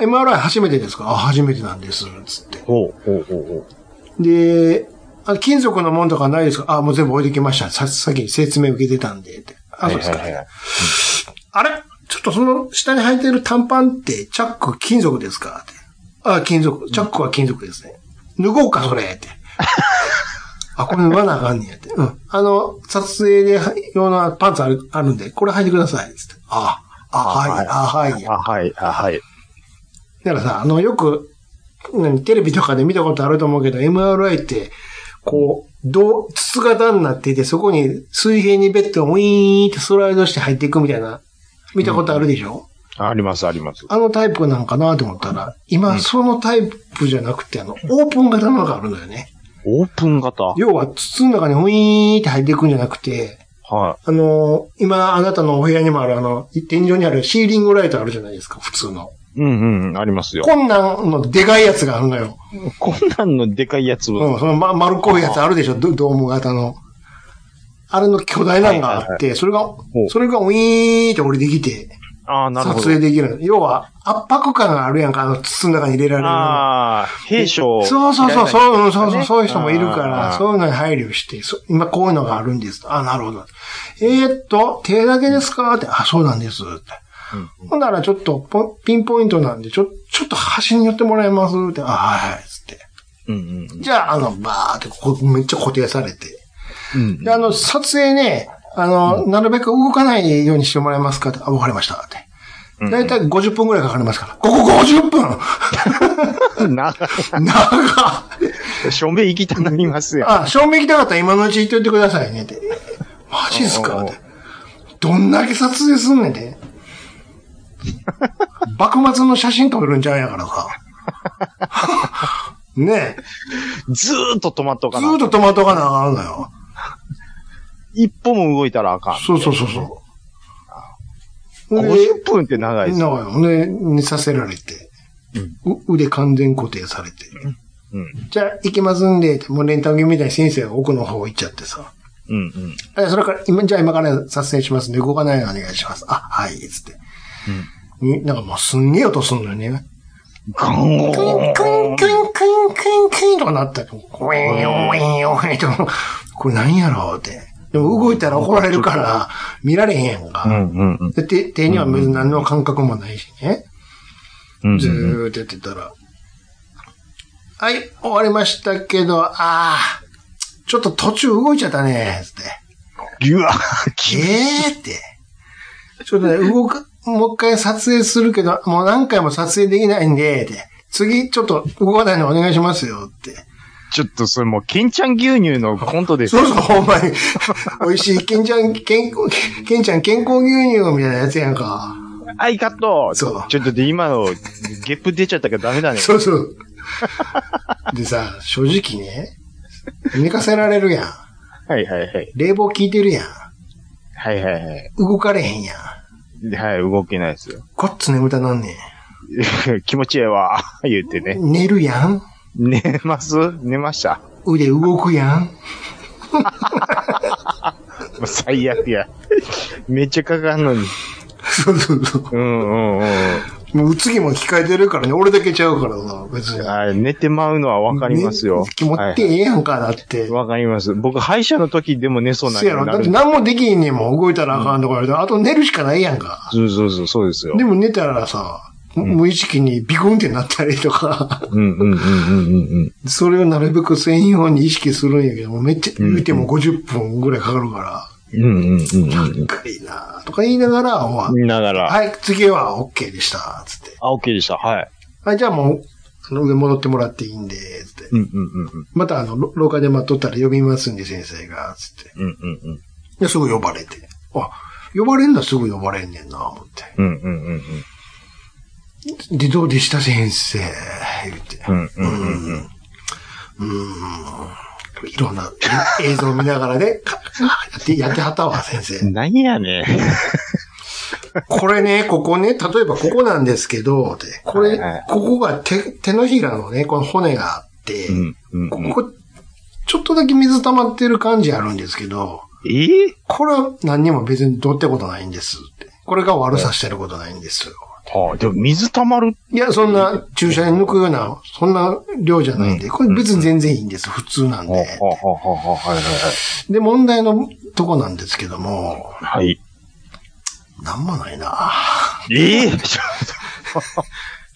B: ー MRI 初めてですかあ、初めてなんです、つって。
C: ほう、ほう、ほう、ほう。
B: で、あ金属のものとかないですかあ、もう全部置いてきました。さ、さっき説明受けてたんで。ってあ、そうですか。
C: はいはいはい
B: あれちょっとその下に履いてる短パンってチャック金属ですかってあ、金属。チャックは金属ですね。脱ごうか、それ。って。あ、これ脱がなあかんねやって。うん。あの、撮影で用のパンツあるあるんで、これ履いてください。つって。あ、あ、はい、あ、はい。
C: あ、はい、あ、はい。
B: だからさ、あの、よく、何、テレビとかで見たことあると思うけど、MRI って、こう、どう、筒型になっていて、そこに水平にベッドをウィーンってスライドして入っていくみたいな、見たことあるでしょ、
C: あります、あります。
B: あのタイプなんかなと思ったら、今、そのタイプじゃなくて、あの、オープン型のがあるのよね。
C: オープン型
B: 要は、筒の中にウィーンって入っていくんじゃなくて、
C: は
B: あの、今、あなたのお部屋にもある、あの、天井にあるシーリングライトあるじゃないですか、普通の。
C: い。うん、うん、ありますよ。
B: こんなんのでかいやつがあるのよ。
C: こん なんのでかいやつ
B: う
C: を、
B: ん、その、ま、丸っこいやつあるでしょ、ドドーム型の。あれの巨大なのがあって、
C: はい
B: それが
C: う、
B: それがウィーンって降りてきて、
C: ああ、なる
B: 撮
C: ほ
B: 影
C: ど。
B: できる。要は、圧迫感があるやんか、あの筒の中に入れられる。
C: ああ、兵将。
B: そうそうそう、そう、うんそうそう、そういう人もいるか
C: あ
B: ら、
C: ー
B: そういうのに配慮して、そ今こういうのがあるんです。あ、なるほど。えーっと、手だけですかって、あ、そうなんです。ってほんならちょっとポン、ピンポイントなんで、ちょ、ちょっと端に寄ってもらえますって、あ、はいはい、つって。
C: うん、うん、
B: じゃあ、あの、バーってここ、めっちゃ固定されて。
C: うん。
B: で、あの、撮影ね、あの、なるべく動かないようにしてもらえますかって、あ、わかりました。って。だいたい50分くらいかかりますから。ここ50分
C: うん。な、
B: 長っ
C: 署名行きたなりますやん。
B: あ、照明行きたかったら今のうち言っといてくださいねって。マジっす
C: お
B: か
C: うお
B: っ
C: う
B: て。どんだけ撮影すんねん て。幕末の写真撮るんちゃうんやから さ。ねえ。
C: ずーっと止まっと
B: ず
C: か
B: ー
C: な
B: っ。とトマトがなあかんのよ。
C: 一歩も動いたらあかん。
B: そうそうそうそう。で
C: 50分って長いです。
B: なおよ。で、寝させられて、う腕完全固定されて、
C: うん。
B: じゃあ行きますんで、ってもうレンタルみたいに先生が奥の方行っちゃってさ。
C: うん、うん。
B: えそれから、今、じゃあ今から撮影しますんで、動かないようにお願いします。あ、はい、つって。になんかもうすんげえ音すんのよね。
C: ガン
B: クイ
C: ゴ
B: ン、クイ
C: ー
B: ン、クイン、クイン、クイン、クインとかなったら、ウィン、ウィン、ウィンと、これ何やろうって。でも動いたら怒られるから、見られへんやん
C: う
B: か。
C: ん、うん、うん
B: で、手手には別に何の感覚もないしね。
C: うん。
B: ずーっとやってたら、はい、終わりましたけど、ああ、ちょっと途中動いちゃったね、つって。
C: うわ、
B: ええって。ちょっとね、動く、もう一回撮影するけど、もう何回も撮影できないんで、って。次、ちょっと動かないのお願いしますよ、って。
C: ちょっとそれもう、ケンちゃん牛乳のコントです
B: そ
C: よ
B: うそう、ほんまに。美味しい、ケンちゃん、健康、ケンちゃん健康牛乳みたいなやつやんか。
C: アイカット
B: そう
C: ちょっとで今の、ゲップ出ちゃったからダメだね。
B: そうそう。でさ、正直ね、寝かせられるやん。
C: はいはいはい。
B: 冷房効いてるやん。
C: はいはいはい。
B: 動かれへんやん。
C: はい、動けないですよ。
B: こっつ眠たなんね
C: 気持ちええわ、 言ってね。
B: ん。寝るやん。
C: 寝ます寝ました。
B: 腕動くやん。
C: もう最悪や。めっちゃかかんのに。
B: そうそうそう。
C: うんうんうん。
B: もう次も控えてるからね、俺だけちゃうからさ、別に。
C: はい寝てまうのはわかりますよ
B: ね。気持
C: は
B: ってええやんか、だって。
C: いわかります。僕、歯医者の時でも寝そうな
B: そやろ。だって何もできんねんもん動いたらあかんとか言われたら、あと寝るしかないやんか。
C: そうそうそう、そうですよ。
B: でも寝たらさ、無意識にビコンってなったりとか、
C: うんうんうんうんうん
B: それをなるべく専用に意識するんやけども、めっちゃ言うても50分ぐらいかかるから、
C: うん。うんうんうん
B: 高いなとか言いながら、ほら
C: うん。ながら。はい。
B: はい、次は OK でした、つって。
C: あ、OK でした。はい。
B: はい、じゃあもう、その上戻ってもらっていいんで、つって。
C: うんうんうんうん。
B: またあの、ろ廊下で待っとったら呼びますんで、先生が、つって。
C: うんうんうん。
B: で、すぐ呼ばれて。あ、呼ばれんだ、すぐ呼ばれんねんな、思って。
C: うんうんうんうん。
B: で、どうでした、先生。言って。
C: うんうんうんうん。
B: うーん。いろんな映像を見ながらね、かやって、やってはったわ、先生。
C: なんやねん。
B: これね、ここね、例えばここなんですけど、でこれ、
C: はいはい
B: ここが手、手のひらのね、この骨があって、
C: うんうんうん
B: ここ、ちょっとだけ水溜まってる感じあるんですけど、
C: えー
B: これは何にも別にどうってことないんですって。これが悪さしてることないんですよ。
C: はあ、でも水溜まる。
B: いや、そんな注射に抜くような、そんな量じゃないんで、これ別に全然いいんです。普通なん
C: はあ、は
B: で。
C: あ、はあ、はあ、はい
B: で、問題のとこなんですけども、
C: はい。はい。
B: なんもないな
C: ええー、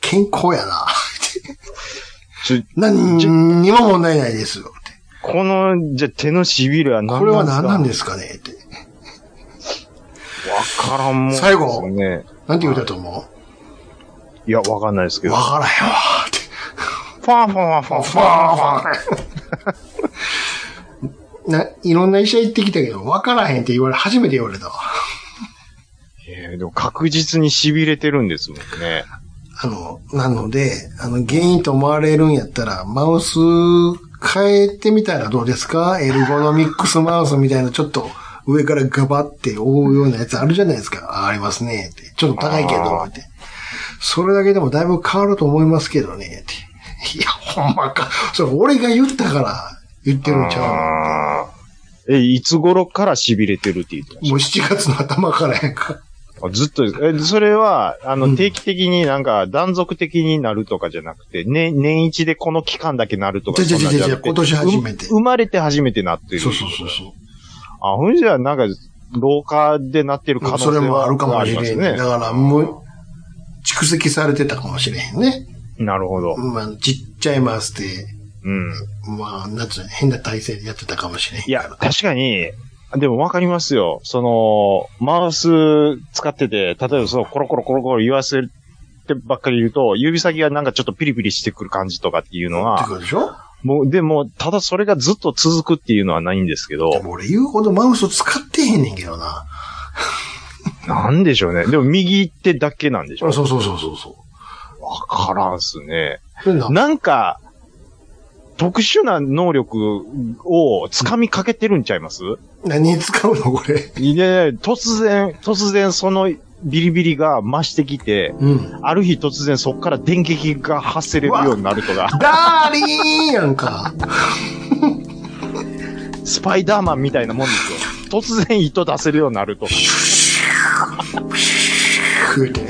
B: 健康やな
C: ちょちょ
B: 何にも問題ないですよ。って
C: この、じゃ、手の痺れは何なんですか
B: これは何なんですかねって。
C: わからんもん、
B: 最後
C: ね。
B: なんて言うたと思
C: いや、わかんないですけ
B: う
C: ど。
B: わ
C: フ
B: からへんわって。
C: ァンファンファンフ
B: ファーファー ないろんな医者行ってきたけど、わからへんって言われ、初めて言われたわ。
C: ァン。えーでも確実に痺れてるんですもんね。
B: あの、なので、あの、原因と思われるんやったら、マウス変えてみたらどうですかエルゴノミックスマウスみたいな、ちょっと上からガバって覆うようなやつあるじゃないですか。あありますね。ってちょっと高いけど、って。それだけでもだいぶ変わると思いますけどね。っていや、ほんまか。それ俺が言ったから言ってるんちゃ
C: あーえ、いつ頃から痺れてるって言ってま
B: う。
C: し
B: もう7月の頭からやんか。
C: たあずっとです。え、それは、あ
B: う
C: の、
B: ん
C: 定期的になんか断続的になるとかじゃなくて、ね、年一でこの期間だけなるとか。
B: じゃじゃじゃじゃ
C: そん
B: 今
C: なん
B: 年
C: じゃなく
B: 初めて
C: う。生まれて初めてなってる。
B: そうそうそうそう。
C: あ、ほんじゃ、なんか、老化でなってる可能性
B: それ
C: は
B: もあるかもしれ
C: あ
B: ん、
C: り
B: ね。
C: ま
B: だから、もう、蓄積されてたかもしれへんね。
C: すね。なるほど。
B: まあ、ちっちゃいマウスで、
C: うん。
B: まあ、なんつうの変な体勢でやってたかもしれへん。
C: いや、確かに、でもわかりますよ。その、マウス使ってて、例えばそう、コロコロコロコロ言わせてばっかり言うと、指先がなんかちょっとピリピリしてくる感じとかっていうの
B: って
C: は、
B: ことでしょ
C: もう、でも、ただそれがずっと続くっていうのはないんですけ
B: で
C: ど、
B: も俺言うほどマウス使ってへんねんけどな。
C: なんでしょうね。でも右手だけなんでし
B: そ
C: ょ
B: うそうそうそうそ
C: わからんっすね。
B: う。でな
C: なんか、特殊な能力を掴みかけてるんちゃいます
B: 何に使うのこれ。
C: いやいや突然、突然そのビリビリが増してきて、
B: うん。
C: ある日突然そこから電撃が発せれるようになるとか、
B: ダーリーンやんか。
C: スパイダーマンみたいなもんですよ。突然糸出せるようになるとか、
B: 食うて。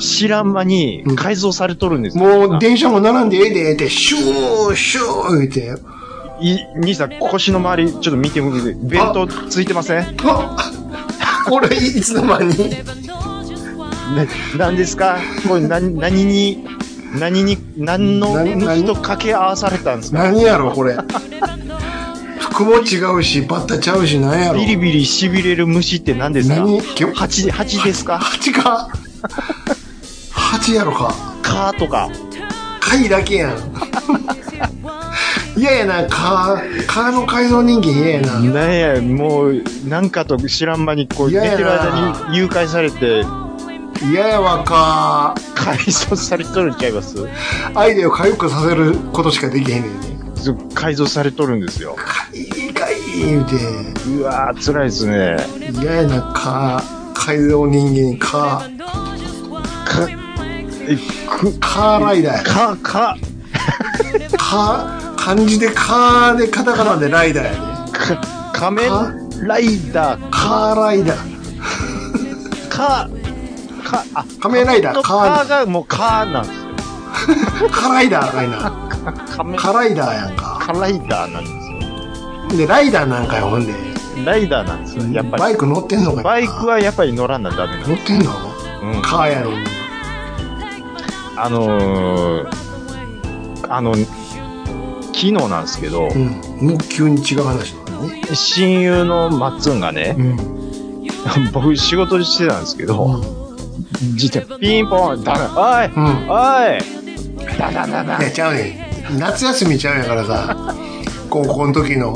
C: 知らん間に改造されとるんですよ。
B: もう、電車も並んでええで、って、シュー、シュー、言うて。
C: い兄さん、腰の周り、ちょっと見てみて、ベルトついてません
B: あこれ、いつの間に。
C: な何ですかこれ何、何に、何に、何の
B: 何何
C: 抜きと掛け合わされたんですか
B: 何やろこれ服も違うしバッタちゃうし何やろ
C: ビリビリ痺れる虫って何ですか
B: 何
C: 蜂、蜂ですか
B: 蜂か蜂やろか
C: 蚊とか。
B: 貝だけやん嫌やな蚊蚊の改造人間嫌やな
C: なんや、もう、なんかと知らん間に、こう、
B: いや
C: 寝
B: いや
C: てる間に誘拐されて、
B: 嫌やわ蚊
C: 改造されとるんちゃいます
B: アイデアを回復させることしかできへんねんね
C: そう改造されとるんですよ。
B: 貝貝言うて
C: うわー、辛いですね。
B: 嫌やな蚊改造人間蚊
C: か、え、く、
B: カーライダーや
C: か、か、
B: 蚊漢字で蚊でカタカナでライダーやね
C: か、仮面ライダー、
B: カーライダー。
C: か、か、あ、
B: 仮面ライダー、
C: カ
B: カー
C: ーがもうカーなんですよ。
B: ラ、カライダーかいな。
C: 仮面、
B: カライダーやんか。
C: カライダーなんですよ。
B: で、ライダーなんかよ、ほんで。
C: ライダーなんですよ、やっぱり。
B: バイク乗ってんのかいな
C: バイクはやっぱり乗らなダメな
B: 乗
C: の。
B: ってんの
C: うん。
B: カーやのに。
C: あのー、あの、昨日なんですけど、
B: うん。もう急に違う話なのね。
C: 親友のマッツンがね
B: う、ん。
C: 僕仕事してたんですけ
B: う
C: ど、
B: ん。
C: 実はピンポン、ダメ、
B: う
C: おい
B: ん。
C: おいダダダダ
B: いや、ちゃうねん。夏休みちゃうんやからさ。高校の時 の。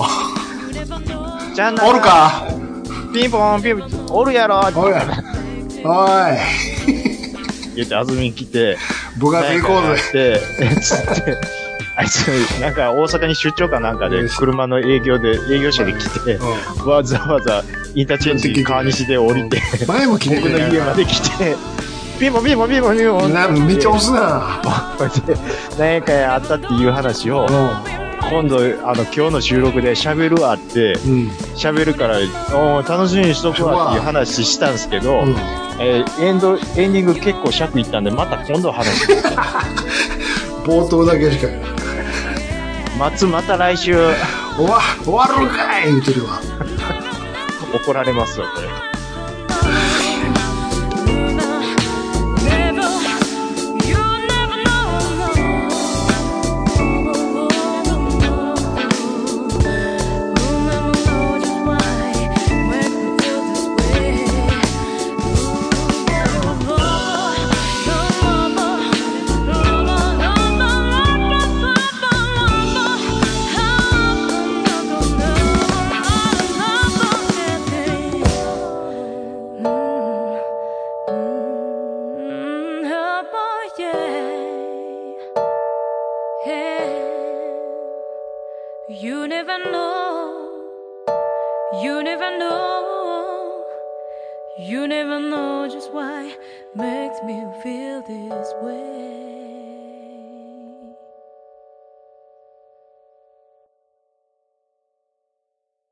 C: じゃあな
B: おるか
C: ピンポン、ピンポン、おるやろって
B: おい。おい。
C: 言って、あずみ来て、
B: 部活行こうぜ。
C: ぜ。って、えつって、あいですよ。なんか大阪に出張かなんかで、車の営業で、営業車で来て、わざわざインターチェンジ川西で降りて、
B: 前も来て
C: 僕
B: く
C: の
B: れ
C: 家まで来て、ピンポンピンポンピンポンピンポン。
B: なめっちゃ押すな。
C: で何回あったっていう話を、今度、あの、今日の収録で喋るわって、
B: うん。
C: 喋るから、おー楽しみにしとくわっていう話したんですけど、
B: うん。
C: えーエンド、エンディング結構尺いったんで、また今度話します。
B: 冒頭だけしか。
C: 松、また来週、
B: 終わ、終わるんかい言ってるわ。
C: 怒られますよ、これ。
E: Mm-hmm. You never know. You never know. You never know just why makes me feel this way.